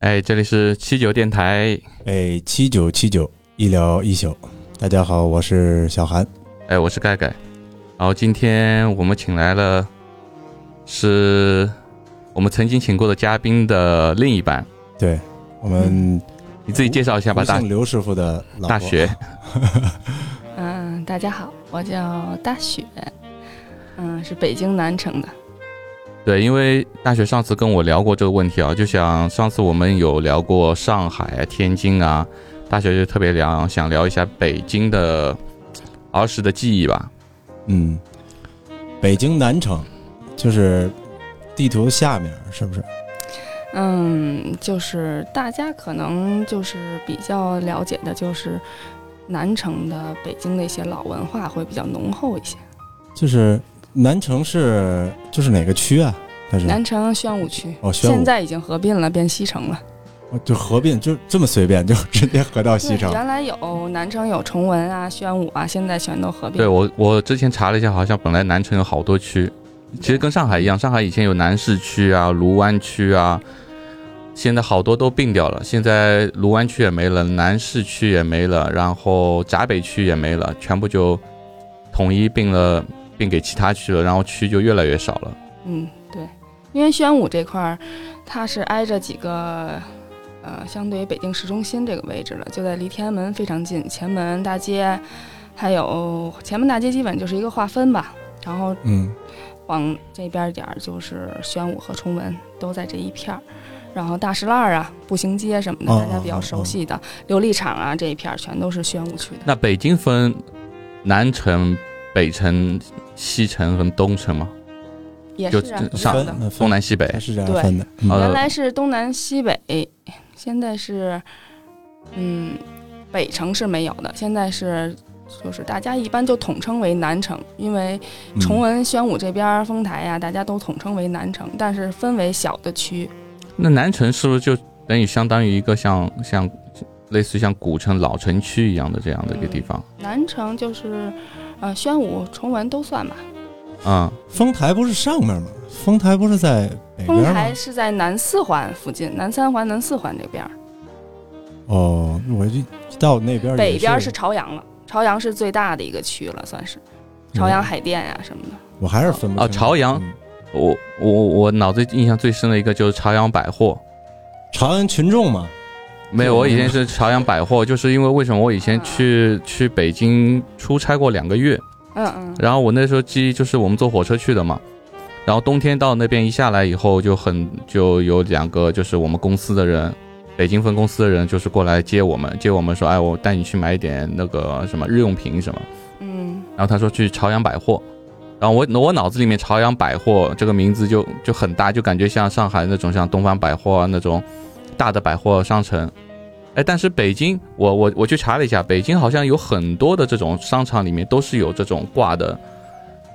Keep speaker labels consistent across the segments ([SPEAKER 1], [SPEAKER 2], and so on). [SPEAKER 1] 哎，这里是七九电台。
[SPEAKER 2] 哎，七九七九一聊一宿，大家好，我是小韩。
[SPEAKER 1] 哎，我是盖盖。然后今天我们请来了，是我们曾经请过的嘉宾的另一半。
[SPEAKER 2] 对我们
[SPEAKER 1] 你自己介绍一下吧，嗯
[SPEAKER 2] 不
[SPEAKER 1] 大
[SPEAKER 2] 姓刘师傅的老婆
[SPEAKER 1] 大学。
[SPEAKER 3] 嗯，大家好，我叫大雪，嗯，是北京南城的。
[SPEAKER 1] 对，因为大学上次跟我聊过这个问题啊，就想上次我们有聊过上海、天津啊，大学就特别聊，想聊一下北京的儿时的记忆吧。
[SPEAKER 2] 嗯，北京南城，就是地图下面是不是？
[SPEAKER 3] 嗯，就是大家可能就是比较了解的，就是南城的北京的一些老文化会比较浓厚一些。
[SPEAKER 2] 就是南城是就是哪个区啊？它是
[SPEAKER 3] 南城宣武区
[SPEAKER 2] 哦宣武
[SPEAKER 3] 现在已经合并了，变西城了。
[SPEAKER 2] 哦就合并，就这么随便就直接合到西
[SPEAKER 3] 对，
[SPEAKER 2] 城。
[SPEAKER 3] 原来有南城有崇文啊、宣武啊，现在全都合并
[SPEAKER 1] 对
[SPEAKER 3] 了。
[SPEAKER 1] 我，我之前查了一下，好像本来南城有好多区，其实跟上海一样，上海以前有南市区啊、卢湾区啊，现在好多都并掉了。现在卢湾区也没了，南市区也没了，然后闸北区也没了，全部就统一并了，并给其他区了，然后区就越来越少了。
[SPEAKER 3] 嗯，对，因为宣武这块儿，它是挨着几个，呃，相对于北京市中心这个位置了，就在离天安门非常近，前门大街，还有前门大街基本就是一个划分吧，然后
[SPEAKER 2] 嗯，
[SPEAKER 3] 往这边儿点儿就是宣武和崇文都在这一片儿，然后大石栏儿啊、步行街什么的，
[SPEAKER 2] 哦
[SPEAKER 3] 大家比较熟悉的琉璃厂啊这一片儿全都是宣武区的。
[SPEAKER 1] 那北京分南城、北城、西城和东城吗？
[SPEAKER 3] 也
[SPEAKER 1] 就是
[SPEAKER 3] 啊
[SPEAKER 1] 这
[SPEAKER 3] 一
[SPEAKER 1] 上
[SPEAKER 2] 分
[SPEAKER 3] 样的。
[SPEAKER 2] 那
[SPEAKER 1] 东
[SPEAKER 2] 分
[SPEAKER 1] 南西北
[SPEAKER 2] 还是这样
[SPEAKER 3] 对
[SPEAKER 2] 分的。嗯
[SPEAKER 1] 好的
[SPEAKER 3] 原来是东南西北，现在是，嗯，北城是没有的，现在是就是大家一般就统称为南城，因为
[SPEAKER 2] 嗯
[SPEAKER 3] 崇文、宣武这边儿丰台呀、大家都统称为南城，但是分为小的区。
[SPEAKER 1] 那南城是不是就等于相当于一个像像类似于像古城、老城区一样的这样的一个地方？
[SPEAKER 3] 南城就是，呃，宣武、崇文都算吧。
[SPEAKER 1] 嗯，
[SPEAKER 2] 丰台不是上面吗？丰台不是在北
[SPEAKER 3] 丰
[SPEAKER 2] 边
[SPEAKER 3] 台
[SPEAKER 2] 吗？
[SPEAKER 3] 是在南四环附近，南三环、南四环这边儿，
[SPEAKER 2] 哦，我就到那边也
[SPEAKER 3] 北边儿
[SPEAKER 2] 是
[SPEAKER 3] 是朝阳了。朝阳是最大的一个区了，算是朝
[SPEAKER 2] 嗯
[SPEAKER 3] 阳海淀呀、什么的。
[SPEAKER 2] 我还是分不
[SPEAKER 1] 哦
[SPEAKER 2] 清
[SPEAKER 1] 朝阳
[SPEAKER 2] 嗯
[SPEAKER 1] 我我我脑子印象最深的一个就是朝阳百货，
[SPEAKER 2] 朝阳群众嘛，
[SPEAKER 1] 没有，我以前是朝阳百货，就是因为为什么我以前去去北京出差过两个月，
[SPEAKER 3] 嗯嗯。
[SPEAKER 1] 然后我那时候记忆就是我们坐火车去的嘛，然后冬天到那边一下来以后，就很就有两个就是我们公司的人，北京分公司的人就是过来接我们，接我们说，哎，我带你去买一点那个什么日用品什么。
[SPEAKER 3] 嗯
[SPEAKER 1] 然后他说去朝阳百货，然后我我脑子里面朝阳百货这个名字就就很大，就感觉像上海那种像东方百货啊那种大的百货商城。哎，但是北京，我我我去查了一下，北京好像有很多的这种商场里面都是有这种挂的，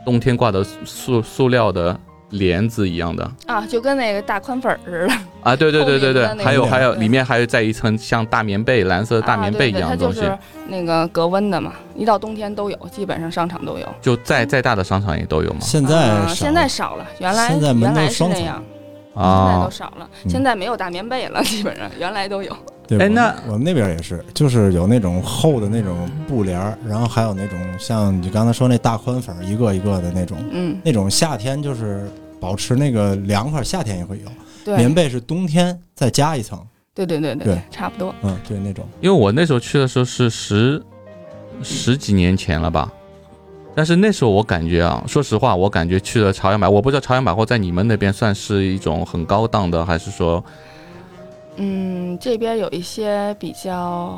[SPEAKER 1] 冬天挂的塑塑料的帘子一样的
[SPEAKER 3] 啊，就跟那个大宽粉儿似的，
[SPEAKER 1] 啊，对对对对对
[SPEAKER 3] 透明的，那
[SPEAKER 1] 还有
[SPEAKER 2] 种
[SPEAKER 1] 还有
[SPEAKER 3] 对
[SPEAKER 1] 里面还有再一层像大棉被蓝色的大棉被一样
[SPEAKER 3] 啊
[SPEAKER 1] 的
[SPEAKER 3] 对
[SPEAKER 1] 东
[SPEAKER 3] 对
[SPEAKER 1] 西，
[SPEAKER 3] 它就是那个隔温的嘛，一到冬天都有，基本上商场都有。
[SPEAKER 1] 就再再大的商场也都有嘛
[SPEAKER 2] 现
[SPEAKER 3] 啊
[SPEAKER 2] 在少
[SPEAKER 3] 现在少了，原来
[SPEAKER 2] 现在门
[SPEAKER 3] 原
[SPEAKER 2] 都
[SPEAKER 3] 来
[SPEAKER 2] 是
[SPEAKER 3] 是
[SPEAKER 2] 双
[SPEAKER 3] 那
[SPEAKER 2] 层
[SPEAKER 3] 样，现在
[SPEAKER 1] 啊
[SPEAKER 3] 都，少了，
[SPEAKER 2] 嗯
[SPEAKER 3] 现在没有大棉被了，基本上原来都有。
[SPEAKER 2] 对，
[SPEAKER 1] 哎
[SPEAKER 2] 我们
[SPEAKER 1] 那
[SPEAKER 2] 我们那边也是，就是有那种厚的那种布帘儿，然后还有那种像你刚才说那大宽粉儿，一个一个的那种，
[SPEAKER 3] 嗯，
[SPEAKER 2] 那种夏天就是保持那个凉快，夏天也会有。棉
[SPEAKER 3] 对，
[SPEAKER 2] 被是冬天再加一层，
[SPEAKER 3] 对对对
[SPEAKER 2] 对，
[SPEAKER 3] 差不多。
[SPEAKER 2] 嗯，对，那种
[SPEAKER 1] 因为我那时候去的时候是十十几年前了吧，但是那时候我感觉啊，说实话，我感觉去了朝阳百，我不知道朝阳百货在你们那边算是一种很高档的，还是说
[SPEAKER 3] 嗯，这边有一些比较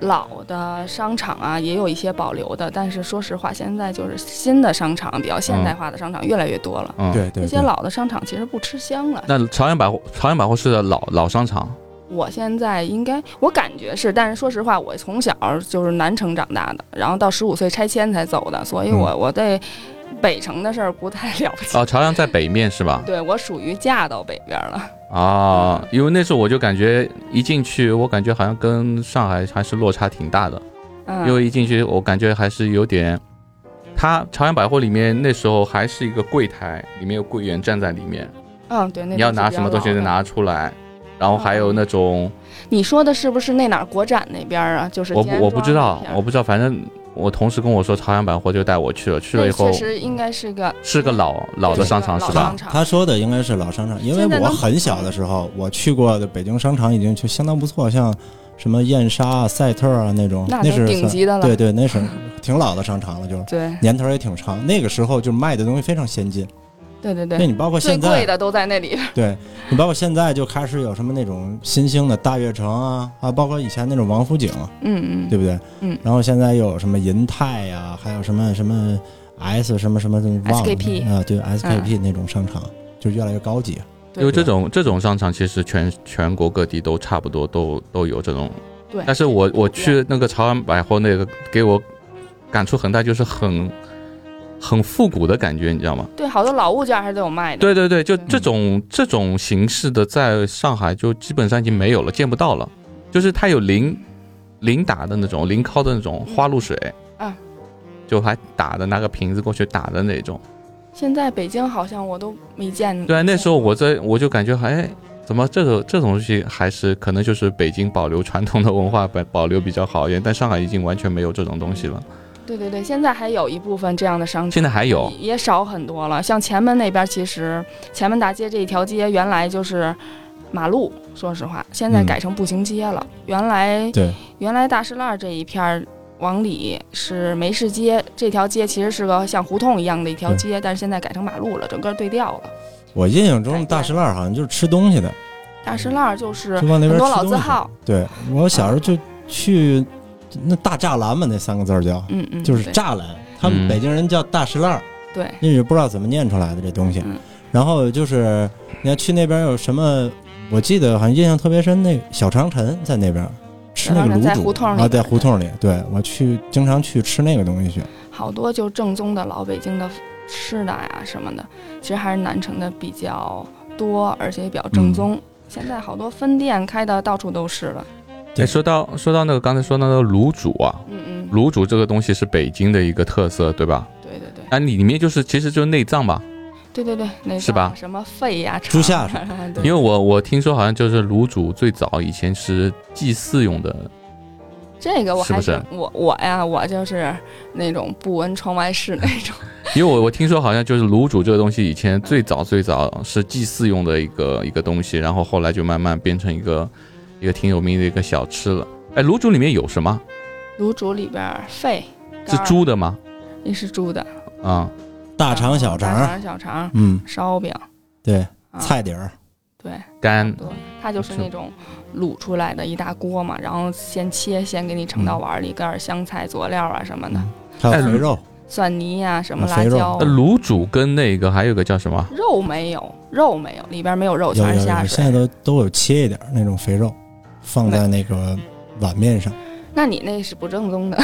[SPEAKER 3] 老的商场啊，也有一些保留的，但是说实话，现在就是新的商场，比较现代化的商场越来越多了。
[SPEAKER 1] 嗯？。
[SPEAKER 2] 对
[SPEAKER 3] 那
[SPEAKER 2] 嗯对
[SPEAKER 3] 些
[SPEAKER 2] 对，
[SPEAKER 3] 老的商场其实不吃香了，
[SPEAKER 1] 那朝阳百货，朝阳百货是老老商场，
[SPEAKER 3] 我现在应该，我感觉是，但是说实话，我从小就是南城长大的，然后到十五岁拆迁才走的，所以我、我对北城的事儿不太了不起。
[SPEAKER 1] 哦，朝阳在北面是吧？
[SPEAKER 3] 对我属于嫁到北边了，
[SPEAKER 1] 啊，因为那时候我就感觉一进去，我感觉好像跟上海还是落差挺大的，
[SPEAKER 3] 嗯，
[SPEAKER 1] 因为一进去我感觉还是有点，它朝阳百货里面那时候还是一个柜台，里面有柜员站在里面，
[SPEAKER 3] 嗯对，那
[SPEAKER 1] 你要拿什么东西就
[SPEAKER 3] 就
[SPEAKER 1] 拿出来，然
[SPEAKER 3] 嗯
[SPEAKER 1] 后还有那种
[SPEAKER 3] 你说的是不是那哪儿国展那边儿啊？就是
[SPEAKER 1] 我
[SPEAKER 3] 尖
[SPEAKER 1] 不我不
[SPEAKER 3] 庄
[SPEAKER 1] 知
[SPEAKER 3] 那
[SPEAKER 1] 道
[SPEAKER 3] 片儿
[SPEAKER 1] 我不知道，反正我同事跟我说朝阳百货就带我去了，去了
[SPEAKER 3] 那
[SPEAKER 1] 以后嗯
[SPEAKER 3] 确实应该是个
[SPEAKER 1] 是个老老的
[SPEAKER 3] 对
[SPEAKER 1] 商
[SPEAKER 3] 是
[SPEAKER 1] 场
[SPEAKER 3] 个
[SPEAKER 1] 是
[SPEAKER 3] 老
[SPEAKER 1] 吧
[SPEAKER 2] 他
[SPEAKER 3] 商？场
[SPEAKER 2] 他说的应该是老商场，因为
[SPEAKER 3] 现在
[SPEAKER 2] 我
[SPEAKER 3] 能
[SPEAKER 2] 很小的时候，我去过的北京商场已经就相当不错，像什么燕莎啊、赛特啊那种，
[SPEAKER 3] 那
[SPEAKER 2] 那
[SPEAKER 3] 都
[SPEAKER 2] 是
[SPEAKER 3] 顶
[SPEAKER 2] 算
[SPEAKER 3] 级的了
[SPEAKER 2] 对对，那是挺老的商场了，就是
[SPEAKER 3] 对
[SPEAKER 2] 年头也挺长。那个时候就卖的东西非常先进，
[SPEAKER 3] 对对
[SPEAKER 2] 那
[SPEAKER 3] 对，
[SPEAKER 2] 你包括
[SPEAKER 3] 最
[SPEAKER 2] 现
[SPEAKER 3] 贵
[SPEAKER 2] 在，
[SPEAKER 3] 的都在那里。
[SPEAKER 2] 对你包括现在就开始有什么那种新兴的大悦城啊啊，包括以前那种王府井，
[SPEAKER 3] 嗯
[SPEAKER 2] 对
[SPEAKER 3] 嗯，
[SPEAKER 2] 不对？
[SPEAKER 3] 嗯
[SPEAKER 2] 然后现在又有什么银泰呀、还有什么什么 S 什么什么忘了
[SPEAKER 3] SKP
[SPEAKER 2] 啊，对 SKP
[SPEAKER 3] 嗯
[SPEAKER 2] 那种商场、就越来越高级。
[SPEAKER 1] 因为这
[SPEAKER 3] 对
[SPEAKER 1] 种这种商场其实全全国各地都差不多都都有这种，
[SPEAKER 3] 对
[SPEAKER 1] 但是我我去那个朝阳百货那个给我感触很大，就是很很复古的感觉，你知道吗？
[SPEAKER 3] 对，好多老物件还都有卖的。
[SPEAKER 1] 对对对，就
[SPEAKER 3] 对
[SPEAKER 1] 这种这种形式的，在上海就基本上已经没有了，见不到了。就是它有零零打的那种，零敲的那种花露水，
[SPEAKER 3] 啊，
[SPEAKER 1] 就还打的拿个瓶子过去打的那种。
[SPEAKER 3] 现在北京好像我都没见。
[SPEAKER 1] 对啊，那时候我在我就感觉，哎，怎么这种这种东西还是可能就是北京保留传统的文化保保留比较好一点，但上海已经完全没有这种东西了。
[SPEAKER 3] 对对对，现在还有一部分这样的商场，
[SPEAKER 1] 现在还有
[SPEAKER 3] 也少很多了。像前门那边，其实前门大街这一条街原来就是马路，说实话，现在
[SPEAKER 2] 嗯
[SPEAKER 3] 改成步行街了。原来
[SPEAKER 2] 对，
[SPEAKER 3] 原来大石栏这一片儿往里是梅市街，这条街其实是个像胡同一样的一
[SPEAKER 2] 嗯
[SPEAKER 3] 条街，但是现在改成马路了，整个对调了。
[SPEAKER 2] 我印象
[SPEAKER 3] 改
[SPEAKER 2] 中
[SPEAKER 3] 变
[SPEAKER 2] 大石栏好像就是吃东西的，
[SPEAKER 3] 大石栏就是
[SPEAKER 2] 就往嗯那
[SPEAKER 3] 很
[SPEAKER 2] 边
[SPEAKER 3] 多
[SPEAKER 2] 吃
[SPEAKER 3] 老
[SPEAKER 2] 东
[SPEAKER 3] 字
[SPEAKER 2] 西。
[SPEAKER 3] 号，
[SPEAKER 2] 对我小时候就去那大栅栏嘛，那三个字儿叫，
[SPEAKER 3] 嗯嗯，
[SPEAKER 2] 就是
[SPEAKER 3] 对
[SPEAKER 2] 栅栏，他们
[SPEAKER 1] 嗯
[SPEAKER 2] 北京人叫大石栏儿，
[SPEAKER 3] 对
[SPEAKER 2] 那是不知道怎么念出来的这东西
[SPEAKER 3] 嗯。
[SPEAKER 2] 然后就是你看去那边有什么，我记得好像印象特别深，那小长城在那边吃那个
[SPEAKER 3] 小长城在
[SPEAKER 2] 卤煮
[SPEAKER 3] 胡同里
[SPEAKER 2] 啊，在胡同里，对我去经常去吃那个东西去。
[SPEAKER 3] 好多就正宗的老北京的吃的呀什么的，其实还是南城的比较多，而且也比较正宗。
[SPEAKER 2] 嗯
[SPEAKER 3] 现在好多分店开的到处都是了，
[SPEAKER 2] 对
[SPEAKER 1] 哎，说到说到那个刚才说到那个卤煮啊，
[SPEAKER 3] 嗯嗯，
[SPEAKER 1] 卤煮这个东西是北京的一个特色，对吧？
[SPEAKER 3] 对对对
[SPEAKER 1] 啊，里里面就是其实就是内脏吧，
[SPEAKER 3] 对对对，那
[SPEAKER 1] 是吧
[SPEAKER 3] 叫什么肺呀、
[SPEAKER 2] 猪下嗯
[SPEAKER 3] 肠啊，对
[SPEAKER 1] 因为我我听说好像就是卤煮最早以前是祭祀用的，
[SPEAKER 3] 这个我还
[SPEAKER 1] 是
[SPEAKER 3] 我我呀，我就是那种不闻窗外事那种。
[SPEAKER 1] 因为我我听说好像就是卤煮这个东西以前最早最早是祭祀用的一个一个东西，然后后来就慢慢变成一个一个挺有名的一个小吃了。哎，卤煮里面有什么？
[SPEAKER 3] 卤煮里边儿肺
[SPEAKER 1] 是，猪的吗？
[SPEAKER 3] 肝儿也是猪的，
[SPEAKER 1] 啊、
[SPEAKER 2] 大肠、小
[SPEAKER 3] 大
[SPEAKER 2] 肠，
[SPEAKER 3] 肠、小肠、
[SPEAKER 2] 嗯，
[SPEAKER 3] 烧饼，
[SPEAKER 2] 对，
[SPEAKER 3] 啊
[SPEAKER 2] 菜底儿，
[SPEAKER 3] 对，
[SPEAKER 1] 肝
[SPEAKER 3] 对，它就是那种卤出来的一大锅嘛，然后先切，先给你盛到碗里，搁点香菜、佐料啊什么的，
[SPEAKER 2] 嗯还
[SPEAKER 1] 哎
[SPEAKER 2] 有肥肉，
[SPEAKER 3] 蒜泥呀、什么
[SPEAKER 2] 啊
[SPEAKER 3] 辣
[SPEAKER 2] 肥肉
[SPEAKER 3] 椒
[SPEAKER 1] 那。卤煮跟那个还有个叫什么？
[SPEAKER 3] 肉没有，肉没有，里边没有肉，
[SPEAKER 2] 有有
[SPEAKER 3] 全是
[SPEAKER 2] 有，
[SPEAKER 3] 下
[SPEAKER 2] 现
[SPEAKER 3] 水
[SPEAKER 2] 在。都都有切一点儿那种肥肉，放在那个碗面 上。
[SPEAKER 3] 那你那是不正宗的。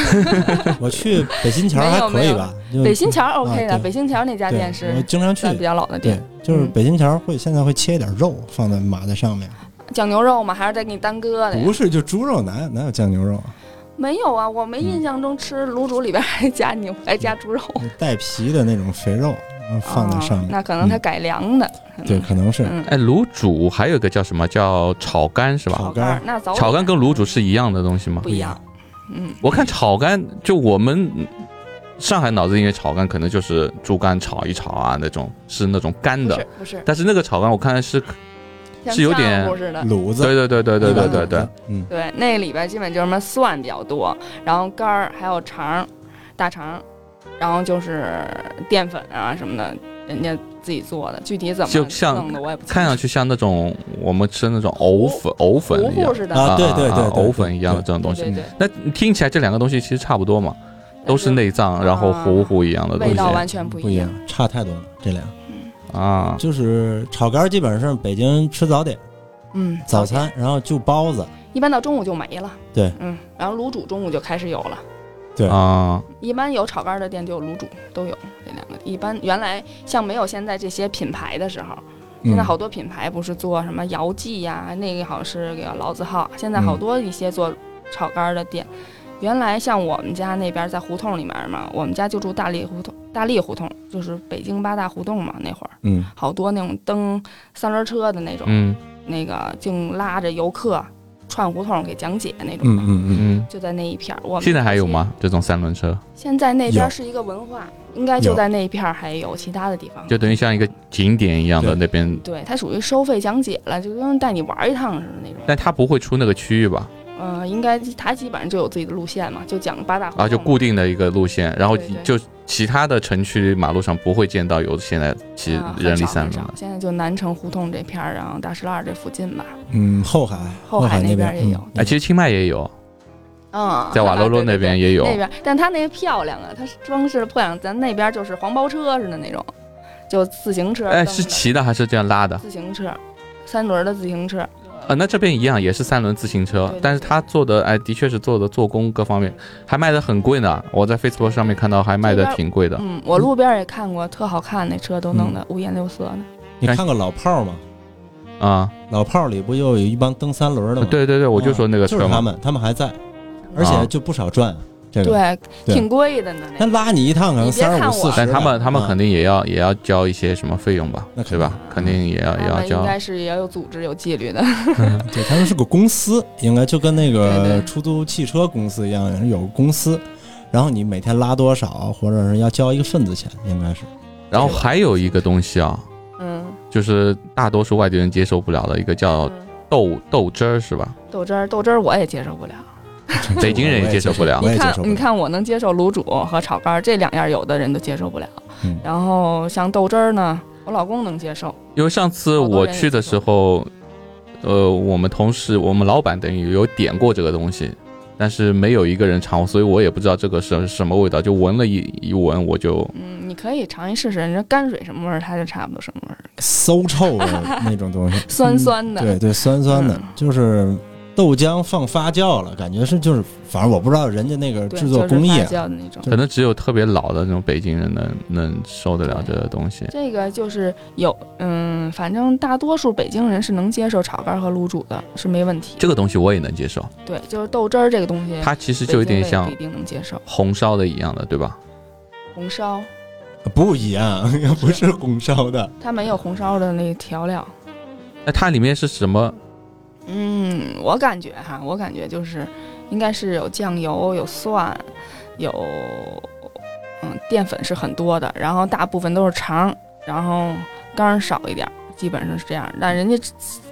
[SPEAKER 2] 我去北新桥还可以吧？就
[SPEAKER 3] 北新桥 OK 的，
[SPEAKER 2] 呃啊对
[SPEAKER 3] 北新桥那家
[SPEAKER 2] 对
[SPEAKER 3] 店是
[SPEAKER 2] 我经常去
[SPEAKER 3] 算，比较老的
[SPEAKER 2] 对
[SPEAKER 3] 店，，
[SPEAKER 2] 就是
[SPEAKER 3] 嗯
[SPEAKER 2] 北新桥会现在会切一点肉放在码在上面，
[SPEAKER 3] 酱牛肉嘛，还是得给你单搁的呀
[SPEAKER 2] 不。是就猪肉哪有哪有酱牛肉啊？
[SPEAKER 3] 没有啊，我没
[SPEAKER 2] 嗯
[SPEAKER 3] 印象中吃卤煮里边还加牛，还加猪肉。
[SPEAKER 2] 带皮的那种肥肉然后嗯放在上
[SPEAKER 3] 哦
[SPEAKER 2] 面，嗯
[SPEAKER 3] 那可能它改良的。
[SPEAKER 2] 对，可能是
[SPEAKER 3] 嗯，
[SPEAKER 1] 哎，卤煮还有个叫什么？叫炒肝是吧？
[SPEAKER 2] 炒
[SPEAKER 3] 炒肝
[SPEAKER 2] 肝
[SPEAKER 3] 儿那早
[SPEAKER 1] 炒肝
[SPEAKER 3] 点
[SPEAKER 1] 跟卤煮是一样的东西吗
[SPEAKER 3] 不？一样。嗯，
[SPEAKER 1] 我看炒肝，就我们嗯上海脑子里面炒肝可能就是猪肝炒一炒啊，那种是那种干
[SPEAKER 3] 不
[SPEAKER 1] 的
[SPEAKER 3] 是。不是，
[SPEAKER 1] 但是那个炒肝，我看是，
[SPEAKER 3] 像
[SPEAKER 1] 是有点嗯
[SPEAKER 3] 酱乎似的。
[SPEAKER 2] 卤
[SPEAKER 1] 对
[SPEAKER 2] 子，
[SPEAKER 1] 对对对对对对对，，
[SPEAKER 2] 嗯，
[SPEAKER 3] 对，那里边基本就是什么蒜比较多，然后肝儿还有肠儿，大肠儿，然后就是淀粉啊什么的，人家自己做的，具体怎么
[SPEAKER 1] 就像
[SPEAKER 3] 弄的我也不清楚
[SPEAKER 1] 看上去像那种我们吃那种藕粉藕粉
[SPEAKER 3] 糊
[SPEAKER 1] 一样
[SPEAKER 3] 糊似的，
[SPEAKER 2] 啊对对对
[SPEAKER 1] 啊
[SPEAKER 2] 对
[SPEAKER 1] 藕粉一样的这种
[SPEAKER 3] 对
[SPEAKER 1] 东西。
[SPEAKER 3] 对对，
[SPEAKER 1] 那听起来这两个东西其实差不多嘛，都是内脏，然后糊糊一样的东
[SPEAKER 3] 味道
[SPEAKER 1] 西
[SPEAKER 3] 完全不
[SPEAKER 2] 不
[SPEAKER 3] 一
[SPEAKER 2] 一
[SPEAKER 3] 样。
[SPEAKER 2] 样，差太多了，这俩
[SPEAKER 1] 啊。
[SPEAKER 2] 就是炒肝，基本上是北京吃早点、
[SPEAKER 3] 嗯，
[SPEAKER 2] 早餐，然后就包子，
[SPEAKER 3] 一般到中午就没了。
[SPEAKER 2] 对，
[SPEAKER 3] 嗯，然后卤煮中午就开始有了。
[SPEAKER 2] 对
[SPEAKER 1] 啊，
[SPEAKER 3] 一般有炒肝的店就有卤煮，都有这两个。一般原来像没有现在这些品牌的时候，
[SPEAKER 1] 嗯
[SPEAKER 2] 嗯
[SPEAKER 3] 现在好多品牌不是做什么姚记呀、那个好像是个老字号。啊现在
[SPEAKER 1] 嗯
[SPEAKER 3] 好多一些做炒肝的店，原来像我们家那边在胡同里面嘛，我们家就住大立胡同，大立胡同就是北京八大胡同嘛。那会儿
[SPEAKER 2] 嗯，
[SPEAKER 3] 好多那种蹬三轮车的那种，
[SPEAKER 1] 嗯，
[SPEAKER 3] 那个净拉着游客串胡同给讲解那种
[SPEAKER 2] 嗯
[SPEAKER 3] 的，
[SPEAKER 2] 嗯嗯，
[SPEAKER 1] 嗯，
[SPEAKER 3] 就在那一片儿。我们
[SPEAKER 1] 现在还有？吗？这种三轮车
[SPEAKER 3] 现在那边
[SPEAKER 2] 有
[SPEAKER 3] 儿是一个文化，应该就
[SPEAKER 2] 有
[SPEAKER 3] 在那一片儿还有其他的地方。
[SPEAKER 1] 就等于像一个景点一样的
[SPEAKER 2] 对
[SPEAKER 1] 那边，
[SPEAKER 3] 对，它属于收费讲解了，就跟带你玩儿一趟似的那种。
[SPEAKER 1] 但它不会出那个区域吧？
[SPEAKER 3] 嗯，应该它基本上就有自己的路线嘛，就讲八大胡同
[SPEAKER 1] 啊，就固定的一个路线，然后
[SPEAKER 3] 嗯对对
[SPEAKER 1] 就其他的城区马路上不会见到有现在骑
[SPEAKER 3] 啊很
[SPEAKER 1] 人力
[SPEAKER 3] 少
[SPEAKER 1] 三
[SPEAKER 3] 很
[SPEAKER 1] 轮
[SPEAKER 3] 少
[SPEAKER 1] 的。
[SPEAKER 3] 现在就南城胡同这片儿，然后大石栏这附近吧。
[SPEAKER 2] 嗯，后海，
[SPEAKER 3] 后海
[SPEAKER 2] 海
[SPEAKER 3] 那边
[SPEAKER 2] 边嗯
[SPEAKER 3] 也有
[SPEAKER 1] 哎，其实清迈也有，
[SPEAKER 3] 嗯，
[SPEAKER 1] 在瓦
[SPEAKER 3] 啊
[SPEAKER 1] 洛洛
[SPEAKER 3] 对对
[SPEAKER 1] 那边
[SPEAKER 3] 对
[SPEAKER 1] 也有。
[SPEAKER 3] 那边，但它那个漂亮啊，它是装饰的破样，咱那边就是黄包车似的那种，就自行车。
[SPEAKER 1] 哎，
[SPEAKER 3] 蹬
[SPEAKER 1] 是
[SPEAKER 3] 的
[SPEAKER 1] 骑的还是这样拉的？
[SPEAKER 3] 自行车，三轮的自行车。
[SPEAKER 1] 呃，那这边一样，也是三轮自行车
[SPEAKER 3] 对对，
[SPEAKER 1] 但是他做的哎，的确是做的做工各方面还卖的很贵呢。我在 Facebook 上面看到还卖的挺贵的，
[SPEAKER 3] 嗯，我路边儿也看过，特好看，那车都弄得五颜六色的。
[SPEAKER 2] 嗯你看过老炮儿吗？
[SPEAKER 3] 嗯
[SPEAKER 1] 啊、
[SPEAKER 2] 老炮儿里不又有一帮蹬三轮的吗？
[SPEAKER 1] 对对对，我就
[SPEAKER 2] 啊
[SPEAKER 1] 说那个
[SPEAKER 2] 就
[SPEAKER 1] 车
[SPEAKER 2] 是他
[SPEAKER 1] 嘛，
[SPEAKER 2] 们，他们还在，而
[SPEAKER 1] 啊
[SPEAKER 2] 且就不少赚这个。
[SPEAKER 3] 对，
[SPEAKER 2] 对
[SPEAKER 3] 挺贵的呢。那
[SPEAKER 2] 那拉你一趟可能
[SPEAKER 3] 你别看
[SPEAKER 2] 三十五四
[SPEAKER 3] 我
[SPEAKER 2] 十，
[SPEAKER 1] 但他们他们
[SPEAKER 2] 啊
[SPEAKER 1] 肯定也要也要交一些什么费用吧
[SPEAKER 2] 那，肯
[SPEAKER 1] 对吧？肯定也要也
[SPEAKER 3] 他
[SPEAKER 1] 要
[SPEAKER 3] 们应
[SPEAKER 1] 交。
[SPEAKER 3] 该是也有组织、有纪律的。
[SPEAKER 2] 啊对，他们是个公司，应该就跟那
[SPEAKER 3] 对
[SPEAKER 2] 个
[SPEAKER 3] 对
[SPEAKER 2] 出租汽车公司一样，有个公司，然后你每天拉多少，或者是要交一个份子钱，应该是
[SPEAKER 1] 然后还有一个东西啊，
[SPEAKER 3] 嗯，
[SPEAKER 1] 就是大多数外地人接受不了的一个叫
[SPEAKER 3] 嗯
[SPEAKER 1] 豆豆汁儿，是吧？
[SPEAKER 3] 豆汁儿，豆汁儿我也接受不了。
[SPEAKER 1] 北京人也接受不了
[SPEAKER 2] 我也
[SPEAKER 3] 你
[SPEAKER 2] 接
[SPEAKER 3] 看
[SPEAKER 2] 受，不
[SPEAKER 3] 你
[SPEAKER 2] 了。
[SPEAKER 3] 看，我能接受卤煮和炒肝儿这两样，有的人都接受不了。
[SPEAKER 2] 嗯
[SPEAKER 3] 然后像豆汁儿呢，我老公能接受。
[SPEAKER 1] 因为上次我去的时候，呃，我们同事、我们老板等于有点过这个东西，但是没有一个人尝过，所以我也不知道这个是什么味道，就闻了一一闻我就
[SPEAKER 3] 嗯，你可以尝一试试，人家泔水什么味儿，它就差不多什么味儿，
[SPEAKER 2] 馊臭的那种东西， 嗯
[SPEAKER 3] 酸酸的。
[SPEAKER 2] 对对，酸酸的
[SPEAKER 3] 嗯，
[SPEAKER 2] 就是豆浆放发酵了，感觉是就是，反正我不知道人家那个
[SPEAKER 3] 对，
[SPEAKER 2] 制作工艺
[SPEAKER 3] 就是发
[SPEAKER 2] 啊，
[SPEAKER 3] 酵的那种。
[SPEAKER 1] 可能只有特别老的那种北京人能能受得了这个东西。
[SPEAKER 3] 这个就是有，嗯，反正大多数北京人是能接受炒肝和卤煮的，是没问题。
[SPEAKER 1] 这个东西我也能接受，
[SPEAKER 3] 对，就是豆汁儿这个东西，
[SPEAKER 1] 它其实
[SPEAKER 3] 北
[SPEAKER 1] 就有
[SPEAKER 3] 京
[SPEAKER 1] 点
[SPEAKER 3] 人
[SPEAKER 1] 像
[SPEAKER 3] 不一定能接受
[SPEAKER 1] 红烧的一样的，对吧？
[SPEAKER 3] 红烧，
[SPEAKER 2] 不一样， 不是红烧的，
[SPEAKER 3] 它没有红烧的那调料。
[SPEAKER 1] 那它里面是什么？
[SPEAKER 3] 嗯，我感觉哈，我感觉就是应该是有酱油、有蒜、有嗯淀粉是很多的，然后大部分都是肠，然后肝儿少一点儿，基本上是这样。但人家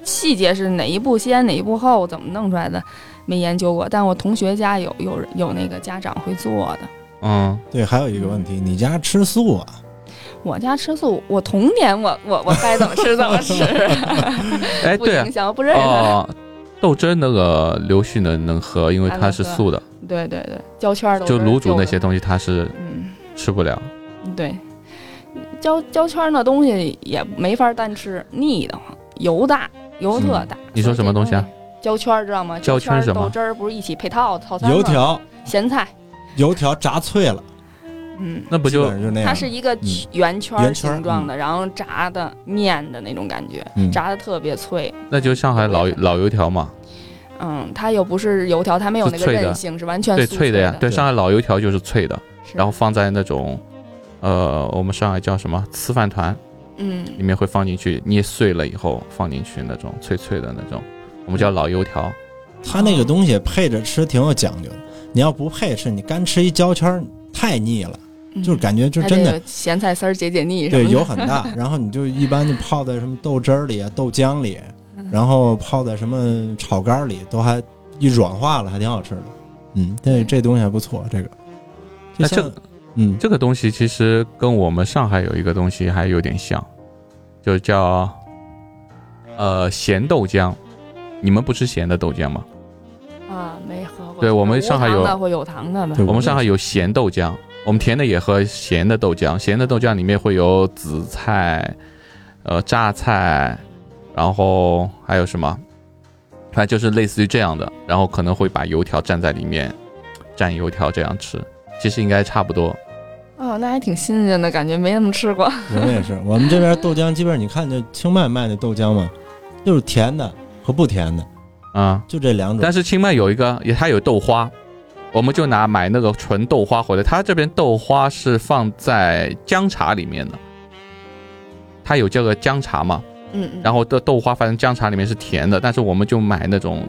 [SPEAKER 3] 细节是哪一步先、哪一步后，怎么弄出来的，没研究过。但我同学家有有 人有那个家长会做的。
[SPEAKER 1] 嗯，
[SPEAKER 2] 对，还有一个问题，你家吃素啊？
[SPEAKER 3] 我家吃素，我童年我我我该怎么 吃怎么吃，
[SPEAKER 1] 哎，
[SPEAKER 3] 不
[SPEAKER 1] 对啊
[SPEAKER 3] 影，响，我不认识他。
[SPEAKER 1] 哦，豆汁儿那个刘旭能能喝，因为它是素的，
[SPEAKER 3] 对对对，胶圈儿都
[SPEAKER 1] 就是卤煮
[SPEAKER 3] 旧
[SPEAKER 1] 那
[SPEAKER 3] 的
[SPEAKER 1] 些东西它是
[SPEAKER 3] 嗯。
[SPEAKER 1] 吃不了。
[SPEAKER 3] 对，胶胶圈儿那东西也没法单吃，腻得慌，油大，油特大。
[SPEAKER 1] 嗯你说什么东西啊？
[SPEAKER 3] 胶圈儿知道吗？
[SPEAKER 1] 胶圈儿
[SPEAKER 3] 儿
[SPEAKER 1] 什么
[SPEAKER 3] 豆汁儿不是一起配套套餐吗
[SPEAKER 2] 油、条，
[SPEAKER 3] 咸菜，
[SPEAKER 2] 油条炸脆了，
[SPEAKER 3] 嗯，
[SPEAKER 1] 那不
[SPEAKER 2] 基
[SPEAKER 1] 就
[SPEAKER 2] 本上就那样。嗯
[SPEAKER 3] 它是一个圆圈儿
[SPEAKER 2] 圆圈儿
[SPEAKER 3] 形状的，然后炸的面的那种感觉，
[SPEAKER 2] 嗯
[SPEAKER 3] 炸的特别脆。
[SPEAKER 1] 那就上海老
[SPEAKER 3] 对
[SPEAKER 1] 老油条嘛，
[SPEAKER 3] 嗯，它又不是油条，它没有
[SPEAKER 1] 是
[SPEAKER 3] 那个
[SPEAKER 1] 脆的
[SPEAKER 3] 韧性，是完全
[SPEAKER 1] 对，
[SPEAKER 3] 酥
[SPEAKER 1] 脆的呀，对，
[SPEAKER 2] 对
[SPEAKER 1] 上海老油条就是脆的，
[SPEAKER 3] 是
[SPEAKER 1] 然后放在那种，呃，我们上海叫什么吃饭团，
[SPEAKER 3] 嗯，
[SPEAKER 1] 里面会放进去，捏碎了以后放进去那种脆脆的那种，我们叫老油条。
[SPEAKER 2] 它那个东西配着吃挺有讲究的，你要不配吃，你干吃一焦圈儿太腻了，
[SPEAKER 3] 嗯
[SPEAKER 2] 就是感觉就
[SPEAKER 3] 还
[SPEAKER 2] 真
[SPEAKER 3] 得
[SPEAKER 2] 的
[SPEAKER 3] 有咸菜丝儿解解腻什
[SPEAKER 2] 对
[SPEAKER 3] 么的。
[SPEAKER 2] 油很 大，然后你就一般就泡在什么豆汁儿里啊、豆浆里，
[SPEAKER 3] 嗯
[SPEAKER 2] 然后泡在什么炒肝儿里，都还一软化了，还挺好吃的。嗯，这这东西还不错，这个。
[SPEAKER 1] 那
[SPEAKER 2] 像
[SPEAKER 1] 这个
[SPEAKER 2] 嗯，
[SPEAKER 1] 这个东西其实跟我们上海有一个东西还有点像，就叫呃咸豆浆。你们不吃咸的豆浆吗？
[SPEAKER 3] 啊，没喝过。
[SPEAKER 1] 对我们上海有
[SPEAKER 3] 无糖的或有糖的吧
[SPEAKER 2] 对
[SPEAKER 1] 我们上海有咸豆浆，我们甜的也喝咸的豆浆，咸的豆浆里面会有紫菜，呃，榨菜，然后还有什么？反正就是类似于这样的，然后可能会把油条蘸在里面，蘸油条这样吃，其实应该差不多。
[SPEAKER 3] 哦，那还挺新鲜的感觉，没怎么吃过。
[SPEAKER 2] 我们也是，我们这边豆浆基本上你看，就清迈卖的豆浆嘛，就是甜的和不甜的，
[SPEAKER 1] 嗯，
[SPEAKER 2] 就这两种
[SPEAKER 1] 但。是清迈有一个，也它有豆花，我们就拿买那个纯豆花回来。它这边豆花是放在姜茶里面的，它有这个姜茶嘛，
[SPEAKER 4] 嗯嗯，
[SPEAKER 1] 然后豆豆花反正姜茶里面是甜的，但是我们就买那种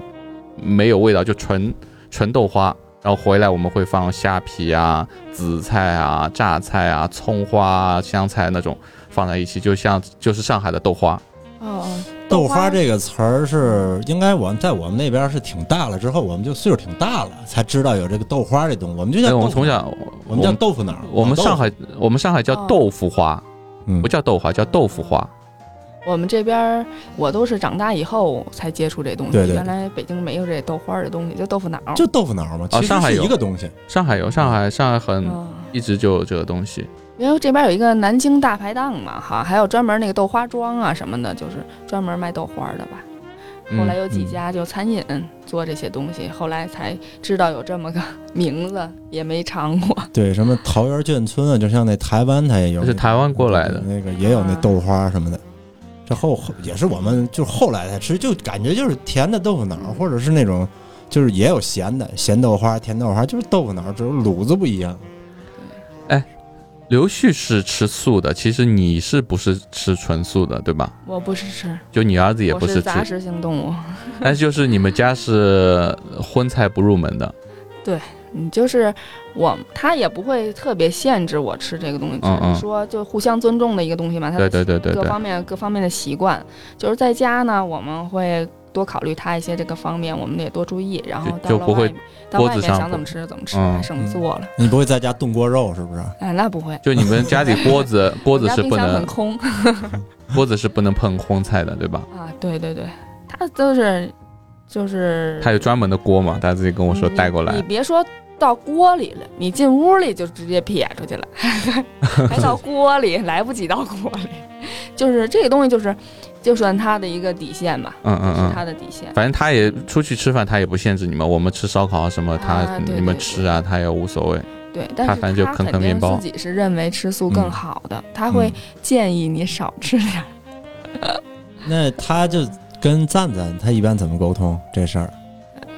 [SPEAKER 1] 没有味道，就纯纯豆花。然后回来我们会放虾皮啊、紫菜啊、榨菜啊、葱花啊、香菜那种放在一起，就像就是上海的豆花。
[SPEAKER 4] 哦，
[SPEAKER 2] 豆花这个词儿是应该我们在我们那边是挺大了之后，我们就岁数挺大了才知道有这个豆花这东西。我们就
[SPEAKER 1] 因
[SPEAKER 2] 叫
[SPEAKER 1] 为
[SPEAKER 2] 豆
[SPEAKER 1] 哎我
[SPEAKER 2] 腐
[SPEAKER 1] 们从小
[SPEAKER 2] 我们叫豆腐脑儿，
[SPEAKER 1] 我们
[SPEAKER 2] 老豆腐
[SPEAKER 1] 上海我们上海叫
[SPEAKER 4] 哦
[SPEAKER 1] 豆腐花，
[SPEAKER 2] 嗯
[SPEAKER 1] 不叫豆花，叫豆腐花。
[SPEAKER 3] 我们这边儿我都是长大以后才接触这东西，
[SPEAKER 2] 对对对
[SPEAKER 3] 原来北京没有这豆花儿的东西，就豆腐脑儿。
[SPEAKER 2] 就豆腐脑儿嘛，其实
[SPEAKER 1] 哦上海
[SPEAKER 2] 是
[SPEAKER 1] 有
[SPEAKER 2] 一个东西。
[SPEAKER 1] 上海有上海上海很
[SPEAKER 3] 嗯，
[SPEAKER 1] 一直就有这个东西。
[SPEAKER 3] 因为这边有一个南京大排档嘛，哈，还有专门那个豆花庄啊什么的，就是专门卖豆花儿的吧。
[SPEAKER 1] 嗯
[SPEAKER 3] 后来有几家就餐饮做这些东西，后来才知道有这么个 名字，也没尝过。
[SPEAKER 2] 对，什么桃园眷村啊，就像那台湾，它也有
[SPEAKER 1] 那是台湾过来的
[SPEAKER 2] 那个也有那豆花什么的。这后也是我们就是后来才吃，就感觉就是甜的豆腐脑儿，或者是那种就是也有咸的咸豆花、甜豆花，就是豆腐脑儿，只有卤子不一样。
[SPEAKER 1] 刘旭是吃素的，其实你是不是吃纯素的，对吧？
[SPEAKER 3] 我不是吃，
[SPEAKER 1] 就你儿子也不
[SPEAKER 3] 我
[SPEAKER 1] 是
[SPEAKER 3] 是
[SPEAKER 1] 吃，
[SPEAKER 3] 杂食性动物。
[SPEAKER 1] 但是就是你们家是荤菜不入门的，
[SPEAKER 3] 嗯，就是我他也不会特别限制我吃这个东西，
[SPEAKER 1] 嗯嗯
[SPEAKER 3] 只是说就互相尊重的一个东西嘛。他
[SPEAKER 1] 对对对对
[SPEAKER 3] 各
[SPEAKER 1] 对，
[SPEAKER 3] 方面各方面的习惯，就是在家呢，我们会多考虑他一些这个方面，我们也多注意。然后
[SPEAKER 1] 就
[SPEAKER 3] 到
[SPEAKER 1] 就
[SPEAKER 3] 了
[SPEAKER 1] 不会
[SPEAKER 3] 外面到
[SPEAKER 1] 桌
[SPEAKER 3] 外
[SPEAKER 1] 子
[SPEAKER 3] 面
[SPEAKER 1] 上
[SPEAKER 3] 想
[SPEAKER 1] 不
[SPEAKER 3] 怎么吃就怎么吃，
[SPEAKER 1] 嗯
[SPEAKER 3] 还省做了。
[SPEAKER 2] 你不会在家炖锅肉是不是？
[SPEAKER 3] 哎，那不会，
[SPEAKER 1] 就你们家里锅子 锅
[SPEAKER 3] 我
[SPEAKER 1] 子
[SPEAKER 3] 家
[SPEAKER 1] 是
[SPEAKER 3] 冰
[SPEAKER 1] 不
[SPEAKER 3] 箱
[SPEAKER 1] 能
[SPEAKER 3] 很空
[SPEAKER 1] 锅子是不能碰荤菜的，对吧？
[SPEAKER 3] 啊。对对对，他就是就是
[SPEAKER 1] 他有专门的锅嘛，他自己跟我说
[SPEAKER 3] 你
[SPEAKER 1] 带过来
[SPEAKER 3] 嗯你别说到锅里了，你进屋里就直接撇出去了， 还 到锅里，来不及到锅里。就是这个东西，就是就算他的一个底线吧，
[SPEAKER 1] 嗯嗯
[SPEAKER 3] 是
[SPEAKER 1] 嗯，
[SPEAKER 3] 他的底线。
[SPEAKER 1] 反正他也出去吃饭，他也不限制你们，我们吃烧烤啊什么，他、
[SPEAKER 3] 啊对
[SPEAKER 1] 你们
[SPEAKER 3] 对
[SPEAKER 1] 吃啊，他也无所谓。
[SPEAKER 3] 对，但是
[SPEAKER 1] 反正就啃啃面包
[SPEAKER 3] 肯定自己是认为吃素更好的，他会
[SPEAKER 2] 嗯
[SPEAKER 3] 建议你少吃点儿。
[SPEAKER 2] 那他就跟赞赞他一般怎么沟通这事儿？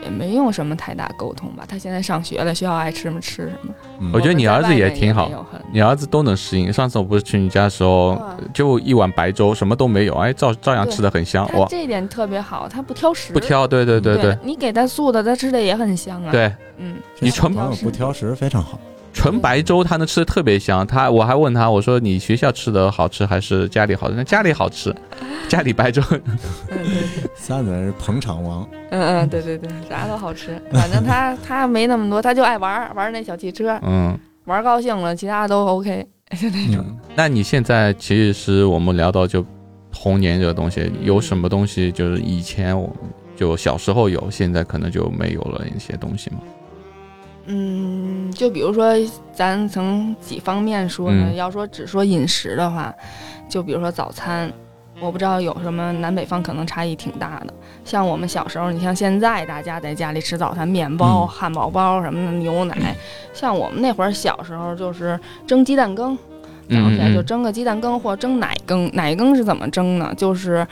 [SPEAKER 3] 也没用什么太大沟通吧。他现在上学了，学校爱吃什么吃什么。
[SPEAKER 2] 嗯
[SPEAKER 1] 我觉得你儿子
[SPEAKER 3] 也
[SPEAKER 1] 也挺好
[SPEAKER 3] 没有很
[SPEAKER 1] 你儿子都能适应。上次我不是去你家的时候
[SPEAKER 3] 啊，
[SPEAKER 1] 就一碗白粥，什么都没有，哎，照照样
[SPEAKER 3] 对
[SPEAKER 1] 吃的很香，
[SPEAKER 3] 他
[SPEAKER 1] 哇，
[SPEAKER 3] 这一点特别好，他不挑食，
[SPEAKER 1] 啊不。挑，对对对
[SPEAKER 3] 对
[SPEAKER 1] 对
[SPEAKER 3] 你给他素的，他吃的也很香啊。，
[SPEAKER 1] 对，
[SPEAKER 3] 嗯，
[SPEAKER 1] 你
[SPEAKER 2] 这小
[SPEAKER 1] 纯
[SPEAKER 2] 朋友
[SPEAKER 3] 食
[SPEAKER 2] 不挑食非常好。
[SPEAKER 1] 纯白粥他能吃的特别香。他我还问他，我说你学校吃的好吃还是家里好吃？那家里好 吃，家里白粥
[SPEAKER 3] 嗯对，
[SPEAKER 2] 赞赞是捧场王，
[SPEAKER 3] 嗯嗯，对对对，啥都好吃。反正他 他没那么多，他就爱玩儿玩儿那小汽车，
[SPEAKER 1] 嗯。
[SPEAKER 3] 玩儿高兴了，其他的都 OK。
[SPEAKER 2] 嗯，
[SPEAKER 1] 那你现在其实我们聊到就童年这个东西，有什么东西就是以前我就小时候有，现在可能就没有了一些东西嘛？
[SPEAKER 3] 嗯，就比如说，咱从几方面说呢？
[SPEAKER 1] 嗯
[SPEAKER 3] 要说只说饮食的话，就比如说早餐，我不知道有什么南北方可能差异挺大的。像我们小时候，你像现在大家在家里吃早餐，面包、
[SPEAKER 2] 嗯
[SPEAKER 3] 汉堡包什么的，牛奶。像我们那会儿小时候，就是蒸鸡蛋羹，早上
[SPEAKER 1] 嗯
[SPEAKER 3] 起来就蒸个鸡蛋羹或蒸奶羹。奶羹是怎么蒸呢？就是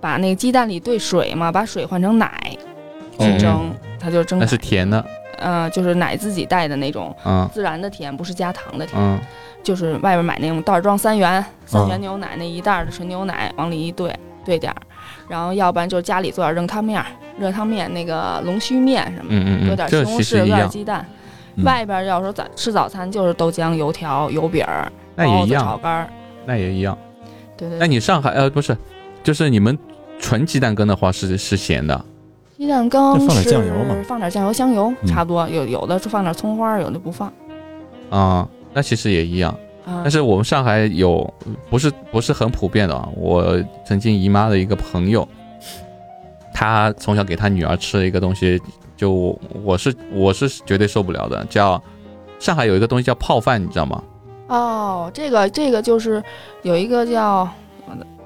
[SPEAKER 3] 把那个鸡蛋里兑水嘛，把水换成奶去
[SPEAKER 1] 嗯
[SPEAKER 3] 蒸，它就蒸
[SPEAKER 1] 那
[SPEAKER 3] 奶。
[SPEAKER 1] 是甜的，
[SPEAKER 3] 呃，就是奶自己带的那种
[SPEAKER 1] 嗯
[SPEAKER 3] 自然的甜，不是加糖的甜，
[SPEAKER 1] 嗯
[SPEAKER 3] 就是外面买那种袋儿装三元三
[SPEAKER 1] 啊
[SPEAKER 3] 元牛奶那一袋儿的纯牛奶，往里一兑，兑点儿，然后要不然就是家里做点儿扔汤面儿、热汤面、那个龙须面什么的。
[SPEAKER 1] 嗯嗯
[SPEAKER 3] 有点
[SPEAKER 1] 嗯，
[SPEAKER 3] 西
[SPEAKER 1] 这
[SPEAKER 3] 红
[SPEAKER 1] 其
[SPEAKER 3] 柿，
[SPEAKER 1] 实
[SPEAKER 3] 有
[SPEAKER 1] 一
[SPEAKER 3] 点
[SPEAKER 1] 样，
[SPEAKER 3] 鸡蛋。
[SPEAKER 2] 嗯
[SPEAKER 3] 外边要说早吃早餐就是豆浆、油条、油饼儿、
[SPEAKER 1] 那也
[SPEAKER 3] 包
[SPEAKER 1] 一
[SPEAKER 3] 子、炒
[SPEAKER 1] 样，
[SPEAKER 3] 肝儿。
[SPEAKER 1] 那也一样。
[SPEAKER 3] 对对
[SPEAKER 1] 那
[SPEAKER 3] 对，
[SPEAKER 1] 你上海呃不是，就是你们纯鸡蛋羹的话是是咸的，
[SPEAKER 3] 鸡蛋羹
[SPEAKER 2] 就放点
[SPEAKER 3] 是
[SPEAKER 2] 酱油嘛
[SPEAKER 3] 放点酱油、香油，
[SPEAKER 2] 嗯
[SPEAKER 3] 差不多。有有的是放点葱花儿，有的不放。
[SPEAKER 1] 啊，那其实也一样。
[SPEAKER 3] 啊
[SPEAKER 1] 但，是我们上海有不是不是很普遍的啊。我曾经姨妈的一个朋友，她从小给她女儿吃一个东西，就我我是我是绝对受不了的，叫上海有一个东西叫泡饭，你知道吗？
[SPEAKER 3] 哦，这个这个就是有一个叫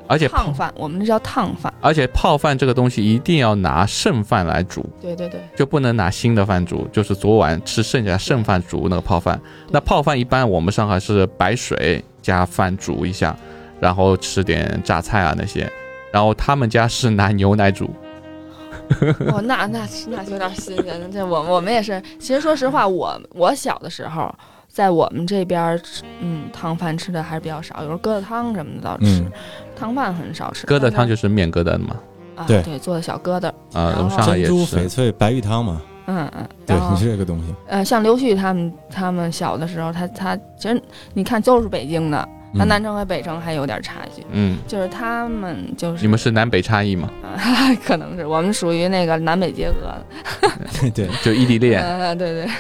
[SPEAKER 1] 而且
[SPEAKER 3] 烫
[SPEAKER 1] 泡
[SPEAKER 3] 饭，我们这叫烫饭。
[SPEAKER 1] 而且泡饭这个东西一定要拿剩饭来煮，
[SPEAKER 3] 对对对，
[SPEAKER 1] 就不能拿新的饭煮，就是昨晚吃剩下剩饭煮那个泡饭。那泡饭一般我们上海是白水加饭煮一下，然后吃点榨菜啊那些。然后他们家是拿牛奶煮，
[SPEAKER 3] 哦，那那那有点新鲜了。这我我们也是，其实说实话，我我小的时候，在我们这边儿吃，嗯，汤饭吃的还是比较少，有时候疙瘩汤什么的倒是吃。
[SPEAKER 2] 嗯
[SPEAKER 3] 汤拌很少吃，
[SPEAKER 1] 疙瘩汤
[SPEAKER 3] 但是
[SPEAKER 1] 就是面疙瘩的嘛，
[SPEAKER 3] 啊，
[SPEAKER 2] 对
[SPEAKER 3] 对，做的小疙瘩，
[SPEAKER 1] 啊，我们上海
[SPEAKER 2] 嗯珍
[SPEAKER 1] 也
[SPEAKER 2] 珠翡
[SPEAKER 1] 是，
[SPEAKER 2] 翠白玉汤嘛，
[SPEAKER 3] 嗯嗯，
[SPEAKER 2] 对
[SPEAKER 3] 然后
[SPEAKER 2] 你这个东西，
[SPEAKER 3] 呃，像刘旭他们他们小的时候，他他其实你看就是北京的，咱
[SPEAKER 2] 嗯
[SPEAKER 3] 南城和北城还有点差距，
[SPEAKER 1] 嗯，
[SPEAKER 3] 就是他们就是
[SPEAKER 1] 你们是南北差异嘛，
[SPEAKER 3] 啊， 可能是我们属于那个南北结合的，
[SPEAKER 2] 对，
[SPEAKER 1] 就异地恋，
[SPEAKER 3] 呃，对对。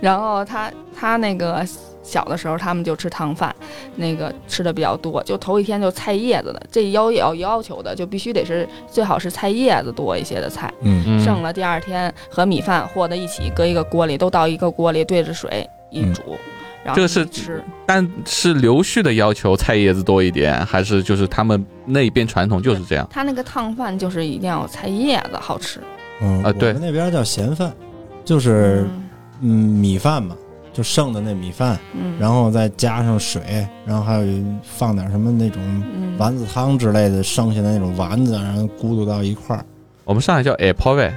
[SPEAKER 3] 然后他他那个小的时候，他们就吃汤饭，那个吃的比较多，就头一天就菜叶子的，这要也要要求的，就必须得是最好是菜叶子多一些的菜，
[SPEAKER 2] 嗯，
[SPEAKER 1] 嗯，
[SPEAKER 3] 剩了第二天和米饭和在一起，搁一个锅里，都到一个锅里对着水一
[SPEAKER 2] 嗯
[SPEAKER 3] 煮，然后
[SPEAKER 1] 这个是
[SPEAKER 3] 一吃。
[SPEAKER 1] 但是刘旭的要求菜叶子多一点，还是就是他们那边传统就是这样，
[SPEAKER 3] 他那个烫饭就是一定要有菜叶子好吃，
[SPEAKER 2] 嗯
[SPEAKER 1] 啊对
[SPEAKER 2] 我们那边叫咸饭，就是嗯米饭嘛，就剩的那米饭，
[SPEAKER 3] 嗯，
[SPEAKER 2] 然后再加上水，然后还有放点什么那种
[SPEAKER 3] 嗯，
[SPEAKER 2] 丸子汤之类的，剩下的那种丸子，然后咕嘟到一块
[SPEAKER 1] 啊
[SPEAKER 2] 儿。
[SPEAKER 1] 我们上海叫 apple 味，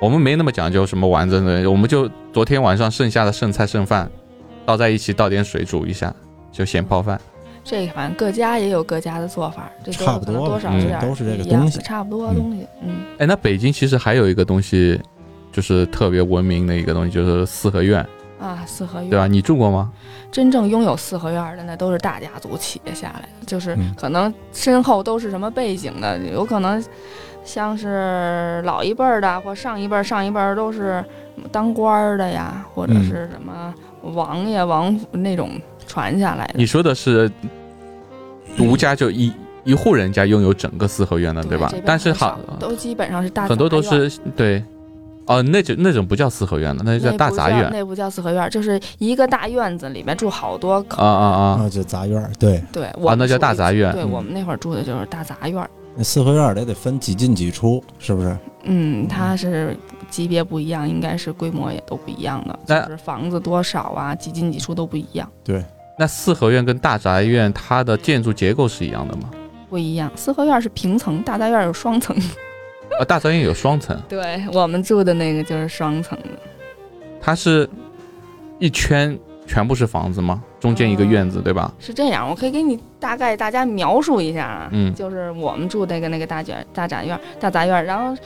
[SPEAKER 1] 我们没那么讲究什么丸子的，我们就昨天晚上剩下的剩菜剩饭倒在一起，倒点水煮一下，就咸泡饭。
[SPEAKER 3] 这反正各家也有各家的做法，这都
[SPEAKER 2] 差不
[SPEAKER 3] 可能
[SPEAKER 2] 多
[SPEAKER 3] 多
[SPEAKER 2] 吧
[SPEAKER 3] 少有
[SPEAKER 1] 嗯
[SPEAKER 3] 点
[SPEAKER 2] 都是这
[SPEAKER 3] 不
[SPEAKER 2] 个
[SPEAKER 3] 一样
[SPEAKER 2] 东西
[SPEAKER 3] 差不多的东西，嗯
[SPEAKER 1] 哎，那北京其实还有一个东西，就是特别文明的一个东西，就是四合院，
[SPEAKER 3] 啊，四合院
[SPEAKER 1] 对吧？你住过吗？
[SPEAKER 3] 真正拥有四合院的那都是大家族企业下来的，就是
[SPEAKER 2] 嗯
[SPEAKER 3] 可能身后都是什么背景的，有可能像是老一辈儿的或上一辈儿、上一辈儿都是当官儿的呀，或者
[SPEAKER 2] 嗯
[SPEAKER 3] 是什么王爷、王府那种传下来的。
[SPEAKER 1] 你说的是吴家就一一户人家拥有整个四合院了，对吧
[SPEAKER 3] 这？边
[SPEAKER 1] 但是
[SPEAKER 3] 很少
[SPEAKER 1] 好，
[SPEAKER 3] 都基本上是大
[SPEAKER 1] 很多
[SPEAKER 3] 杂
[SPEAKER 1] 都
[SPEAKER 3] 院
[SPEAKER 1] 是对，哦，那就那种不叫四合院了，那就
[SPEAKER 3] 那
[SPEAKER 1] 叫大
[SPEAKER 3] 不啊
[SPEAKER 1] 杂院。
[SPEAKER 3] 那不叫四合院，就是一个大院子里面住好多口。
[SPEAKER 1] 啊啊啊！
[SPEAKER 2] 啊，就杂院儿，对，
[SPEAKER 3] 对，我们
[SPEAKER 1] 那叫
[SPEAKER 3] 住
[SPEAKER 1] 大
[SPEAKER 3] 的
[SPEAKER 1] 杂院
[SPEAKER 3] 对
[SPEAKER 2] 嗯
[SPEAKER 3] 我们那会儿住的就是大杂院儿。
[SPEAKER 2] 那四合院儿得得分几进几出，是不是？
[SPEAKER 3] 嗯，它是级别不一样，应该是规模也都不一样的，
[SPEAKER 1] 那
[SPEAKER 3] 就是房子多少啊，几进几出都不一样，
[SPEAKER 1] 那四合院跟大宅院它的建筑结构是一样的吗？
[SPEAKER 3] 不一样。四合院是平层，大杂院有双层。
[SPEAKER 1] 啊，大宅院有双层，
[SPEAKER 3] 对我们住的那个就是双层的，
[SPEAKER 1] 它是一圈全部是房子吗？中间一个院子，对吧？
[SPEAKER 3] 是这样。我可以给你大概大家描述一下啊，
[SPEAKER 1] 嗯
[SPEAKER 3] 就是我们住那个那个大卷大杂院大杂院，然后。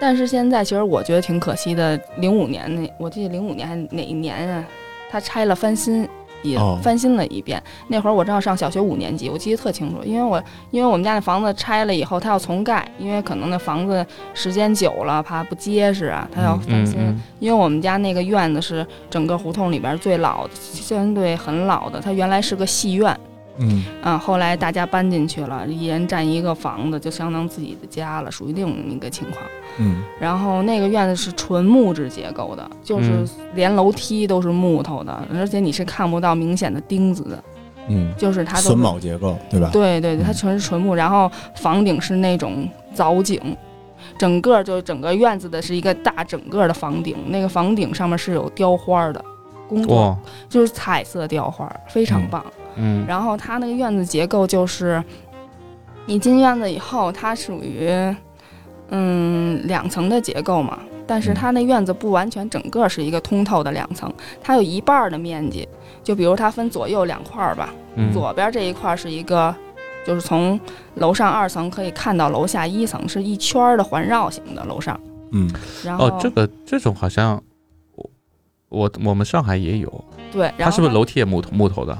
[SPEAKER 3] 但是现在其实我觉得挺可惜的，零五年那我记得零五年还哪一年啊，他拆了翻新，也
[SPEAKER 2] 哦
[SPEAKER 3] 翻新了一遍。那会儿我正好上小学五年级，我记得特清楚，因为我因为我们家那房子拆了以后，他要重盖，因为可能那房子时间久了怕不结实啊，他要翻
[SPEAKER 1] 嗯
[SPEAKER 3] 新。
[SPEAKER 1] 嗯，
[SPEAKER 3] 因为我们家那个院子是整个胡同里边最老的，相对很老的。它原来是个戏院，
[SPEAKER 2] 嗯，
[SPEAKER 3] 嗯，后来大家搬进去了，嗯一人占一个房子，就相当自己的家了，属于那种一个情况。
[SPEAKER 2] 嗯，
[SPEAKER 3] 然后那个院子是纯木质结构的，就是
[SPEAKER 1] 嗯
[SPEAKER 3] 连楼梯都是木头的，而且你是看不到明显的钉子的，
[SPEAKER 2] 嗯，
[SPEAKER 3] 就是它都
[SPEAKER 2] 榫
[SPEAKER 3] 是
[SPEAKER 2] 卯结构，对吧？
[SPEAKER 3] 对对对，它
[SPEAKER 2] 嗯
[SPEAKER 3] 全是纯木，然后房顶是那种藻井，整个就整个院子的是一个大整个的房顶，那个房顶上面是有雕花儿的，工
[SPEAKER 1] 哇、
[SPEAKER 3] 作就是彩色雕花儿，非常
[SPEAKER 2] 嗯
[SPEAKER 3] 棒。
[SPEAKER 1] 嗯，
[SPEAKER 3] 然后它那个院子结构就是，你进院子以后，它属于嗯两层的结构嘛，但是
[SPEAKER 2] 嗯
[SPEAKER 3] 它那院子不完全整个是一个通透的两层，它有一半儿的面积，就比如它分左右两块儿吧，
[SPEAKER 1] 嗯
[SPEAKER 3] 左边这一块儿是一个，就是从楼上二层可以看到楼下一层，是一圈儿的环绕型的楼上。
[SPEAKER 2] 嗯，
[SPEAKER 3] 然后、
[SPEAKER 1] 哦，这个这种好像我我我们上海也有，
[SPEAKER 3] 对，
[SPEAKER 1] 它
[SPEAKER 3] 然后
[SPEAKER 1] 是不是？楼梯也木头木头的？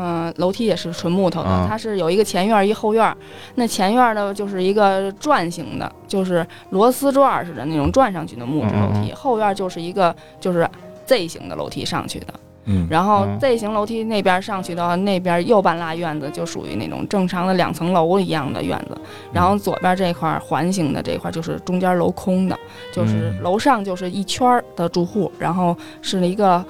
[SPEAKER 3] 嗯、楼梯也是纯木头的，
[SPEAKER 1] 啊
[SPEAKER 3] 它是有一个前院儿一后院儿。那前院儿呢，就是一个转型的，就是螺丝转儿似的那种转上去的木质楼
[SPEAKER 1] 嗯嗯
[SPEAKER 3] 梯。后院儿就是一个就是 Z 型的楼梯上去的。
[SPEAKER 2] 嗯，
[SPEAKER 3] 然后
[SPEAKER 1] 嗯
[SPEAKER 3] Z 型楼梯那边上去的话，那边右半拉院子就属于那种正常的两层楼一样的院
[SPEAKER 2] 嗯
[SPEAKER 3] 子，然后左边这块儿环形的这块儿就是中间镂空的，就是
[SPEAKER 2] 嗯
[SPEAKER 3] 楼上就是一圈儿的住户，然后是一个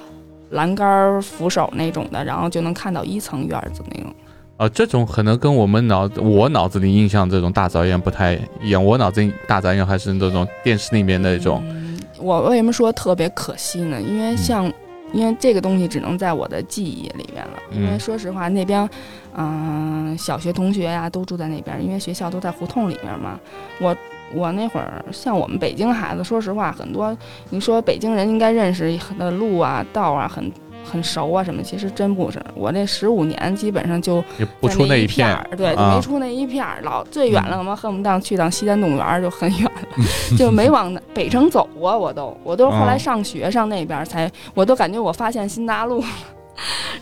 [SPEAKER 3] 栏杆儿扶手那种的，然后就能看到一层院子那种。
[SPEAKER 1] 啊，这种可能跟我们脑我脑子里印象这种大杂院不太一样，我脑子里大杂院还是那种电视里面那种，
[SPEAKER 3] 嗯我为什么说特别可惜呢？因为像，因为这个东西只能在我的记忆里面了。因为
[SPEAKER 1] 嗯
[SPEAKER 3] 说实话，那边，嗯、小学同学呀、都住在那边，因为学校都在胡同里面嘛。我我那会儿像我们北京孩子，说实话，很多你说北京人应该认识的路啊、道啊，很很熟啊什么，其实真不是。我这十五年基本上就
[SPEAKER 1] 也不
[SPEAKER 3] 在
[SPEAKER 1] 出
[SPEAKER 3] 那
[SPEAKER 1] 一
[SPEAKER 3] 片
[SPEAKER 1] 片
[SPEAKER 3] 儿，对，就
[SPEAKER 1] 啊嗯
[SPEAKER 3] 没出那一片儿，老最远了，我们恨不得去趟西单动物园儿就很远了， 就没往那北城走过，我都，我都是后
[SPEAKER 1] 啊
[SPEAKER 2] 哦
[SPEAKER 3] 来上学上那边儿才，我都感觉我发现新大陆了。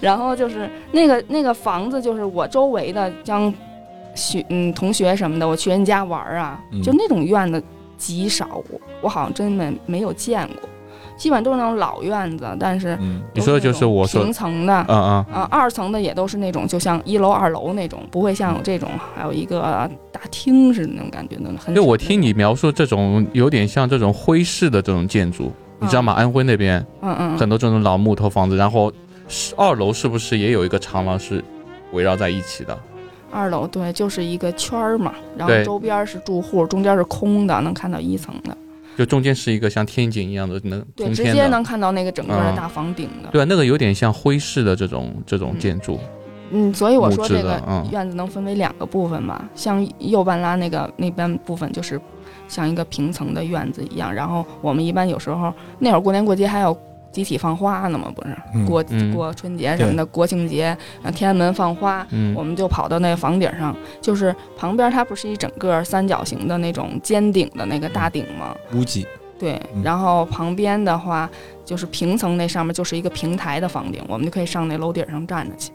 [SPEAKER 3] 然后就是那个那个房子，就是我周围的将学嗯同学什么的，我去人家玩儿啊，
[SPEAKER 2] 嗯
[SPEAKER 3] 就那种院子极少，我我好像真的没有见过，基本都是那种老院子，但是
[SPEAKER 2] 嗯
[SPEAKER 1] 你
[SPEAKER 3] 都
[SPEAKER 1] 说的
[SPEAKER 3] 那
[SPEAKER 1] 就是
[SPEAKER 3] 种
[SPEAKER 1] 我说
[SPEAKER 3] 平层的，
[SPEAKER 1] 嗯嗯，
[SPEAKER 3] 啊，二层的也都是那种，就像一楼、二楼那种，不会像
[SPEAKER 1] 嗯
[SPEAKER 3] 有这种，还有一个大厅似的那种感觉的，很。
[SPEAKER 1] 就我听，你描述这种有点像这种徽式的这种建筑，你知道吗？安徽那边
[SPEAKER 3] 嗯嗯，
[SPEAKER 1] 很多这种老木头房子，然后是二楼是不是也有一个长廊是围绕在一起的？
[SPEAKER 3] 二楼对，就是一个圈儿嘛，然后
[SPEAKER 1] 对
[SPEAKER 3] 周边是住户，中间是空的，能看到一层的，
[SPEAKER 1] 就中间是一个像天井一样的能
[SPEAKER 3] 对，
[SPEAKER 1] 通
[SPEAKER 3] 直
[SPEAKER 1] 天
[SPEAKER 3] 接
[SPEAKER 1] 的，
[SPEAKER 3] 能看到那个整个的
[SPEAKER 1] 嗯
[SPEAKER 3] 大房顶的。
[SPEAKER 1] 对，那个有点像徽式的这种这种
[SPEAKER 3] 嗯
[SPEAKER 1] 建筑，
[SPEAKER 3] 嗯，所以我
[SPEAKER 1] 木
[SPEAKER 3] 说
[SPEAKER 1] 质
[SPEAKER 3] 这
[SPEAKER 1] 的
[SPEAKER 3] 个
[SPEAKER 1] 嗯
[SPEAKER 3] 院子能分为两个部分嘛，像右半拉那个那边部分就是像一个平层的院子一样，然后我们一般有时候那会儿过年过节还有集体放花呢嘛，不是？
[SPEAKER 2] 嗯
[SPEAKER 3] 过
[SPEAKER 1] 嗯
[SPEAKER 3] 过春节什么的，国庆节，然后天安门放花，
[SPEAKER 1] 嗯
[SPEAKER 3] 我们就跑到那个房顶上，就是旁边它不是一整个三角形的那种尖顶的那个大顶吗？
[SPEAKER 2] 屋脊，
[SPEAKER 3] 对
[SPEAKER 2] 嗯，
[SPEAKER 3] 然后旁边的话就是平层那上面就是一个平台的房顶，我们就可以上那楼顶上站着去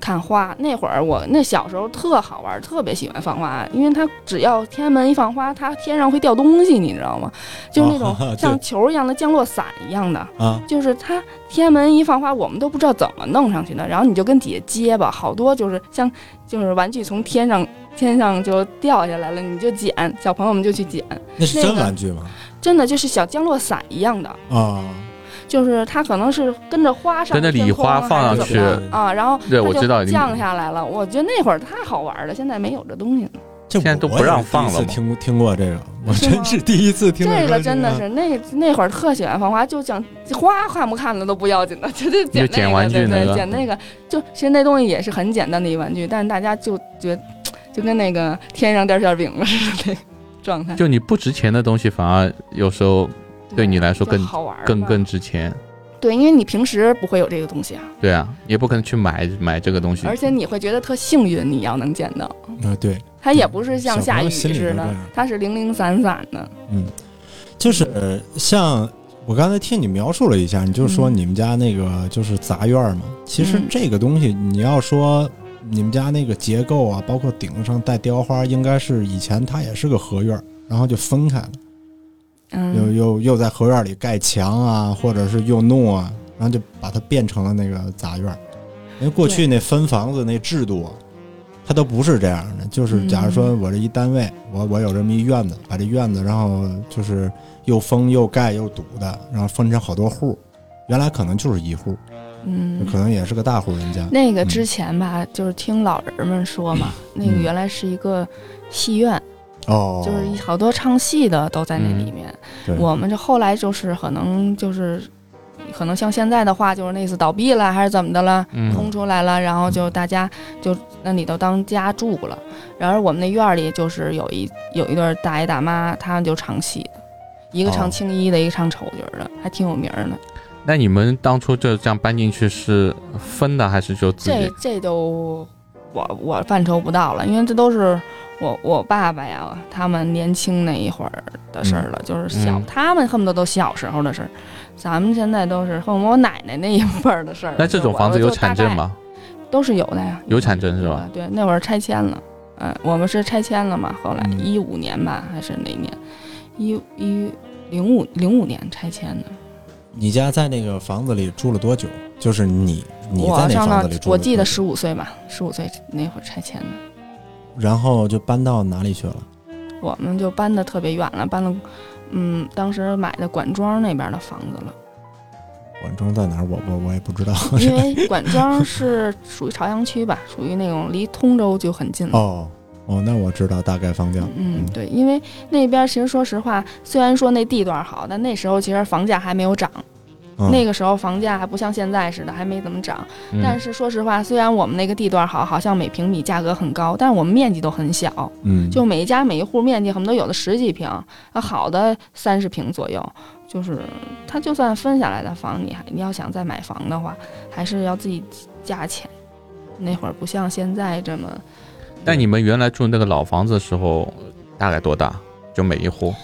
[SPEAKER 3] 看花。那会儿我那小时候特好玩，特别喜欢放花，因为它只要天安门一放花，它天上会掉东西，你知道吗？就是那
[SPEAKER 2] 哦对
[SPEAKER 3] 种像球一样的降落伞一样的。
[SPEAKER 2] 啊，
[SPEAKER 3] 就是它天安门一放花，我们都不知道怎么弄上去的，然后你就跟底下接吧，好多就是像就是玩具从天上天上就掉下来了，你就捡，小朋友们就去捡，
[SPEAKER 2] 那是
[SPEAKER 3] 那个
[SPEAKER 2] 真玩具吗？
[SPEAKER 3] 真的就是小降落伞一样的，
[SPEAKER 2] 啊，
[SPEAKER 3] 就是它可能是跟着花上
[SPEAKER 1] 跟着礼花放上去
[SPEAKER 3] 天空啊还是怎么着啊，然后
[SPEAKER 1] 对，
[SPEAKER 3] 它
[SPEAKER 1] 我
[SPEAKER 3] 就
[SPEAKER 1] 知道你。
[SPEAKER 3] 降下来了。我觉得那会儿太好玩了，现在没有这东西了。
[SPEAKER 2] 这
[SPEAKER 1] 现在都
[SPEAKER 2] 我
[SPEAKER 1] 不
[SPEAKER 2] 也
[SPEAKER 1] 让
[SPEAKER 2] 是第一
[SPEAKER 1] 放了
[SPEAKER 2] 次
[SPEAKER 1] 吗
[SPEAKER 2] 听听过这个，我
[SPEAKER 3] 是
[SPEAKER 2] 真
[SPEAKER 3] 吗
[SPEAKER 2] 是第一次听过
[SPEAKER 3] 这个
[SPEAKER 2] 说
[SPEAKER 3] 真的是那那会儿特喜欢放花，就讲花看不看的都不要紧的， 就就捡
[SPEAKER 1] 就
[SPEAKER 3] 那个，
[SPEAKER 1] 捡玩具
[SPEAKER 3] 对
[SPEAKER 1] 那个
[SPEAKER 3] 对，捡那个。就其实那东西也是很简单的一玩具，但是大家就觉得就跟那个天上掉馅饼似的那个状态。
[SPEAKER 1] 就你不值钱的东西，反而有时候对你来说
[SPEAKER 3] 就
[SPEAKER 1] 更
[SPEAKER 3] 好玩儿
[SPEAKER 1] 更
[SPEAKER 3] 嘛
[SPEAKER 1] 更值钱。
[SPEAKER 3] 对，因为你平时不会有这个东西啊，
[SPEAKER 1] 对啊，也不可能去买买这个东西。
[SPEAKER 3] 而且你会觉得特幸运，你要能捡到。
[SPEAKER 2] 啊，对，
[SPEAKER 3] 它也不是像
[SPEAKER 2] 小朋
[SPEAKER 3] 下
[SPEAKER 2] 友
[SPEAKER 3] 雨
[SPEAKER 2] 心里
[SPEAKER 3] 似
[SPEAKER 2] 都这
[SPEAKER 3] 的
[SPEAKER 2] 样，
[SPEAKER 3] 它是零零散散的。
[SPEAKER 2] 嗯就是呃像我刚才听你描述了一下，你就说
[SPEAKER 3] 嗯
[SPEAKER 2] 你们家那个就是杂院嘛。其实
[SPEAKER 3] 嗯
[SPEAKER 2] 这个东西，你要说你们家那个结构啊，包括顶上带雕花，应该是以前它也是个合院儿，然后就分开了，又
[SPEAKER 3] 嗯，
[SPEAKER 2] 又又在合院里盖墙啊，或者是又弄啊，然后就把它变成了那个杂院儿。因为过去那分房子那制度啊，它都不是这样的。就是假如
[SPEAKER 3] 嗯
[SPEAKER 2] 说我这一单位，我我有这么一院子，把这院子然后就是又封又盖又堵的，然后分成好多户。原来可能就是一户，
[SPEAKER 3] 嗯，
[SPEAKER 2] 可能也是个大户人家。
[SPEAKER 3] 那个之前吧，就是听老人们说嘛，
[SPEAKER 2] 嗯
[SPEAKER 3] 那个原来是一个戏院，
[SPEAKER 2] 哦，
[SPEAKER 3] 嗯就是好多唱戏的都在那里面。
[SPEAKER 2] 嗯对
[SPEAKER 3] 我们这后来就是可能就是。可能像现在的话，就是那次倒闭了还是怎么的了，
[SPEAKER 1] 嗯
[SPEAKER 3] 空出来了，然后就大家就那里头当家住了。然而我们那院儿里就是有一有一对儿大爷大妈，他们就唱戏的，一个
[SPEAKER 2] 哦
[SPEAKER 3] 唱青衣的，一个唱丑角儿的，还挺有名儿的。
[SPEAKER 1] 那你们当初就这样搬进去是分的还是就自
[SPEAKER 3] 这
[SPEAKER 1] 己？
[SPEAKER 3] 这都我我范畴不到了，因为这都是我我爸爸呀他们年轻那一会儿的事儿了，就是小、
[SPEAKER 1] 嗯
[SPEAKER 3] 他们恨不得都小时候的事儿，咱们现在都是恨不得我奶奶那一辈儿的事儿。
[SPEAKER 1] 那这种
[SPEAKER 3] 我
[SPEAKER 1] 房子有产证？
[SPEAKER 3] 我就大
[SPEAKER 1] 吗？
[SPEAKER 3] 概都是有的呀，
[SPEAKER 1] 有产证是吧
[SPEAKER 3] 啊？对，那会儿拆迁了，嗯、我们是拆迁了嘛，后来
[SPEAKER 2] 嗯
[SPEAKER 3] 一五年吧，还是哪年？一一零五零五年拆迁的。
[SPEAKER 2] 你家在那个房子里住了多久？就是你你在
[SPEAKER 3] 我
[SPEAKER 2] 那
[SPEAKER 3] 上
[SPEAKER 2] 房
[SPEAKER 3] 到
[SPEAKER 2] 子里住了多久，
[SPEAKER 3] 我记得十五岁吧，十五岁那会儿拆迁的。
[SPEAKER 2] 然后就搬到哪里去了？
[SPEAKER 3] 我们就搬的特别远了，搬了，嗯，当时买的管庄那边的房子了，
[SPEAKER 2] 管中在哪儿？我我我也不 知道。
[SPEAKER 3] 因为管庄是属于朝阳区吧，属于那种离通州就很近了。
[SPEAKER 2] 哦哦，那我知道大概方向。
[SPEAKER 3] 嗯，对，因为那边其实说实话，虽然说那地段好，但那时候其实房价还没有涨，
[SPEAKER 2] 嗯、
[SPEAKER 3] 那个时候房价还不像现在似的，还没怎么涨。
[SPEAKER 1] 嗯
[SPEAKER 3] 但是说实话，虽然我们那个地段好，好像每平米价格很高，但我们面积都很小。
[SPEAKER 2] 嗯，
[SPEAKER 3] 就每一家每一户面积，恨不得有的十几平，啊，好的三十平左右，就是它就算分下来的房，你还你要想再买房的话，还是要自己加钱。那会儿不像现在这么，
[SPEAKER 1] 但你们原来住那个老房子的时候，大概多大？就每一户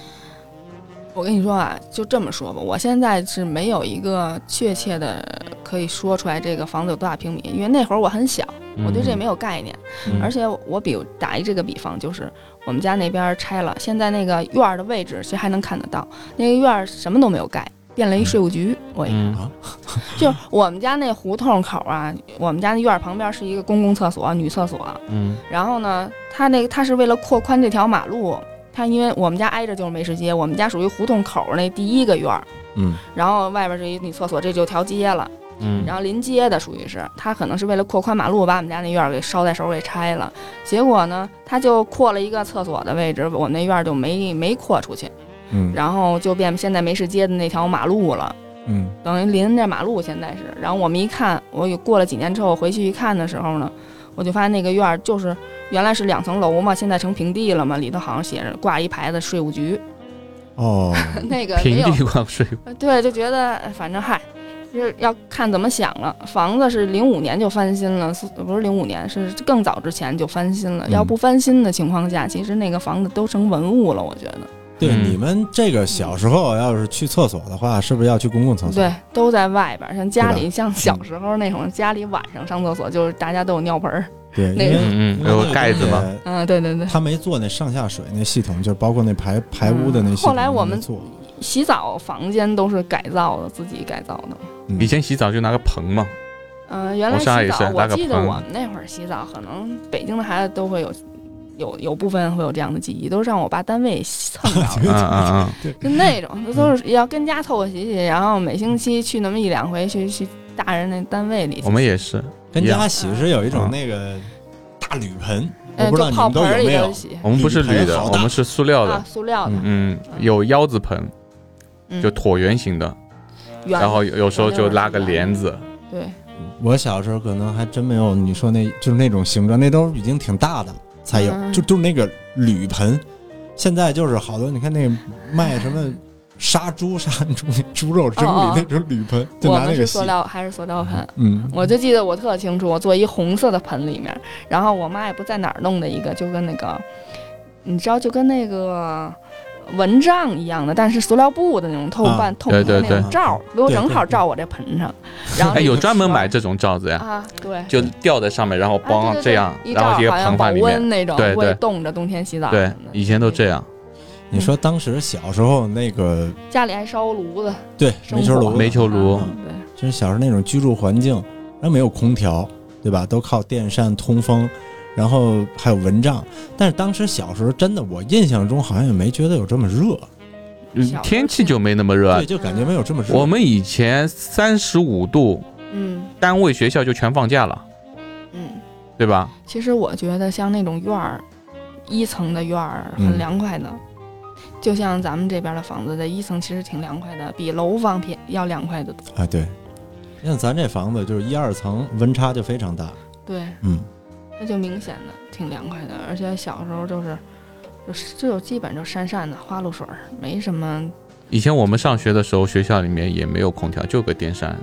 [SPEAKER 3] 我跟你说啊，就这么说吧，我现在是没有一个确切的可以说出来这个房子有多大平米，因为那会儿我很小，我对这没有概念。
[SPEAKER 1] 嗯
[SPEAKER 3] 而且我比如打一这个比方，就是我们家那边拆了，现在那个院儿的位置其实还能看得到，那个院儿什么都没有盖，变了一税务局。我也
[SPEAKER 1] 嗯
[SPEAKER 3] 就是我们家那胡同口啊，我们家那院儿旁边是一个公共厕所、女厕所，
[SPEAKER 1] 嗯
[SPEAKER 3] 然后呢，他那个他是为了扩宽这条马路，他因为我们家挨着就是美食街，我们家属于胡同口那第一个院儿，
[SPEAKER 2] 嗯，
[SPEAKER 3] 然后外边是一女厕所，这就条街了。
[SPEAKER 1] 嗯，
[SPEAKER 3] 然后临街的属于是，他可能是为了扩宽马路，把我们家那院儿给捎带手给拆了。结果呢，他就扩了一个厕所的位置，我们那院儿就没没扩出去，
[SPEAKER 2] 嗯
[SPEAKER 3] 然后就变现在梅市街的那条马路了，
[SPEAKER 2] 嗯
[SPEAKER 3] 等于临着马路现在是。然后我们一看，我也过了几年之后回去一看的时候呢，我就发现那个院儿就是原来是两层楼嘛，现在成平地了嘛，里头好像写着挂一牌子税务局，
[SPEAKER 2] 哦，
[SPEAKER 3] 那个没
[SPEAKER 1] 平
[SPEAKER 3] 有
[SPEAKER 1] 地挂税，
[SPEAKER 3] 呃对，就觉得哎反正嗨，就是要看怎么想了。房子是零五年就翻新了，是不是零五年，是更早之前就翻新了。
[SPEAKER 2] 嗯
[SPEAKER 3] 要不翻新的情况下，其实那个房子都成文物了，我觉得。
[SPEAKER 2] 对，
[SPEAKER 1] 嗯
[SPEAKER 2] 你们这个小时候要是去厕所的话，是不是要去公共厕所？
[SPEAKER 3] 对，都在外边儿，像家
[SPEAKER 2] 对
[SPEAKER 3] 里，像
[SPEAKER 1] 嗯
[SPEAKER 3] 小时候那种，家里晚上上厕所就是大家都有尿盆儿。
[SPEAKER 2] 对，因
[SPEAKER 3] 那
[SPEAKER 2] 为
[SPEAKER 3] 个
[SPEAKER 1] 嗯
[SPEAKER 2] 因
[SPEAKER 1] 嗯，
[SPEAKER 2] 为那
[SPEAKER 1] 有
[SPEAKER 2] 个
[SPEAKER 1] 盖子嘛，
[SPEAKER 2] 东西
[SPEAKER 3] 嗯，对对对。
[SPEAKER 2] 他没做那上下水那系统，就包括那排排污的那系统。
[SPEAKER 3] 嗯后来我们
[SPEAKER 2] 没做，
[SPEAKER 3] 洗澡房间都是改造的，自己改造的。
[SPEAKER 2] 嗯
[SPEAKER 1] 以 前洗澡就拿个盆 嘛，
[SPEAKER 3] 嗯、原来
[SPEAKER 1] 我
[SPEAKER 3] 洗
[SPEAKER 1] 上海也
[SPEAKER 3] 澡，
[SPEAKER 1] 是
[SPEAKER 3] 我
[SPEAKER 1] 拉个
[SPEAKER 3] 记得
[SPEAKER 1] 盆
[SPEAKER 3] 我们那会儿洗澡，可能北京的孩子都会有，有有部分会有这样的记忆，都是让我爸单位 蹭着的
[SPEAKER 1] 嗯嗯嗯，
[SPEAKER 3] 就那种，那都是要跟家凑合洗洗，然后每星期去那么一两回，去去大人那单位里。
[SPEAKER 1] 我们也是，
[SPEAKER 2] 跟家洗是有一
[SPEAKER 1] 啊
[SPEAKER 2] 种那个大铝盆，我
[SPEAKER 3] 嗯，
[SPEAKER 2] 不知
[SPEAKER 3] 就
[SPEAKER 2] 道你
[SPEAKER 3] 泡
[SPEAKER 2] 们都
[SPEAKER 3] 盆
[SPEAKER 2] 有
[SPEAKER 3] 儿里
[SPEAKER 2] 没
[SPEAKER 3] 头
[SPEAKER 2] 有。
[SPEAKER 3] 洗
[SPEAKER 1] 我们不是铝
[SPEAKER 2] 铝盆
[SPEAKER 1] 的，
[SPEAKER 2] 好
[SPEAKER 1] 我
[SPEAKER 2] 大
[SPEAKER 1] 们是塑料
[SPEAKER 3] 啊
[SPEAKER 1] 的，，
[SPEAKER 3] 塑料的，
[SPEAKER 1] 嗯，有腰子盆，
[SPEAKER 3] 嗯，
[SPEAKER 1] 就椭圆形的，
[SPEAKER 3] 圆
[SPEAKER 1] 然后有有时候就拉个帘子，
[SPEAKER 3] 对，
[SPEAKER 2] 我小时候可能还真没有你说那，就是那种形状，那都已经挺大的才有，
[SPEAKER 3] 嗯
[SPEAKER 2] 就就那个铝盆。现在就是好多，你看那卖什么杀猪、杀猪猪肉整
[SPEAKER 3] 嗯哦哦
[SPEAKER 2] 理那种铝盆，就
[SPEAKER 3] 我
[SPEAKER 2] 拿
[SPEAKER 3] 们
[SPEAKER 2] 那
[SPEAKER 3] 是
[SPEAKER 2] 个洗
[SPEAKER 3] 塑。料还是塑料盆。
[SPEAKER 2] 嗯，
[SPEAKER 3] 我就记得我特清楚，我做一红色的盆里面，然后我妈也不在哪儿弄的一个，就跟那个，你知道，就跟那个蚊帐一样的，但是塑料布的那种透半、
[SPEAKER 2] 啊
[SPEAKER 3] 透明的
[SPEAKER 1] 对
[SPEAKER 3] 那
[SPEAKER 1] 对
[SPEAKER 3] 种
[SPEAKER 2] 对
[SPEAKER 3] 罩儿，给我
[SPEAKER 2] 对
[SPEAKER 3] 正
[SPEAKER 2] 对
[SPEAKER 3] 好
[SPEAKER 2] 对
[SPEAKER 3] 罩我这盆上。然后
[SPEAKER 1] 哎，
[SPEAKER 3] 那
[SPEAKER 1] 有
[SPEAKER 3] 个
[SPEAKER 1] 专门
[SPEAKER 3] 圈儿
[SPEAKER 1] 买这种罩子呀，
[SPEAKER 3] 啊，对，
[SPEAKER 1] 就吊在上面，然后
[SPEAKER 3] 啊
[SPEAKER 1] 帮
[SPEAKER 3] 对对对
[SPEAKER 1] 这样，
[SPEAKER 3] 一
[SPEAKER 1] 然后直接
[SPEAKER 3] 罩儿好像
[SPEAKER 1] 盆
[SPEAKER 3] 保
[SPEAKER 1] 放里面，
[SPEAKER 3] 温那种，
[SPEAKER 1] 对
[SPEAKER 3] 会
[SPEAKER 1] 对
[SPEAKER 3] 冻着，冬天洗澡
[SPEAKER 1] 对
[SPEAKER 3] 什么，的
[SPEAKER 1] 以前都这样，
[SPEAKER 2] 你说当时小时候那个
[SPEAKER 3] 家里还烧炉子，
[SPEAKER 2] 对
[SPEAKER 3] 生
[SPEAKER 2] 煤球
[SPEAKER 3] 火
[SPEAKER 2] 炉，
[SPEAKER 1] 煤球炉，
[SPEAKER 3] 嗯对，
[SPEAKER 2] 就是小时候那种居住环境，那没有空调，对吧？都靠电扇通风，然后还有蚊帐。但是当时小时候真的，我印象中好像也没觉得有这么热，
[SPEAKER 1] 嗯
[SPEAKER 3] 小时候
[SPEAKER 1] 天气就没那么热啊
[SPEAKER 2] 对，。就感觉没有这么热。
[SPEAKER 1] 我们以前三十五度，
[SPEAKER 3] 嗯
[SPEAKER 1] 单位学校就全放假了，
[SPEAKER 3] 嗯。
[SPEAKER 1] 对吧？
[SPEAKER 3] 其实我觉得像那种院儿，一层的院儿
[SPEAKER 2] 嗯
[SPEAKER 3] 很凉快的，就像咱们这边的房子，在一层其实挺凉快的，比楼房便要凉快的多。
[SPEAKER 2] 啊，对，像咱这房子就是一二层温差就非常大，
[SPEAKER 3] 对，
[SPEAKER 2] 嗯，
[SPEAKER 3] 那就明显的挺凉快的，而且小时候就是。就是就基本就扇扇的花露水儿，没什么
[SPEAKER 1] 以前我们上学的时候，学校里面也没有空调，就个电扇，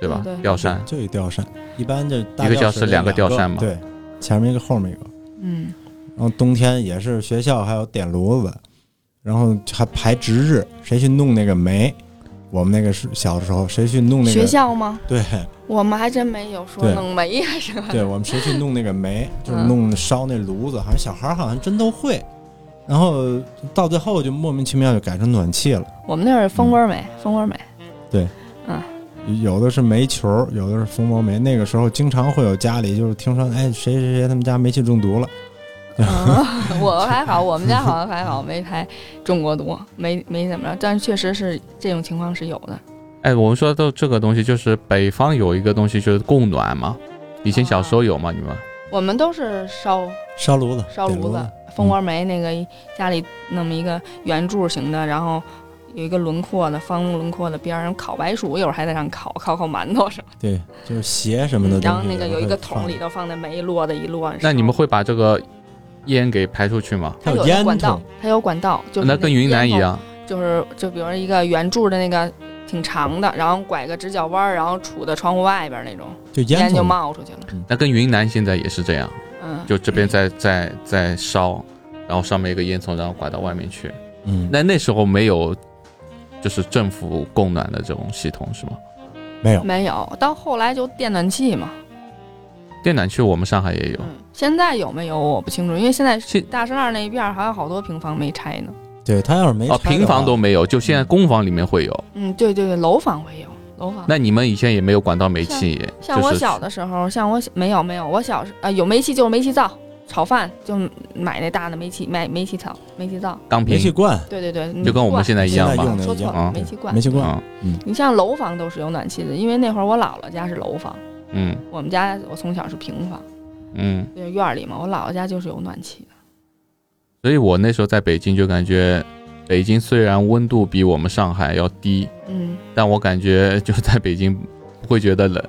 [SPEAKER 1] 对吧
[SPEAKER 3] 嗯对？
[SPEAKER 1] 吊扇。
[SPEAKER 2] 就一吊扇，一般就大
[SPEAKER 1] 一个
[SPEAKER 2] 吊
[SPEAKER 1] 教
[SPEAKER 2] 室
[SPEAKER 1] 室
[SPEAKER 2] 就
[SPEAKER 1] 两个吊扇嘛
[SPEAKER 2] 对，前面一个后面一个。
[SPEAKER 3] 嗯，
[SPEAKER 2] 然后冬天也是学校还有点炉子，然后还排值日，谁去弄那个煤？我们那个是小时候，谁去弄那个
[SPEAKER 3] 学校吗？
[SPEAKER 2] 对
[SPEAKER 3] 我们还真没有说
[SPEAKER 2] 对
[SPEAKER 3] 弄煤呀什么的。
[SPEAKER 2] 对，我们谁去弄那个 煤，就是
[SPEAKER 3] 嗯
[SPEAKER 2] 弄烧那炉子，好像小孩儿好像真都会。然后到最后就莫名其妙就改成暖气了，
[SPEAKER 3] 我们那儿蜂窝煤，
[SPEAKER 2] 嗯
[SPEAKER 3] 蜂 窝煤，
[SPEAKER 2] 有的是煤球儿，有的是蜂窝煤。那个时候经常会有家里就是听说，哎，谁谁谁他们家煤气中毒了，
[SPEAKER 3] 嗯，我还好，我们家好像还好，没太中过毒，没没怎么着，但是确实是这种情况是有的。
[SPEAKER 1] 哎，我们说到这个东西，就是北方有一个东西就是供暖嘛，以前小时候有吗？你们？
[SPEAKER 3] 我们都是烧
[SPEAKER 2] 烧炉子，
[SPEAKER 3] 烧
[SPEAKER 2] 点
[SPEAKER 3] 炉子，蜂窝煤那个家里那么一个圆柱形的，然后有一个轮廓的方轮廓的边儿，然后烤白薯，有时候还在上烤，烤烤馒头什么
[SPEAKER 2] 对，就是鞋什么的。。
[SPEAKER 3] 的然后那个嗯有一个桶
[SPEAKER 2] 里。
[SPEAKER 3] 里头放的煤，摞的一摞。
[SPEAKER 1] 那你们会把这个烟给排出去吗？
[SPEAKER 3] 它
[SPEAKER 2] 还有
[SPEAKER 3] 一个
[SPEAKER 2] 烟
[SPEAKER 3] 管道
[SPEAKER 2] 囱，
[SPEAKER 3] 它有管道，就是
[SPEAKER 1] 那跟
[SPEAKER 3] 个
[SPEAKER 1] 云南一
[SPEAKER 3] 烟囱
[SPEAKER 1] 样，
[SPEAKER 3] 就是就比如一个圆柱的那个挺长的，然后拐个直角弯儿，然后杵在窗户外边儿那种，
[SPEAKER 2] 就
[SPEAKER 3] 烟
[SPEAKER 2] 烟
[SPEAKER 3] 就
[SPEAKER 2] 囱
[SPEAKER 3] 冒出去了。
[SPEAKER 1] 那跟云南现在也是这样，
[SPEAKER 3] 嗯，
[SPEAKER 1] 就这边在在在烧，然后上面一个烟囱，然后拐到外面去。
[SPEAKER 2] 嗯，
[SPEAKER 1] 那那时候没有，就是政府供暖的这种系统是吗？
[SPEAKER 2] 没有，
[SPEAKER 3] 没有，到后来就电暖气嘛。
[SPEAKER 1] 电暖气我们上海也有，
[SPEAKER 3] 嗯，现在有没有我不清楚，因为现在
[SPEAKER 1] 现
[SPEAKER 3] 大栅栏那一片儿还有好多平房没拆呢。
[SPEAKER 2] 对他要是没
[SPEAKER 1] 哦，
[SPEAKER 2] 拆的
[SPEAKER 3] 啊
[SPEAKER 1] 平房
[SPEAKER 2] 话
[SPEAKER 1] 都没有，就现在公房里面会有。
[SPEAKER 3] 嗯，对对对，楼房会有楼房。
[SPEAKER 1] 那你们以前也没有管道煤气，
[SPEAKER 3] 嗯像我
[SPEAKER 1] 就是
[SPEAKER 3] 小的时候，像我小没有没有，我小时啊、有煤气就是煤气灶，炒饭就买那大的煤气，买煤气灶，煤气灶。
[SPEAKER 1] 钢
[SPEAKER 2] 煤气
[SPEAKER 1] 瓶，
[SPEAKER 2] 罐，
[SPEAKER 3] 对对对，
[SPEAKER 1] 就跟我们现在一样
[SPEAKER 2] 现在
[SPEAKER 1] 吧
[SPEAKER 2] 用。的
[SPEAKER 3] 说
[SPEAKER 2] 一
[SPEAKER 3] 错
[SPEAKER 2] 样
[SPEAKER 1] 啊
[SPEAKER 3] 了，煤气罐
[SPEAKER 2] 煤。气罐，
[SPEAKER 1] 嗯
[SPEAKER 3] 你像楼房都是有暖气的，因为那会儿我姥姥家是楼房，
[SPEAKER 1] 嗯
[SPEAKER 3] 我们家我从小是平房，
[SPEAKER 1] 嗯，
[SPEAKER 3] 就院儿里嘛，我姥姥家就是有暖气的。
[SPEAKER 1] 所以我那时候在北京就感觉，北京虽然温度比我们上海要低，
[SPEAKER 3] 嗯
[SPEAKER 1] 但我感觉就在北京不会觉得冷。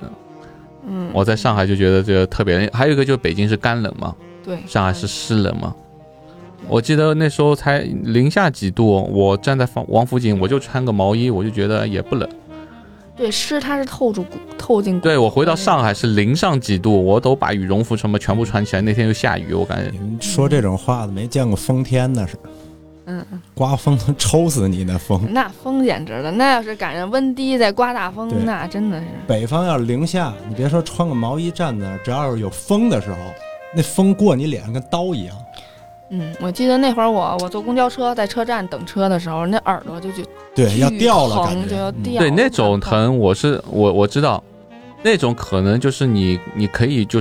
[SPEAKER 3] 嗯，
[SPEAKER 1] 我在上海就觉得这个特别，还有一个就是北京是干冷嘛，
[SPEAKER 3] 对
[SPEAKER 1] 上海是湿冷嘛。我记得那时候才零下几度，我站在王王府井，我就穿个毛衣，我就觉得也不冷。
[SPEAKER 3] 对湿，它是透住骨透进骨
[SPEAKER 1] 对我回到上海是零上几度，我都把羽绒服什么全部穿起来。那天又下雨，我感觉
[SPEAKER 2] 你们说这种话的没见过风天的是，
[SPEAKER 3] 嗯，嗯
[SPEAKER 2] 刮风能抽死你那风。
[SPEAKER 3] 那风简直了，那要是赶上温低再刮大
[SPEAKER 2] 对
[SPEAKER 3] 风，那真的是
[SPEAKER 2] 北方要是零下，你别说穿个毛衣站在那儿，只要是有风的时候，那风过你脸上跟刀一样。
[SPEAKER 3] 嗯，我记得那会儿我我坐公交车，在车站等车的时候，那耳朵就就
[SPEAKER 2] 对，
[SPEAKER 3] 巨
[SPEAKER 2] 要掉了，
[SPEAKER 3] 疼
[SPEAKER 2] 感觉
[SPEAKER 3] 就要
[SPEAKER 2] 嗯
[SPEAKER 3] 掉
[SPEAKER 1] 对那种疼，我是我我知道，那种可能就是你你可以就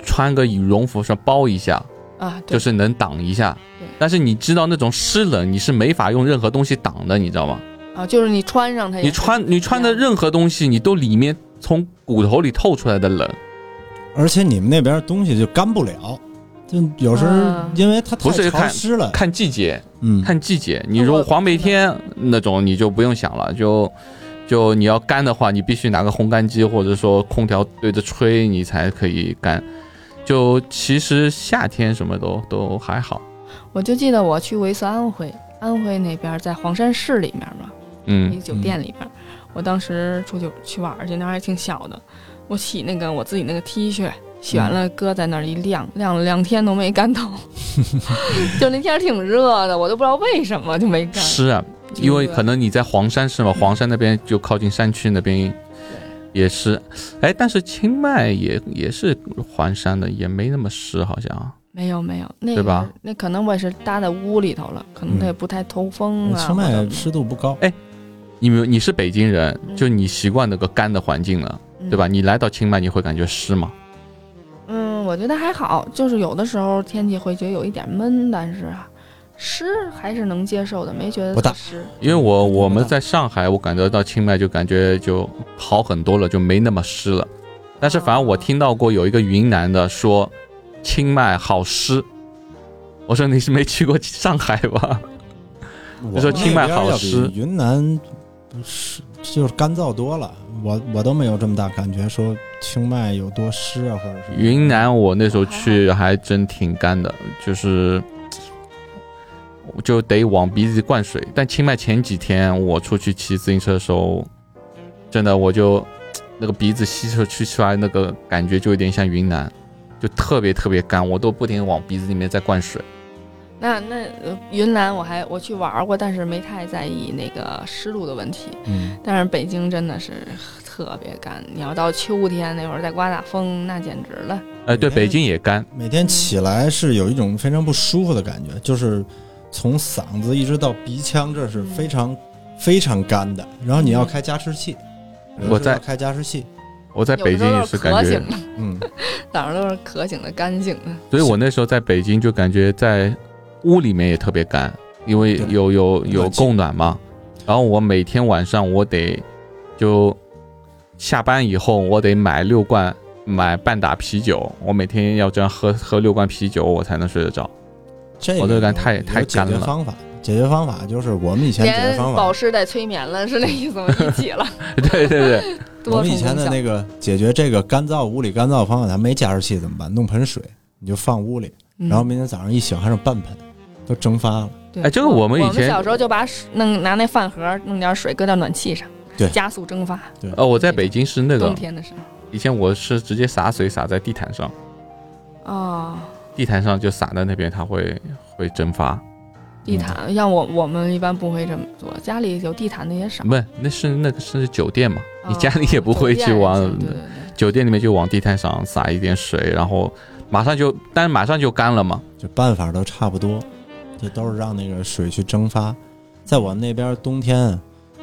[SPEAKER 1] 穿个羽绒服上包一下，
[SPEAKER 3] 啊，对
[SPEAKER 1] 就是能挡一下
[SPEAKER 3] 对。
[SPEAKER 1] 但是你知道那种湿冷，你是没法用任何东西挡的，你知道吗？
[SPEAKER 3] 啊，就是你穿
[SPEAKER 2] 哎
[SPEAKER 3] 上它也是，
[SPEAKER 1] 你穿你穿的任何东西，你都里面从骨头里透出来的冷，
[SPEAKER 2] 而且你们那边东西就干不了，就有时候
[SPEAKER 3] 嗯
[SPEAKER 2] 因为它太
[SPEAKER 1] 不是
[SPEAKER 2] 潮
[SPEAKER 1] 看
[SPEAKER 2] 湿了，
[SPEAKER 1] 看季节，
[SPEAKER 2] 嗯，
[SPEAKER 1] 看季节。你如果黄梅天那种，你就不用想了，就就你要干的话，你必须拿个烘干机或者说空调对着吹，你才可以干。就其实夏天什么都都还好，
[SPEAKER 3] 我就记得我去过一次安徽，安徽那边在黄山市里面嘛，一
[SPEAKER 1] 嗯，
[SPEAKER 3] 酒店里边，我当时出去去玩儿去，那会儿还挺小的，我洗那个我自己那个 T 恤。洗
[SPEAKER 1] 嗯
[SPEAKER 3] 完了，搁在那儿一晾，晾了两天都没 干透，就那天儿挺热的，我都不知道为什么就没干。
[SPEAKER 1] 湿啊，
[SPEAKER 3] 就是
[SPEAKER 1] 因为可能你在黄山是吗？黄山那边就靠近山区那边也湿，哎，但是清迈也也是环山的，也没那么湿，好像啊
[SPEAKER 3] 没有没有，那
[SPEAKER 1] 对吧嗯
[SPEAKER 3] 个那可能我也是搭在屋里头了，可能它也不太透风啊。
[SPEAKER 2] 清
[SPEAKER 3] 或
[SPEAKER 2] 迈
[SPEAKER 3] 者
[SPEAKER 2] 湿度不高，
[SPEAKER 1] 你们你是北京人，
[SPEAKER 3] 嗯
[SPEAKER 1] 就你习惯那个干的环境了，对吧？？你来到清迈，你会感觉湿吗？
[SPEAKER 3] 嗯，我觉得还好，就是有的时候天气会觉得有一点闷，但是啊，湿还是能接受的，没觉得
[SPEAKER 2] 不大
[SPEAKER 3] 特湿。
[SPEAKER 1] 因为我
[SPEAKER 2] 嗯
[SPEAKER 1] 我们在上海，我感觉到清迈就感觉就好很多了，就没那么湿了。但是反正我听到过有一个云南的说，清迈好湿。我说你是没去过上海吧？
[SPEAKER 2] 我
[SPEAKER 1] 就说清迈
[SPEAKER 2] 那边
[SPEAKER 1] 好
[SPEAKER 2] 要比
[SPEAKER 1] 湿
[SPEAKER 2] 云南不是就是干燥多了。我我都没有这么大感觉，说清迈有多湿啊，或者是
[SPEAKER 1] 云南我那时候去还真挺干的，就是就得往鼻子里灌水。但清迈前几天我出去骑自行车的时候，真的我就那个鼻子吸出去出来那个感觉就有点像云南，就特别特别干，我都不停地往鼻子里面在灌水。
[SPEAKER 3] 那那、呃云南我还我去玩儿过，但是没太在意那个湿度的问题。
[SPEAKER 2] 嗯，
[SPEAKER 3] 但是北京真的是特别干，你要到秋天那会儿再刮大风，那简直了。
[SPEAKER 1] 哎，对，
[SPEAKER 2] 嗯
[SPEAKER 1] 北京也干，
[SPEAKER 2] 每天起来是有一种非常不舒服的感觉，就是从嗓子一直到鼻腔，这是非常非常干的。然后你要开加湿器，有的时候
[SPEAKER 1] 嗯我在
[SPEAKER 2] 要开加湿器，
[SPEAKER 1] 我在
[SPEAKER 3] 有的
[SPEAKER 1] 北京
[SPEAKER 3] 时候
[SPEAKER 1] 也是感
[SPEAKER 3] 咳
[SPEAKER 1] 觉
[SPEAKER 3] 醒，了，
[SPEAKER 2] 嗯，
[SPEAKER 3] 早上都是咳醒的、干醒的。
[SPEAKER 1] 所以我那时候在北京就感觉在屋里面也特别干，因为
[SPEAKER 2] 对
[SPEAKER 1] 有有有
[SPEAKER 2] 暖气
[SPEAKER 1] 供暖嘛。然后我每天晚上我得就下班以后我得买六罐买半打啤酒，我每天要这样喝喝六罐啤酒我才能睡得着。
[SPEAKER 2] 这
[SPEAKER 1] 我
[SPEAKER 2] 个
[SPEAKER 1] 都感觉
[SPEAKER 2] 有
[SPEAKER 1] 太
[SPEAKER 2] 有
[SPEAKER 1] 太干
[SPEAKER 2] 解
[SPEAKER 1] 了
[SPEAKER 2] 决方法，解决方法就是我们以前解决
[SPEAKER 3] 连
[SPEAKER 2] 方
[SPEAKER 3] 保
[SPEAKER 2] 法，
[SPEAKER 3] 湿带催眠了，是那意思吗？一起 了，
[SPEAKER 1] 对对 对，
[SPEAKER 2] 我
[SPEAKER 3] 多
[SPEAKER 2] 们
[SPEAKER 3] 重
[SPEAKER 2] 以前
[SPEAKER 3] 功
[SPEAKER 2] 的
[SPEAKER 3] 效。
[SPEAKER 2] 那个解决这个干燥屋里干燥的方法，咱没加湿器怎么办？弄盆水，你就放屋里，
[SPEAKER 3] 嗯
[SPEAKER 2] 然后明天早上一醒还剩半盆，都蒸发了。
[SPEAKER 5] 对
[SPEAKER 1] 哎这个我们以前
[SPEAKER 3] 小时候就把水弄拿那饭盒弄点水搁到暖气上，
[SPEAKER 2] 对
[SPEAKER 3] 加速蒸发。
[SPEAKER 1] 呃，我在北京是那
[SPEAKER 3] 冬
[SPEAKER 1] 个，
[SPEAKER 3] 天的时
[SPEAKER 1] 以前我是直接洒水洒在地毯上，
[SPEAKER 3] 候，哦，
[SPEAKER 1] 地毯上就洒在那边，它会会蒸发。
[SPEAKER 3] 啊
[SPEAKER 1] 嗯
[SPEAKER 3] 地
[SPEAKER 2] 嗯
[SPEAKER 3] 毯，像我我们一般不会这么做，家里有地毯的也少。
[SPEAKER 1] 不，那是那个是酒店嘛，你
[SPEAKER 3] 啊
[SPEAKER 1] 家里也不会去往
[SPEAKER 3] 酒店也是对对对
[SPEAKER 1] 酒店里面就往地毯上洒一点水，然后马上就，但马上就干了嘛。
[SPEAKER 2] 就办法都差不多，就都是让那个水去蒸发。在我们那边冬天，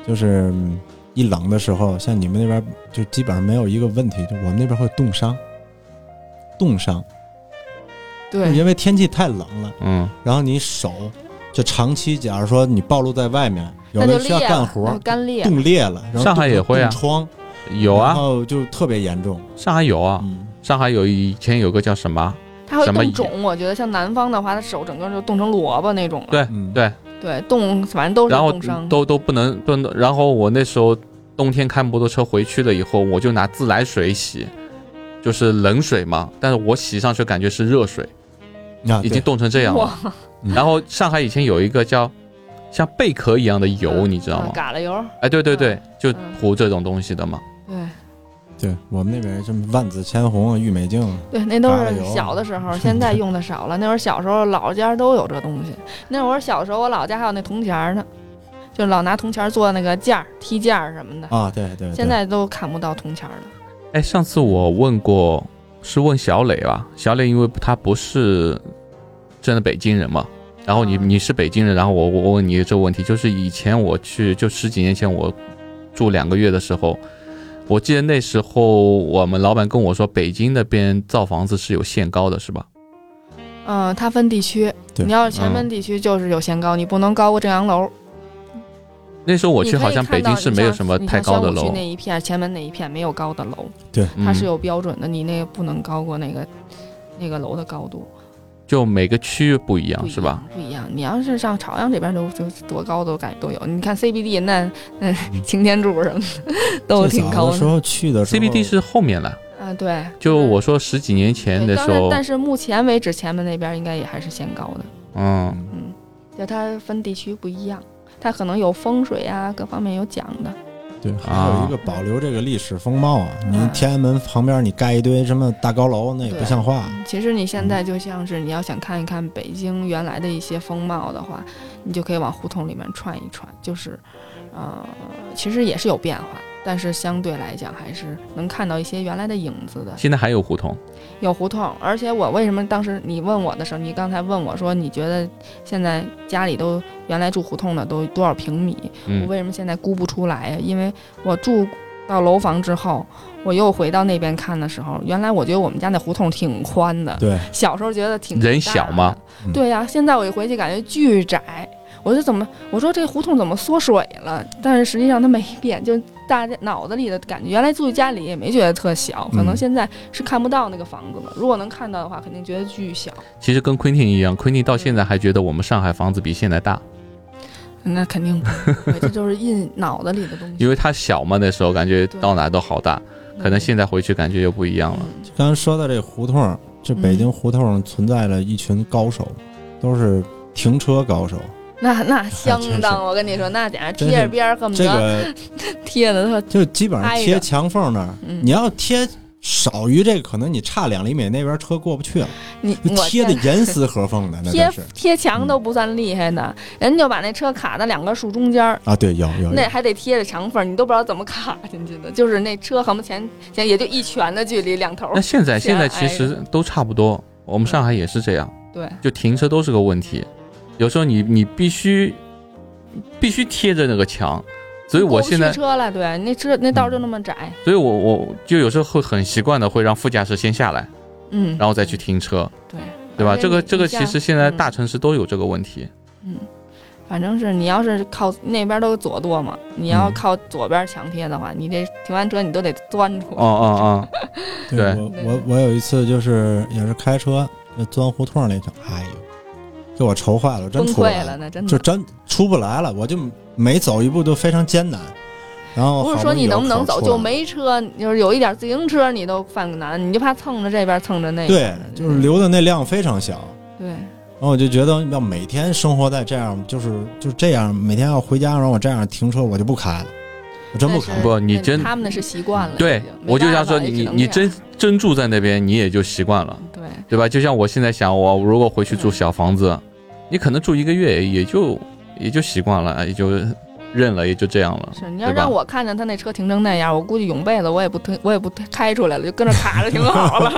[SPEAKER 2] 就是嗯一冷的时候，像你们那边就基本上没有一个问题，就我们那边会冻伤，冻伤，
[SPEAKER 3] 对，
[SPEAKER 2] 因为天气太冷了，
[SPEAKER 1] 嗯，
[SPEAKER 2] 然后你手就长期，假如说你暴露在外面，有
[SPEAKER 3] 那就
[SPEAKER 2] 的需要
[SPEAKER 3] 裂
[SPEAKER 2] 干
[SPEAKER 3] 了，那
[SPEAKER 2] 活
[SPEAKER 3] 就，干裂了。
[SPEAKER 2] 冻裂了，然后
[SPEAKER 1] 上海也会啊
[SPEAKER 2] 冻疮
[SPEAKER 1] 有
[SPEAKER 2] 然
[SPEAKER 1] 啊，
[SPEAKER 2] 后就特别严重，
[SPEAKER 1] 上海有啊，
[SPEAKER 2] 嗯，
[SPEAKER 1] 上海有以前有个叫什么？啊
[SPEAKER 3] 它会
[SPEAKER 1] 什么
[SPEAKER 3] 冻肿，我觉得像南方的话，它手整个就冻成萝卜那种了。
[SPEAKER 1] 对
[SPEAKER 2] 嗯
[SPEAKER 1] 对，
[SPEAKER 3] 对，冻反正都是
[SPEAKER 1] 然后
[SPEAKER 3] 冻伤。
[SPEAKER 1] 都都不能不能。然后我那时候冬天开摩托车回去了以后，我就拿自来水洗，就是冷水嘛，但是我洗上去感觉是热水，
[SPEAKER 2] 啊，
[SPEAKER 1] 已经
[SPEAKER 2] 对
[SPEAKER 1] 冻成这样了。
[SPEAKER 3] 哇，
[SPEAKER 1] 然后上海以前有一个叫像贝壳一样的油，
[SPEAKER 3] 嗯
[SPEAKER 1] 你知道吗
[SPEAKER 3] 嗯？嘎了油。
[SPEAKER 1] 哎，对对对，就
[SPEAKER 3] 嗯
[SPEAKER 1] 涂这种东西的嘛。
[SPEAKER 3] 对
[SPEAKER 2] 对我们那边什么万紫千红啊、郁美净啊，
[SPEAKER 3] 对，那都
[SPEAKER 2] 嘎了
[SPEAKER 3] 是
[SPEAKER 2] 油
[SPEAKER 3] 小的时候，现在用的少了。那会儿小时候，老家都有这东西。那会儿小时候，我老家还有那铜钱儿呢，就老拿铜钱儿做那个架儿、踢架儿什么的。
[SPEAKER 2] 啊，对对对，
[SPEAKER 3] 现在都看不到铜钱儿了。
[SPEAKER 1] 哎，上次我问过，是问小磊吧？小磊因为他不是真的北京人嘛，然后你
[SPEAKER 3] 嗯
[SPEAKER 1] 你是北京人，然后我我我问你这个问题，就是以前我去就十几年前我住两个月的时候，我记得那时候我们老板跟我说，北京那边造房子是有限高的，是吧？
[SPEAKER 3] 嗯，它分地区，
[SPEAKER 2] 对嗯
[SPEAKER 3] 你要是前门地区就是有限高，你不能高过正阳楼。
[SPEAKER 1] 那时候我
[SPEAKER 3] 你
[SPEAKER 1] 去
[SPEAKER 3] 可
[SPEAKER 1] 好
[SPEAKER 3] 以
[SPEAKER 1] 像
[SPEAKER 3] 看
[SPEAKER 1] 北
[SPEAKER 3] 到
[SPEAKER 1] 京是
[SPEAKER 3] 你
[SPEAKER 1] 没有
[SPEAKER 3] 像
[SPEAKER 1] 什么
[SPEAKER 3] 你
[SPEAKER 1] 呃太
[SPEAKER 3] 像
[SPEAKER 1] 高的
[SPEAKER 3] 宣武区
[SPEAKER 1] 楼，
[SPEAKER 3] 那一片前门那一片没有高的楼，它
[SPEAKER 1] 嗯
[SPEAKER 3] 是有标准的，你那个不能高过那个那个楼的高度，
[SPEAKER 1] 就每个区域不一
[SPEAKER 3] 不
[SPEAKER 1] 样，
[SPEAKER 3] 一
[SPEAKER 1] 啊是吧？
[SPEAKER 3] 样？不一样。你要是上朝阳这边都就多高都感都有，你看 CBD 那那
[SPEAKER 1] 嗯
[SPEAKER 3] 擎天柱什么的都
[SPEAKER 2] 最
[SPEAKER 3] 挺
[SPEAKER 2] 早
[SPEAKER 3] 高
[SPEAKER 2] 的时
[SPEAKER 3] 的
[SPEAKER 2] 候去的时候
[SPEAKER 1] CBD 是后面了，
[SPEAKER 3] 啊。对，
[SPEAKER 1] 就我说十几年前的
[SPEAKER 3] 对，
[SPEAKER 1] 时
[SPEAKER 3] 当然，
[SPEAKER 1] 候，
[SPEAKER 3] 但是目前为止前门那边应该也还是限高的，
[SPEAKER 1] 嗯。
[SPEAKER 3] 嗯，就它分地区不一样，它可能有风水啊各方面有讲的。
[SPEAKER 2] 对，还
[SPEAKER 1] 啊
[SPEAKER 2] 有一个保留这个历史风貌啊！
[SPEAKER 3] 嗯
[SPEAKER 2] 你天安门旁边你盖一堆什么大高楼，那也不像话。
[SPEAKER 3] 其实你现在就像是你要想看一看北京原来的一些风貌的话，你就可以往胡同里面串一串，就是，呃，其实也是有变化，但是相对来讲还是能看到一些原来的影子的。
[SPEAKER 1] 现在还有胡同，
[SPEAKER 3] 有胡同，而且我为什么当时你问我的时候，你刚才问我说你觉得现在家里都原来住胡同的都多少平米？我
[SPEAKER 1] 嗯，
[SPEAKER 3] 为什么现在估不出来呀？因为我住到楼房之后，我又回到那边看的时候，原来我觉得我们家那胡同挺宽的。
[SPEAKER 2] 对，
[SPEAKER 3] 小时候觉得挺
[SPEAKER 1] 人
[SPEAKER 3] 大的
[SPEAKER 1] 小吗
[SPEAKER 2] 嗯
[SPEAKER 3] 对呀、现在我一回去感觉巨窄，我就怎么我说这胡同怎么缩水了？但是实际上它没变，就大家脑子里的感觉，原来住家里也没觉得特小，可能
[SPEAKER 2] 嗯
[SPEAKER 3] 现在是看不到那个房子了。如果能看到的话，肯定觉得巨小。
[SPEAKER 1] 其实跟 Quentin 一样，Quentin
[SPEAKER 3] 嗯
[SPEAKER 1] 到现在还觉得我们上海房子比现在大，
[SPEAKER 3] 那肯定不会，这就是印脑子里的东西。
[SPEAKER 1] 嗯因为它小嘛，那时候感觉到哪都好大，可能现在啊回去感觉又不一样了。
[SPEAKER 3] 嗯
[SPEAKER 2] 刚刚说到这胡同，这北京胡同存在了一群高手，都是停车高手。
[SPEAKER 3] 那那相
[SPEAKER 2] 真是
[SPEAKER 3] 当，我跟你说，那简直
[SPEAKER 2] 真
[SPEAKER 3] 贴
[SPEAKER 2] 是
[SPEAKER 3] 着边儿恨不
[SPEAKER 2] 这
[SPEAKER 3] 得
[SPEAKER 2] 个
[SPEAKER 3] 贴的特。嗯
[SPEAKER 2] 就基本上贴墙缝那儿，你要贴少于这个，可能你差两厘米，那边车过不去了。
[SPEAKER 3] 你我
[SPEAKER 2] 贴的
[SPEAKER 3] 天
[SPEAKER 2] 严丝合缝 的，那
[SPEAKER 3] 贴
[SPEAKER 2] 真是
[SPEAKER 3] 贴墙都不算厉害的，人就把那车卡在两棵树中间
[SPEAKER 1] 哎
[SPEAKER 3] 儿，
[SPEAKER 2] 啊！对，有有
[SPEAKER 3] 那还得贴着墙缝儿，你都不知道怎么卡进去的。就是那车横不前前也就一拳的距离，两头儿
[SPEAKER 1] 那现在现在其
[SPEAKER 3] 挨
[SPEAKER 1] 实都差不多，我们上海也是这样，
[SPEAKER 3] 对
[SPEAKER 1] 就停车都是个问题，有时候你你必须必须贴着那个墙，所以我现
[SPEAKER 3] 嗯过
[SPEAKER 1] 在
[SPEAKER 3] 不去，车了，对，那车那道儿就那么窄，
[SPEAKER 1] 所以我我就有时候会很习惯的会让副驾驶先下来，
[SPEAKER 3] 嗯，
[SPEAKER 1] 然后再去停车，
[SPEAKER 3] 对
[SPEAKER 1] 对吧？
[SPEAKER 3] 而且
[SPEAKER 1] 这个
[SPEAKER 3] 你
[SPEAKER 1] 这个
[SPEAKER 3] 你
[SPEAKER 1] 其
[SPEAKER 3] 像
[SPEAKER 1] 实现在
[SPEAKER 3] 嗯
[SPEAKER 1] 大城市都有这个问题，
[SPEAKER 3] 反正是你要是靠那边都是左舵嘛，你要
[SPEAKER 2] 嗯
[SPEAKER 3] 靠左边墙贴的话，你这停完车你都得钻出
[SPEAKER 1] 哦哦哦，对
[SPEAKER 2] 我我我有一次就是也是开车就钻胡同那头，哎呦，给我愁坏了，我真
[SPEAKER 3] 崩
[SPEAKER 2] 出不来
[SPEAKER 3] 溃了，，那真的
[SPEAKER 2] 就真出不来了，我就每走一步都非常艰难。然后
[SPEAKER 3] 不是
[SPEAKER 2] 哦好
[SPEAKER 3] 说
[SPEAKER 2] 容易
[SPEAKER 3] 你能
[SPEAKER 2] 有
[SPEAKER 3] 不能
[SPEAKER 2] 口
[SPEAKER 3] 走，
[SPEAKER 2] 出
[SPEAKER 3] 就
[SPEAKER 2] 来
[SPEAKER 3] 没车，就是有一点自行车你都犯个难，你就怕蹭着这边蹭着那边
[SPEAKER 2] 对，就是留的那量非常小。
[SPEAKER 3] 对，
[SPEAKER 2] 然后我就觉得要每天生活在这样，就是就是这样，每天要回家让我这样停车，我就不开了，我真不开
[SPEAKER 3] 但
[SPEAKER 2] 了
[SPEAKER 3] 是。
[SPEAKER 1] 不你
[SPEAKER 3] 那
[SPEAKER 1] 真
[SPEAKER 3] 他们那是习惯了已经，
[SPEAKER 1] 对，
[SPEAKER 3] 没
[SPEAKER 1] 我就
[SPEAKER 3] 办
[SPEAKER 1] 想
[SPEAKER 3] 法
[SPEAKER 1] 说
[SPEAKER 3] 也只
[SPEAKER 1] 你
[SPEAKER 3] 能
[SPEAKER 1] 你
[SPEAKER 3] 这
[SPEAKER 1] 真
[SPEAKER 3] 样
[SPEAKER 1] 真住在那边，你也就习惯了，
[SPEAKER 3] 对，
[SPEAKER 1] 对吧？就像我现在想，我如果回去住小房子，你可能住一个月也就也就习惯了，也就认了，也就这样了。
[SPEAKER 3] 是你要
[SPEAKER 1] 对吧
[SPEAKER 3] 让我看见他那车停成那样，我估计永辈子我也不推，我也不推开出来了，就跟着卡着挺 好了。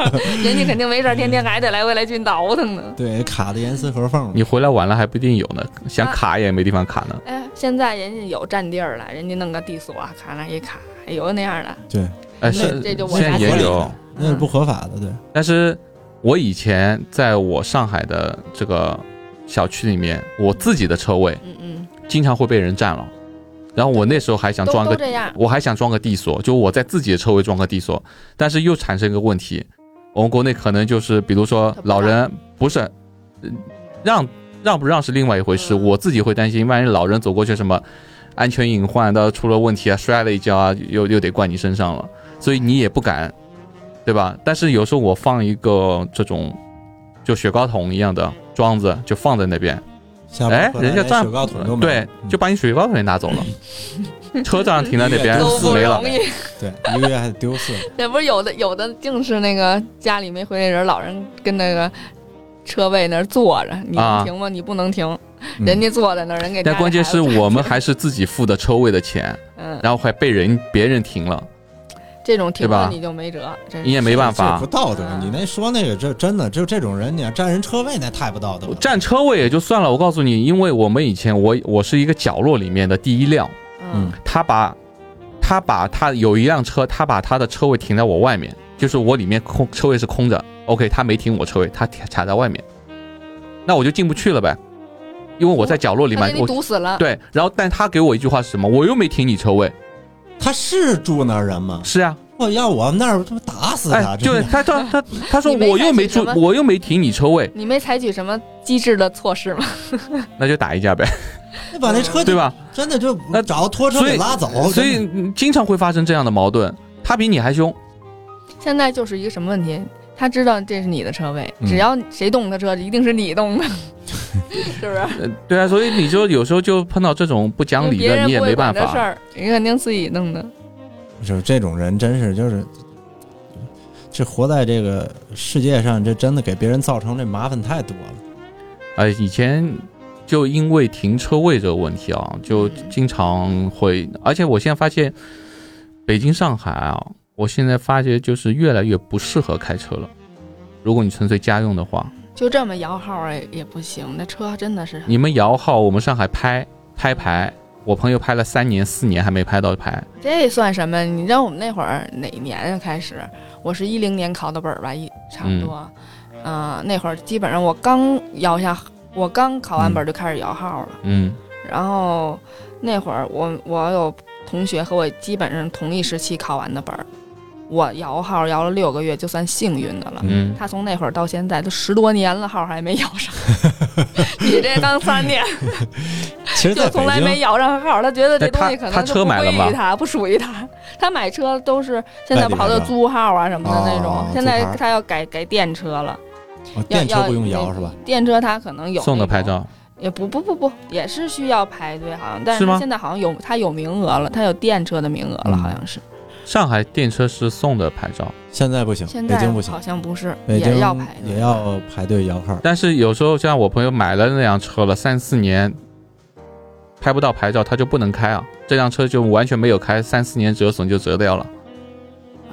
[SPEAKER 3] 人家肯定没事儿，天天还得来回来去倒腾呢。
[SPEAKER 2] 对，卡的严丝合缝。
[SPEAKER 1] 你回来晚了还不一定有呢，想
[SPEAKER 3] 啊
[SPEAKER 1] 卡也没地方卡呢。
[SPEAKER 3] 哎，现在人家有占地儿了，人家弄个地锁啊，卡那一卡，有那样的。
[SPEAKER 2] 对，
[SPEAKER 1] 哎，
[SPEAKER 3] 那
[SPEAKER 1] 是
[SPEAKER 3] 这就我
[SPEAKER 1] 现在
[SPEAKER 3] 家
[SPEAKER 1] 也
[SPEAKER 3] 乡
[SPEAKER 1] 有，
[SPEAKER 2] 那是不合法的，对。
[SPEAKER 1] 但是我以前在我上海的这个小区里面，我自己的车位
[SPEAKER 3] 嗯嗯，
[SPEAKER 1] 经常会被人占了，然后我那时候还想
[SPEAKER 3] 都
[SPEAKER 1] 装
[SPEAKER 3] 都
[SPEAKER 1] 个，
[SPEAKER 3] 这样。
[SPEAKER 1] 我还想装个地锁，就我在自己的车位装个地锁，但是又产生一个问题，我们国内可能就是比如说
[SPEAKER 3] 他不
[SPEAKER 1] 老
[SPEAKER 3] 让
[SPEAKER 1] 人不是呃让让不让是另外一回事，
[SPEAKER 3] 嗯
[SPEAKER 1] 我自己会担心，万一老人走过去什么安全隐患，到时候出了问题啊，摔了一跤啊，又又得怪你身上了，所以你也不敢，对吧？但是有时候我放一个这种就雪糕桶一样的装子，就放在那边，
[SPEAKER 2] 下班
[SPEAKER 1] 哎，
[SPEAKER 2] 回来
[SPEAKER 1] 人家
[SPEAKER 2] 连
[SPEAKER 1] 占
[SPEAKER 2] 雪糕桶都没嗯有
[SPEAKER 1] 对，就把你雪糕桶也拿走了，车照样停在那 边
[SPEAKER 3] 都不
[SPEAKER 1] 没了
[SPEAKER 3] 容。易，
[SPEAKER 2] 对，一个月还得丢 四 个。
[SPEAKER 3] 那不是有的有的净是那个家里没回来人，老人跟那个车位那儿坐着，你
[SPEAKER 1] 啊
[SPEAKER 3] 能停吗？你不能停，
[SPEAKER 2] 嗯
[SPEAKER 3] 人家坐哎在那儿，人给家
[SPEAKER 1] 但
[SPEAKER 3] 里
[SPEAKER 1] 关键
[SPEAKER 3] 孩
[SPEAKER 1] 是
[SPEAKER 3] 子
[SPEAKER 1] 我们还是自己付的车位的钱，
[SPEAKER 3] 嗯，
[SPEAKER 1] 然后还被人别人停了，
[SPEAKER 3] 这种停
[SPEAKER 1] 对吧
[SPEAKER 3] 了你就没辙，真是
[SPEAKER 1] 你也没办
[SPEAKER 2] 这
[SPEAKER 1] 法
[SPEAKER 2] 不。道德。你那说那个，这真的就这种人，你要占人车位那太不道德了。
[SPEAKER 1] 占车位也就算了，我告诉你，因为我们以前我我是一个角落里面的第一辆，
[SPEAKER 3] 嗯
[SPEAKER 1] 他把，他把他有一辆车，他把他的车位停在我外面，就是我里面空车位是空着，OK，他没停我车位，他停卡在外面，那我就进不去了呗，因为我在角落里
[SPEAKER 3] 他
[SPEAKER 1] 嘛
[SPEAKER 3] 哦给，你
[SPEAKER 1] 我
[SPEAKER 3] 堵死了。
[SPEAKER 1] 对，然后但他给我一句话是什么？我又没停你车位。
[SPEAKER 2] 他是住那儿人吗？
[SPEAKER 1] 是啊，
[SPEAKER 2] 我要我们那儿他妈打死他！
[SPEAKER 1] 哎，就是
[SPEAKER 2] 真的
[SPEAKER 1] 他他他他说
[SPEAKER 3] 你没
[SPEAKER 1] 我又没
[SPEAKER 3] 采取
[SPEAKER 1] 住
[SPEAKER 3] 什，么
[SPEAKER 1] 我又没停你车位，
[SPEAKER 3] 你没采取什么机智的措施吗？
[SPEAKER 1] 那就打一架呗，
[SPEAKER 2] 那把那车
[SPEAKER 1] 对吧？
[SPEAKER 2] 真的就
[SPEAKER 1] 那
[SPEAKER 2] 找个拖车
[SPEAKER 1] 所以
[SPEAKER 2] 给拉走。
[SPEAKER 3] 哦
[SPEAKER 1] 所以
[SPEAKER 2] 真的
[SPEAKER 1] 嗯经常会发生这样的矛盾。他比你还凶，
[SPEAKER 3] 现在就是一个什么问题？他知道这是你的车位，
[SPEAKER 2] 嗯
[SPEAKER 3] 只要谁动他车，一定是 你动的，是不是？
[SPEAKER 1] 呃对啊，所以你就有时候就碰到这种不讲理
[SPEAKER 3] 别
[SPEAKER 1] 的，
[SPEAKER 3] 人
[SPEAKER 1] 你也
[SPEAKER 3] 不会
[SPEAKER 1] 没办
[SPEAKER 3] 管这事
[SPEAKER 1] 法。
[SPEAKER 3] 儿，人肯定自己弄的。
[SPEAKER 2] 就是这种人，真是就是这活在这个世界上，这真的给别人造成这麻烦太多了。
[SPEAKER 1] 呃，以前就因为停车位这个问题啊，就
[SPEAKER 3] 嗯
[SPEAKER 1] 经常会，而且我现在发现，北京、上海啊，我现在发觉就是越来越不适合开车了。如果你纯粹家用的话，
[SPEAKER 3] 就这么摇号也也不行，那车真的是
[SPEAKER 1] 你们摇号，我们上海拍拍牌，我朋友拍了三年四年还没拍到牌，
[SPEAKER 3] 这算什么？你知道我们那会儿哪年啊开始？我是一零年考的本儿吧，一差不多。嗯、那会儿基本上我刚摇下，我刚考完本儿就开始摇号了。
[SPEAKER 1] 嗯，
[SPEAKER 3] 然后那会儿我我有同学和我基本上同一时期考完的本儿，我摇号摇了六个月，就算幸运的了。
[SPEAKER 1] 嗯
[SPEAKER 3] 他从那会儿到现在都十多年了，号还没摇上。 你这刚三年
[SPEAKER 2] 其实，在
[SPEAKER 3] 就
[SPEAKER 2] 北
[SPEAKER 3] 从来
[SPEAKER 2] 京，
[SPEAKER 3] 没
[SPEAKER 2] 啊
[SPEAKER 3] 摇上号，他觉得这东西可
[SPEAKER 1] 但他他
[SPEAKER 3] 能
[SPEAKER 1] 车
[SPEAKER 3] 就不
[SPEAKER 1] 买了
[SPEAKER 3] 归
[SPEAKER 1] 吗
[SPEAKER 3] 于他，不属于他。他买车都是现在
[SPEAKER 2] 外地
[SPEAKER 3] 跑
[SPEAKER 2] 牌
[SPEAKER 3] 的
[SPEAKER 2] 照
[SPEAKER 3] 租号啊什么的那
[SPEAKER 2] 哦
[SPEAKER 3] 种，现
[SPEAKER 2] 租
[SPEAKER 3] 在
[SPEAKER 2] 牌
[SPEAKER 3] 他要改改电车了，
[SPEAKER 2] 哦
[SPEAKER 3] 要
[SPEAKER 2] 电车不用摇
[SPEAKER 3] 要
[SPEAKER 2] 是吧？
[SPEAKER 3] 电车他可能有
[SPEAKER 1] 送的
[SPEAKER 3] 那种
[SPEAKER 1] 牌照，
[SPEAKER 3] 也不不不不，也是需要排队，好像，但
[SPEAKER 1] 是
[SPEAKER 3] 是
[SPEAKER 1] 吗
[SPEAKER 3] 他现在好像有他有名额了，他有电车的名额
[SPEAKER 2] 嗯
[SPEAKER 3] 了，好像是。
[SPEAKER 1] 上海电车是送的牌照，
[SPEAKER 2] 现在不行，
[SPEAKER 3] 现
[SPEAKER 2] 北
[SPEAKER 3] 在
[SPEAKER 2] 京不行
[SPEAKER 3] 好，像不是，
[SPEAKER 2] 北京
[SPEAKER 3] 也要排队，
[SPEAKER 2] 也要排队摇号。
[SPEAKER 1] 但是有时候像我朋友买了那辆车了，三四年拍不到牌照，他就不能开啊，这辆车就完全没有开，三四年折损就折掉了。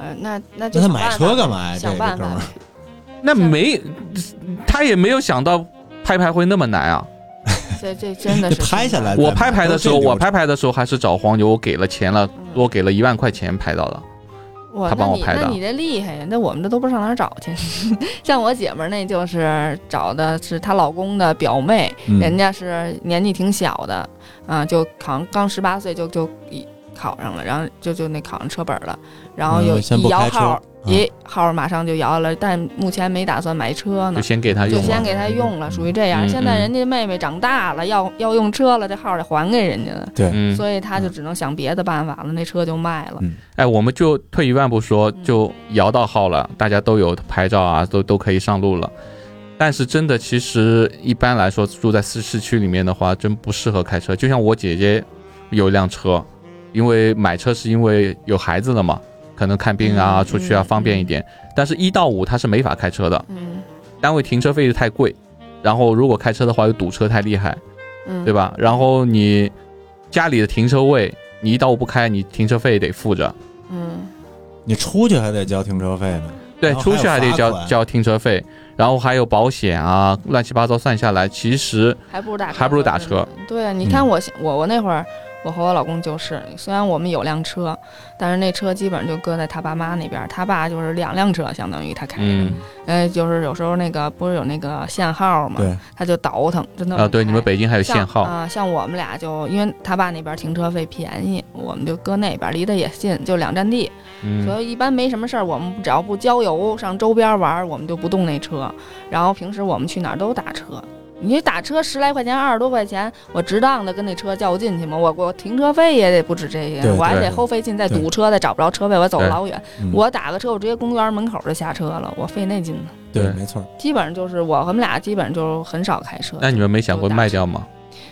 [SPEAKER 3] 呃，那那
[SPEAKER 2] 那他
[SPEAKER 3] 就想
[SPEAKER 2] 买
[SPEAKER 3] 办
[SPEAKER 2] 车
[SPEAKER 3] 法
[SPEAKER 2] 干嘛呀？这
[SPEAKER 3] 想
[SPEAKER 2] 个
[SPEAKER 3] 办
[SPEAKER 2] 哥
[SPEAKER 3] 法
[SPEAKER 2] 们儿
[SPEAKER 3] 呗，
[SPEAKER 1] 那
[SPEAKER 3] 像
[SPEAKER 1] 没，他也没有想到拍牌会那么难啊！
[SPEAKER 3] 这这真 的
[SPEAKER 2] 这
[SPEAKER 3] 是
[SPEAKER 2] 拍下来，
[SPEAKER 1] 我拍牌的时候，
[SPEAKER 2] 都这流
[SPEAKER 1] 我拍牌的时候还是找黄牛，我给了钱了，
[SPEAKER 3] 嗯
[SPEAKER 1] 多给了一万块钱拍到的。
[SPEAKER 3] 我
[SPEAKER 1] 他帮我
[SPEAKER 3] 那你
[SPEAKER 1] 拍的
[SPEAKER 3] 那你这厉害呀！那我们这都不知道上哪儿找去。 像我姐们儿那就是找的是她老公的表妹，
[SPEAKER 2] 程，
[SPEAKER 3] 人
[SPEAKER 2] 嗯
[SPEAKER 3] 家是年纪挺小的，啊、就好像刚十八岁就就一考上了，然后就就那考上车本儿了，然后
[SPEAKER 2] 嗯
[SPEAKER 3] 有
[SPEAKER 2] 先
[SPEAKER 3] 一
[SPEAKER 2] 不
[SPEAKER 3] 摇
[SPEAKER 2] 开车
[SPEAKER 3] 号，
[SPEAKER 2] 嗯
[SPEAKER 3] 一号马上就摇了，但目前没打算买车
[SPEAKER 1] 就
[SPEAKER 3] 呢。
[SPEAKER 1] 先给他
[SPEAKER 3] 就
[SPEAKER 1] 用
[SPEAKER 3] 先
[SPEAKER 1] 了。
[SPEAKER 3] 给他用了，属于这样。
[SPEAKER 1] 嗯
[SPEAKER 3] 现在
[SPEAKER 1] 嗯
[SPEAKER 3] 人家妹妹长大了，要要用车了，这号得还给人家了，
[SPEAKER 1] 嗯，
[SPEAKER 3] 所以他就只能想别的办法了，那车就卖了。
[SPEAKER 1] 哎，我们就退一万步说，
[SPEAKER 3] 嗯
[SPEAKER 1] 就摇到号了，大家都有牌照啊，都都可以上路了。但是真的，其实一般来说，住在市市区里面的话，真不适合开车。就像我姐姐有一辆车，因为买车是因为有孩子了嘛，可能看病啊、
[SPEAKER 3] 嗯
[SPEAKER 1] 出去啊
[SPEAKER 3] 嗯
[SPEAKER 1] 方便一点。但是，一到五她是没法开车的，
[SPEAKER 3] 嗯
[SPEAKER 1] 单位停车费又太贵，然后如果开车的话又堵车太厉害，
[SPEAKER 3] 嗯，
[SPEAKER 1] 对
[SPEAKER 3] 吧？
[SPEAKER 1] 吧？然后你家里的停车位，你一到五不开，你停车费得付着。
[SPEAKER 3] 嗯
[SPEAKER 2] 你出去还得交停车费呢。
[SPEAKER 1] 对，
[SPEAKER 2] 然后
[SPEAKER 1] 出去
[SPEAKER 2] 还
[SPEAKER 1] 还
[SPEAKER 2] 有
[SPEAKER 1] 得
[SPEAKER 2] 罚
[SPEAKER 1] 交
[SPEAKER 2] 款
[SPEAKER 1] 交停车费，然后还有保险啊，乱七八糟算下来，其实
[SPEAKER 3] 还不如打车
[SPEAKER 1] 还不如打车
[SPEAKER 3] 真的。对啊，你看我现我我那会儿，我和我老公就是，虽然我们有辆车，但是那车基本就搁在他爸妈那边儿，他爸就是两辆车，相当于他开着
[SPEAKER 1] 嗯。
[SPEAKER 3] 呃，就是有时候那个不是有那个限号嘛，
[SPEAKER 2] 对，
[SPEAKER 3] 他就倒腾，真的
[SPEAKER 1] 啊，对，你们北京还有限号，
[SPEAKER 3] 啊、像我们俩就因为他爸那边停车费便宜，我们就搁那边，离得也近，就两站地，
[SPEAKER 1] 嗯，
[SPEAKER 3] 所以一般没什么事儿。我们只要不郊游上周边玩，我们就不动那车。然后平时我们去哪儿都打车。你打车十来块钱、二十多块钱，我值当的跟那车较劲去嘛。我我停车费也得不止这些，
[SPEAKER 2] 对
[SPEAKER 3] 我还
[SPEAKER 1] 对
[SPEAKER 3] 得后费劲，再
[SPEAKER 2] 对
[SPEAKER 3] 堵车，再找不着车位，我走
[SPEAKER 1] 对
[SPEAKER 3] 老远。
[SPEAKER 2] 嗯
[SPEAKER 3] 我打个车，我直接公园门口就下车了，我费那劲呢。
[SPEAKER 2] 对
[SPEAKER 1] 对，
[SPEAKER 2] 没错儿。
[SPEAKER 3] 基本上就是我和我们俩基本上就很少开车。
[SPEAKER 1] 那你们没想过卖掉吗？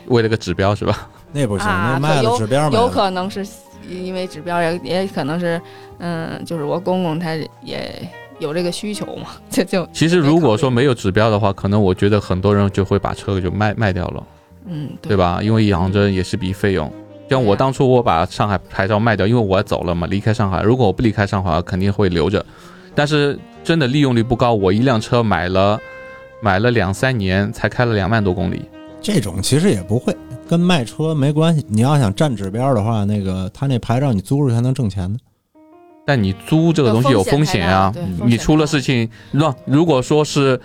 [SPEAKER 1] 为了个指标是吧？
[SPEAKER 2] 那不行，
[SPEAKER 3] 啊
[SPEAKER 2] 那卖
[SPEAKER 3] 可
[SPEAKER 2] 了指标没
[SPEAKER 3] 有
[SPEAKER 2] 了。
[SPEAKER 3] 可能是因为指标，也也可能是，嗯，就是我公公他也有这个需求嘛， 这就
[SPEAKER 1] 其实如果说没有指标的话，可能我觉得很多人就会把车就卖卖掉了，
[SPEAKER 3] 嗯，
[SPEAKER 1] 对啊
[SPEAKER 3] 吧？
[SPEAKER 1] 吧？因为养着也是笔费用。像
[SPEAKER 3] 对
[SPEAKER 1] 我
[SPEAKER 3] 呀
[SPEAKER 1] 当初我把上海牌照卖掉，因为我走了嘛，离开上海。如果我不离开上海，肯定会留着。但是真的利用率不高，我一辆车买了买了两三年，才开了两万多公里。
[SPEAKER 2] 这种其实也不会，跟卖车没关系。你要想占指标的话，那个他那牌照你租出去还能挣钱呢。
[SPEAKER 1] 但你租这个东西有风险啊，
[SPEAKER 3] 对风险
[SPEAKER 1] 你出了事情，那如果说是，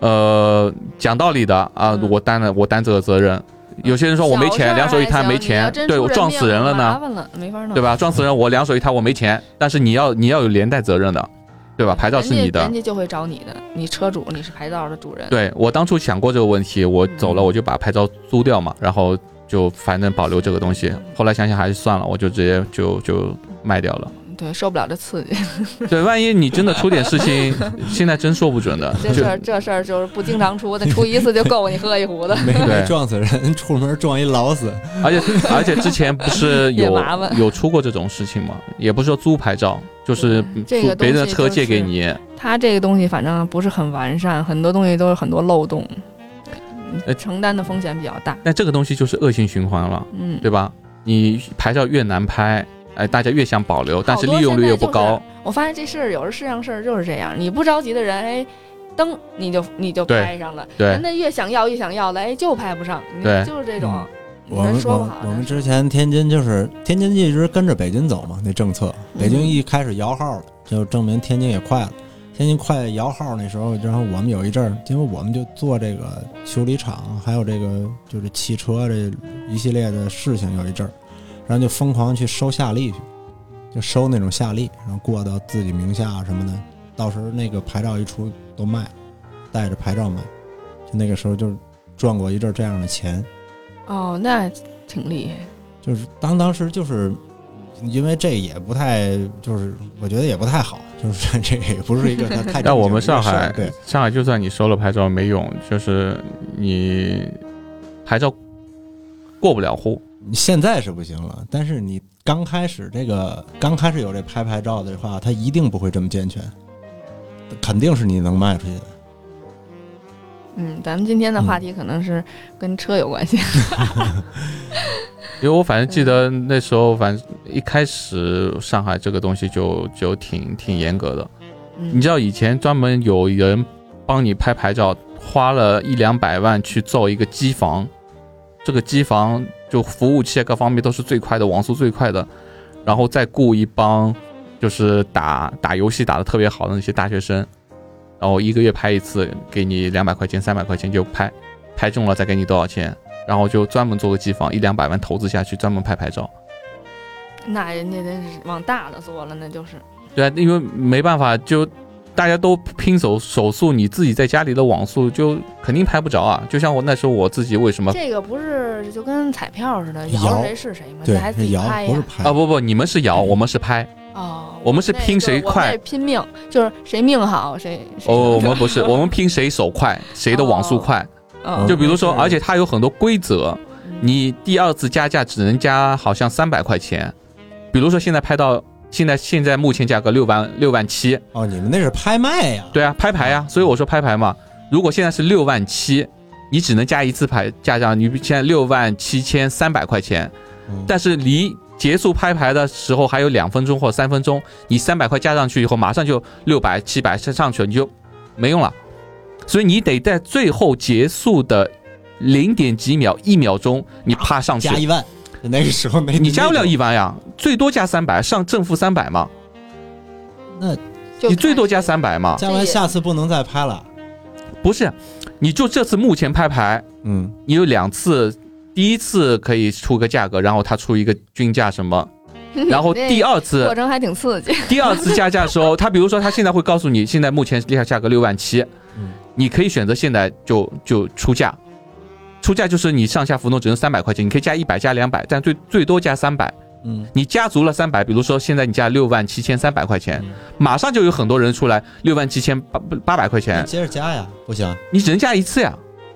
[SPEAKER 1] 呃，讲道理的啊，
[SPEAKER 3] 嗯
[SPEAKER 1] 我担了我担这个责任。有些人说我没钱，
[SPEAKER 3] 小事儿
[SPEAKER 1] 两手一摊
[SPEAKER 3] 还
[SPEAKER 1] 没
[SPEAKER 3] 行你要
[SPEAKER 1] 钱，
[SPEAKER 3] 真
[SPEAKER 1] 对
[SPEAKER 3] 出
[SPEAKER 1] 我
[SPEAKER 3] 人
[SPEAKER 1] 撞死人了
[SPEAKER 3] 命麻
[SPEAKER 1] 呢，
[SPEAKER 3] 烦了，没法弄，
[SPEAKER 1] 对吧？撞死人我两手一摊我没钱，但是你要你要有连带责任的，对吧？牌照是你
[SPEAKER 3] 嗯人家
[SPEAKER 1] 的
[SPEAKER 3] 人，家就会找你的，你车主，你是牌照的主人，，
[SPEAKER 1] 对我当初想过这个问题，我走了
[SPEAKER 3] 嗯
[SPEAKER 1] 我就把牌照租掉嘛，然后就反正保留这个东西。后来想想还是算了，我就直接就就卖掉了。
[SPEAKER 3] 对，受不了这 刺激，
[SPEAKER 1] 对，万一你真的出点事情，现在真说不准的。
[SPEAKER 3] 这
[SPEAKER 1] 就
[SPEAKER 3] 事儿这事儿就是不经常出，那出一次就够你喝一 壶的，
[SPEAKER 2] 没
[SPEAKER 1] 对
[SPEAKER 2] 没撞死人， 出门撞一老死。
[SPEAKER 1] 而且而且之前不是
[SPEAKER 3] 也
[SPEAKER 1] 有
[SPEAKER 3] 麻烦
[SPEAKER 1] 有出过这种事情吗？也不是说租牌照，就是
[SPEAKER 3] 对嗯这
[SPEAKER 1] 租
[SPEAKER 3] 个
[SPEAKER 1] 别人的
[SPEAKER 3] 东西
[SPEAKER 1] 车
[SPEAKER 3] 就是
[SPEAKER 1] 借给你，
[SPEAKER 3] 他这个东西反正不是很完善，很多东西都有很多漏洞
[SPEAKER 1] 呃，
[SPEAKER 3] 承担的风险比较大，
[SPEAKER 1] 但这个东西就是恶性循环了，
[SPEAKER 3] 嗯，
[SPEAKER 1] 对吧？你牌照越难拍，哎，大家越想保留，但是
[SPEAKER 3] 好多
[SPEAKER 1] 利用率又不
[SPEAKER 3] 现在
[SPEAKER 1] 高
[SPEAKER 3] 就。是。我发现这事儿有时世上事儿就是这样，你不着急的人，哎，噔你就你就
[SPEAKER 1] 对
[SPEAKER 3] 拍上了，
[SPEAKER 1] 对
[SPEAKER 3] 人家越想要越想要的，哎，就拍不上，你
[SPEAKER 1] 对
[SPEAKER 3] 就是这种
[SPEAKER 2] 嗯。
[SPEAKER 3] 你
[SPEAKER 2] 我们
[SPEAKER 3] 说不
[SPEAKER 2] 我
[SPEAKER 3] 好
[SPEAKER 2] 我们
[SPEAKER 3] 这
[SPEAKER 2] 之
[SPEAKER 3] 事
[SPEAKER 2] 前天津就是天津一直跟着北京走嘛，那政策，
[SPEAKER 3] 嗯
[SPEAKER 2] 北京一开始摇号了，就证明天津也快了。天津快摇号那时候，然后我们有一阵儿，因为我们就做这个修理厂，还有这个就是汽车这一系列的事情，有一阵儿，然后就疯狂去收夏利去，就收那种夏利，然后过到自己名下什么的，到时候那个牌照一出都卖，带着牌照卖，就那个时候就赚过一阵儿这样的钱。
[SPEAKER 3] 儿哦，那挺厉害。
[SPEAKER 2] 就是当当时就是因为这也不太，就是我觉得也不太好，就是 这这个也不是一个太太正经的一个事儿。
[SPEAKER 1] 但我们上海
[SPEAKER 2] 对，
[SPEAKER 1] 上海就算你收了牌照没用，就是你牌照过不了户，
[SPEAKER 2] 你现在是不行了，但是你刚开始这个刚开始有这拍牌照的话，它一定不会这么健全，肯定是你能卖出去的。
[SPEAKER 3] 嗯，咱们今天的话题可能是跟车 有关系。
[SPEAKER 1] 因为我反正记得那时候，反正一开始上海这个东西就就挺挺严格的。
[SPEAKER 3] 嗯
[SPEAKER 1] 你知道以前专门有人帮你拍牌照，花了一两百万去造一个机房，这个机房就服务器啊各方面都是最快的，网速最快的，然后再雇一帮就是打打游戏打得特别好的那些大学生，然后一个月拍一次，给你两百块钱、三百块钱就拍，拍中了再给你多少钱，然后就专门做个机房，一两百万投资下去，专门拍拍照。
[SPEAKER 3] 那人家真是往大了做了，那就是
[SPEAKER 1] 对啊，因为没办法，就大家都拼手手速，你自己在家里的网速就肯定拍不着啊。就像我那时候我自己为什么
[SPEAKER 3] 这个不是就跟彩票似的，
[SPEAKER 2] 摇
[SPEAKER 3] 谁是谁吗？
[SPEAKER 2] 对
[SPEAKER 3] 还，自
[SPEAKER 2] 是
[SPEAKER 3] 己
[SPEAKER 2] 摇
[SPEAKER 3] 拍
[SPEAKER 2] 不是
[SPEAKER 1] 啊
[SPEAKER 3] 呀？
[SPEAKER 2] 拍
[SPEAKER 1] 啊不不，你们是摇，我们是拍，
[SPEAKER 3] 哦，
[SPEAKER 1] 我们是拼谁
[SPEAKER 4] 对我们
[SPEAKER 1] 快
[SPEAKER 4] 也拼命，就是谁命好谁。谁
[SPEAKER 1] 哦，我们不是，我 们拼谁手快，谁的网速快。
[SPEAKER 3] 哦
[SPEAKER 4] 嗯
[SPEAKER 1] 就比如说，
[SPEAKER 2] 嗯
[SPEAKER 1] 而且它有很多规则，你第二次加价只能加好像三百块钱。比如说现在拍到现在现在目前价格六万六万七，
[SPEAKER 2] 哦，你们那是拍卖呀？
[SPEAKER 1] 对啊，拍牌呀、所以我说拍牌嘛。如果现在是六万七，你只能加一次牌，加上你现在六万七千三百块钱，
[SPEAKER 2] 嗯，
[SPEAKER 1] 但是离结束拍牌的时候还有两分钟或三分钟，你三百块加上去以后，马上就六百、七百上上去了，你就没用了。所以你得在最后结束的零点几秒、一秒钟，你啪上去
[SPEAKER 2] 加，一万，那个时候没
[SPEAKER 1] 你加不了
[SPEAKER 2] 一，
[SPEAKER 1] 一万呀，最多加三百，上正负三百嘛，
[SPEAKER 2] 那
[SPEAKER 4] 就
[SPEAKER 1] 你最多加
[SPEAKER 4] 看谁
[SPEAKER 1] 三百嘛，
[SPEAKER 2] 加完下次不能再拍了。
[SPEAKER 1] 不是，你就这次目前拍牌，
[SPEAKER 2] 嗯，
[SPEAKER 1] 你有两次，第一次可以出个价格，然后他出一个均价什么，然后
[SPEAKER 4] 那
[SPEAKER 1] 第二次
[SPEAKER 4] 过程还挺刺激。
[SPEAKER 1] 第二次加价的时候，他比如说他现在会告诉你，现在目前价价格六万七
[SPEAKER 2] 嗯，
[SPEAKER 1] 你可以选择现在就就出价，出价就是你上下浮动只能三百块钱，你可以加一百加两百，但最最多加三百。
[SPEAKER 2] 嗯，
[SPEAKER 1] 你加足了三百，比如说现在你加六万七千三百块钱，马上就有很多人出来六万七千八八百块
[SPEAKER 2] 你
[SPEAKER 1] 钱，
[SPEAKER 2] 接着加呀，不行，
[SPEAKER 1] 你只能加一次呀，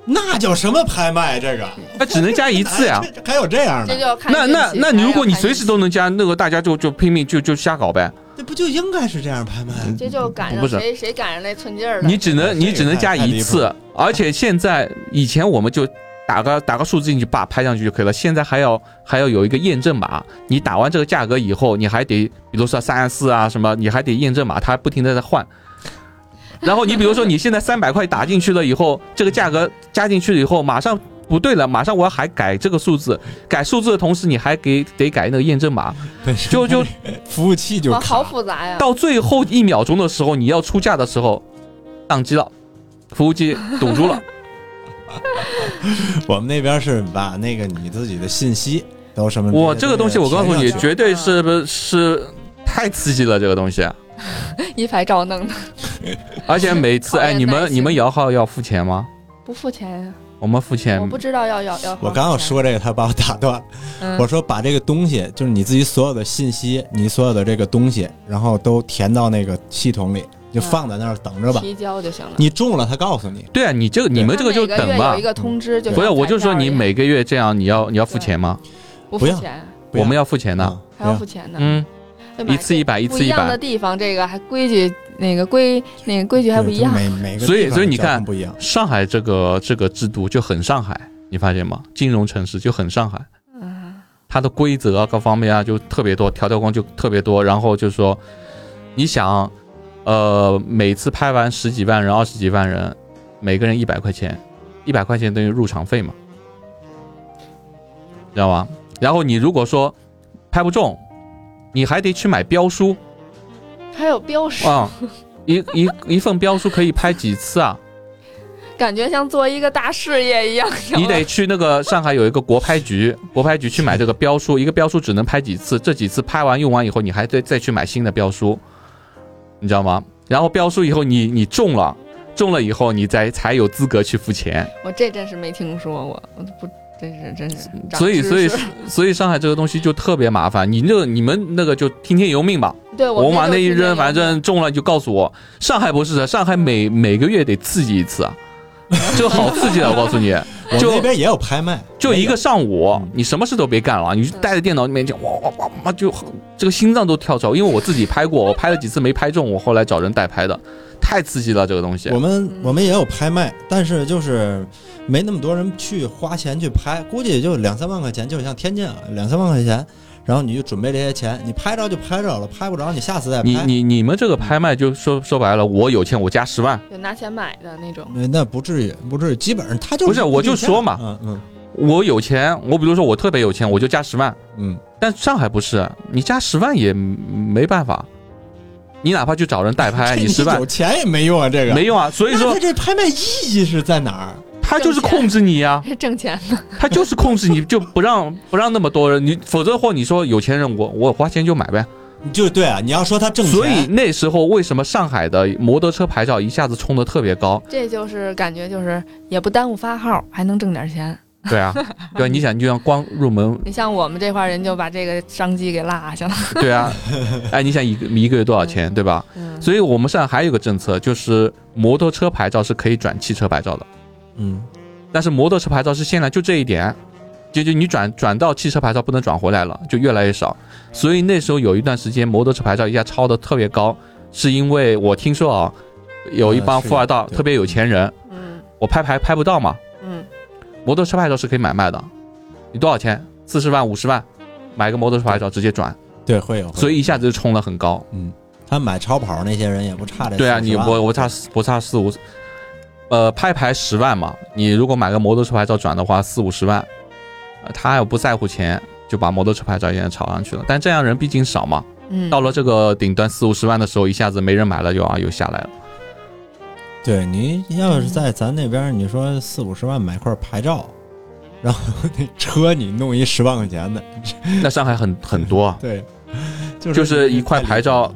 [SPEAKER 2] 那叫什么拍卖？啊这个
[SPEAKER 1] 那只能加一次呀。
[SPEAKER 2] 这还有这样
[SPEAKER 4] 这
[SPEAKER 2] 的，
[SPEAKER 4] 就看
[SPEAKER 1] 那那
[SPEAKER 4] 运气
[SPEAKER 1] 那你如果你
[SPEAKER 4] 还有看
[SPEAKER 1] 随时都能加，那个大家就就拼命就就瞎搞呗。
[SPEAKER 2] 这不就应该是这样拍卖？
[SPEAKER 4] 运气这就赶
[SPEAKER 1] 不
[SPEAKER 4] 上
[SPEAKER 1] 是
[SPEAKER 4] 谁谁赶上那寸劲儿了。
[SPEAKER 1] 你只能你只能加一
[SPEAKER 2] 这
[SPEAKER 1] 次，而且现在以前我们就打个打个数字进去，把拍上去就可以了。现在还要还要有一个验证码，你打完这个价格以后，你还得比如说三四啊什么，你还得验证码，它还不停的在 换。然后你比如说你现在三百块打进去了以后，这个价格加进去了以后，马上不对了，马上我要还改这个数字，改数字的同时你还给得改那个验证码， 就就
[SPEAKER 2] 服务器就
[SPEAKER 4] 哇，
[SPEAKER 2] 卡
[SPEAKER 4] 好复杂呀！
[SPEAKER 1] 到最后一秒钟的时候，你要出价的时候，宕机了，服务器堵 住了。
[SPEAKER 2] 我们那边是把那个你自己的信息都什么？
[SPEAKER 1] 我这个东西，我告诉你，
[SPEAKER 2] 全上去
[SPEAKER 1] 绝对是
[SPEAKER 4] 嗯
[SPEAKER 1] 不是太刺激了这个 东西，啊
[SPEAKER 4] 一拍照弄的，
[SPEAKER 1] 而且每次
[SPEAKER 4] 考验
[SPEAKER 1] 哎，你
[SPEAKER 4] 耐
[SPEAKER 1] 们
[SPEAKER 4] 心
[SPEAKER 1] 你们摇号要付钱吗？
[SPEAKER 4] 不付钱呀？
[SPEAKER 1] 我们付钱
[SPEAKER 4] 我，不知道要要要。
[SPEAKER 2] 我刚要，说这个，他把我打断。
[SPEAKER 4] 嗯
[SPEAKER 2] 我说把这个东西，就是你自己所有的信息，你所有的这个东西，然后都填到那个系统里，就放在那儿等着吧。
[SPEAKER 4] 嗯提交就行了。
[SPEAKER 2] 你中了，他告诉你。
[SPEAKER 1] 对啊，你这个你们这个就
[SPEAKER 4] 他每
[SPEAKER 1] 等
[SPEAKER 4] 月
[SPEAKER 1] 嘛
[SPEAKER 4] 有一。个通知就
[SPEAKER 1] 不是，
[SPEAKER 4] 像
[SPEAKER 1] 我就说
[SPEAKER 4] 彩票
[SPEAKER 1] 你
[SPEAKER 4] 一样
[SPEAKER 1] 每个月这样，你要你要付钱吗？
[SPEAKER 4] 不
[SPEAKER 2] 不
[SPEAKER 4] 付
[SPEAKER 2] 要
[SPEAKER 4] 钱，
[SPEAKER 2] 不要
[SPEAKER 1] 我们要付钱的，
[SPEAKER 2] 啊
[SPEAKER 4] 还要付钱呢。
[SPEAKER 1] 嗯，
[SPEAKER 4] 对吧
[SPEAKER 1] 一次一百，一
[SPEAKER 4] 不
[SPEAKER 1] 次
[SPEAKER 4] 一样的
[SPEAKER 1] 百。
[SPEAKER 4] 地方，这个还规矩那个规那个规矩还不一样
[SPEAKER 2] 对。啊就每每个
[SPEAKER 1] 所以
[SPEAKER 2] 地方
[SPEAKER 1] 所以你
[SPEAKER 2] 交通
[SPEAKER 1] 看
[SPEAKER 2] 不一样。
[SPEAKER 1] 上海这个这个制度就很上海，你发现吗？金融城市就很上海。
[SPEAKER 4] 嗯，
[SPEAKER 1] 它的规则啊各方面啊就特别多，条条框就特别多。然后就说，你想，呃，每次拍完十几万人、二十几万人，每个人一百块钱，一百块钱等于入场费嘛，知道吧？然后你如果说拍不中，你还得去买标书
[SPEAKER 4] 还有标识，
[SPEAKER 1] 啊、一一一份标书可以拍几次啊？
[SPEAKER 4] 感觉像做一个大事业一样。
[SPEAKER 1] 你得去那个上海有一个国拍局，国拍局去买这个标书，一个标书只能拍几次，这几次拍完用完以后，你还得再去买新的标书，你知道吗？然后标书以后你你中了，中了以后你才才有资格去付钱，
[SPEAKER 4] 我这真是没听说过，我都不真是真是长知识。
[SPEAKER 1] 所以所以所以上海这个东西就特别麻烦，你那个你们那个就听天由命吧，
[SPEAKER 4] 对
[SPEAKER 1] 我
[SPEAKER 4] 们
[SPEAKER 1] 往那
[SPEAKER 4] 就
[SPEAKER 1] 一
[SPEAKER 4] 是
[SPEAKER 1] 扔，
[SPEAKER 4] 样
[SPEAKER 1] 反正中了就告诉我。上海不是的，上海每每个月得刺激一次啊，这个好刺激啊的，我告诉你。
[SPEAKER 2] 我
[SPEAKER 1] 就
[SPEAKER 2] 们那边也有拍卖，
[SPEAKER 1] 就一个上午
[SPEAKER 2] 嗯，
[SPEAKER 1] 你什么事都别干了，你就待在电脑里面讲哇哇哇哇，就这个心脏都跳出来。因为我自己拍过，我拍了几次没拍中，我后来找人代拍的，太刺激了这个东西
[SPEAKER 2] 我。们我们也有拍卖，但是就是没那么多人去花钱去拍，估计也就两三万块钱，就是像天津啊，两三万块钱，然后你就准备这些钱，你拍着就拍着了，拍不着你下次再
[SPEAKER 1] 你
[SPEAKER 2] 拍。嗯
[SPEAKER 1] 你你们这个拍卖就说说白了，我有钱我加十万，
[SPEAKER 4] 就拿钱买的那 种。
[SPEAKER 2] 那不至于，不至于，基本上他就
[SPEAKER 1] 不是我就
[SPEAKER 2] 定价
[SPEAKER 1] 说嘛
[SPEAKER 2] 嗯嗯
[SPEAKER 1] 我有钱，我比如说我特别有钱，我就加十万。
[SPEAKER 2] 嗯，
[SPEAKER 1] 但上海不是，你加十万也没办法，你哪怕去找人代 拍，
[SPEAKER 2] 这
[SPEAKER 1] 哎你十万
[SPEAKER 2] 有钱也没用啊，这个
[SPEAKER 1] 没。用啊。所以
[SPEAKER 2] 那
[SPEAKER 1] 说
[SPEAKER 2] 他这拍卖意义是在哪儿？
[SPEAKER 1] 他就是控制你呀、啊
[SPEAKER 4] 是挣钱的，
[SPEAKER 1] 他就是控制你，就不让不让那么多人，你否则的话，你说有钱人我我花钱就买呗。
[SPEAKER 2] 就对啊，你要说他挣钱，
[SPEAKER 1] 所以那时候为什么上海的摩托车牌 照一下子冲得特别高？
[SPEAKER 4] 这就是感觉就是也不耽误发号，还能挣点钱。
[SPEAKER 1] 对啊，对啊，你想，你就像光入门，
[SPEAKER 4] 你像我们这块儿人就把这个商机给落下了，
[SPEAKER 1] 对 啊，哎，你想一个一个月多少钱，对吧？
[SPEAKER 4] 嗯，
[SPEAKER 1] 所以我们上海还有一个政策，就是摩托车牌照是可以转汽车牌照的，
[SPEAKER 2] 嗯，
[SPEAKER 1] 但是摩托车牌照是限量，就这一点，就就你转转到汽车牌照不能转回来了，就越来越少。所以那时候有一段时间，摩托车牌照一下超的特别高，是因为我听说啊，有一帮
[SPEAKER 2] 嗯是
[SPEAKER 1] 富二代
[SPEAKER 2] 对
[SPEAKER 1] 特别有钱人，
[SPEAKER 4] 嗯
[SPEAKER 1] 我拍牌拍不到嘛，
[SPEAKER 4] 嗯
[SPEAKER 1] 摩托车牌照是可以买卖的，你多少钱？四十万、五十万，买个摩托车牌照直接转，
[SPEAKER 2] 对，会有，会有嗯
[SPEAKER 1] 所以一下子就冲了很高。
[SPEAKER 2] 他买超跑那些人也不差这40万。
[SPEAKER 1] 对啊，你我我差四我差四五，呃，拍牌十万嘛，你如果买个摩托车牌照转的话，四五十万，呃他也不在乎钱，就把摩托车牌照也炒上去了。但这样人毕竟少嘛，
[SPEAKER 4] 嗯，
[SPEAKER 1] 到了这个顶端四五十万的时候，一下子没人买了，又啊又下来了。
[SPEAKER 2] 对你要是在咱那边儿，你说四五十万买块牌照，然后那车你弄一十万块钱的，
[SPEAKER 1] 那上海很很多，啊，
[SPEAKER 2] 对，就是
[SPEAKER 1] 就是一块牌照，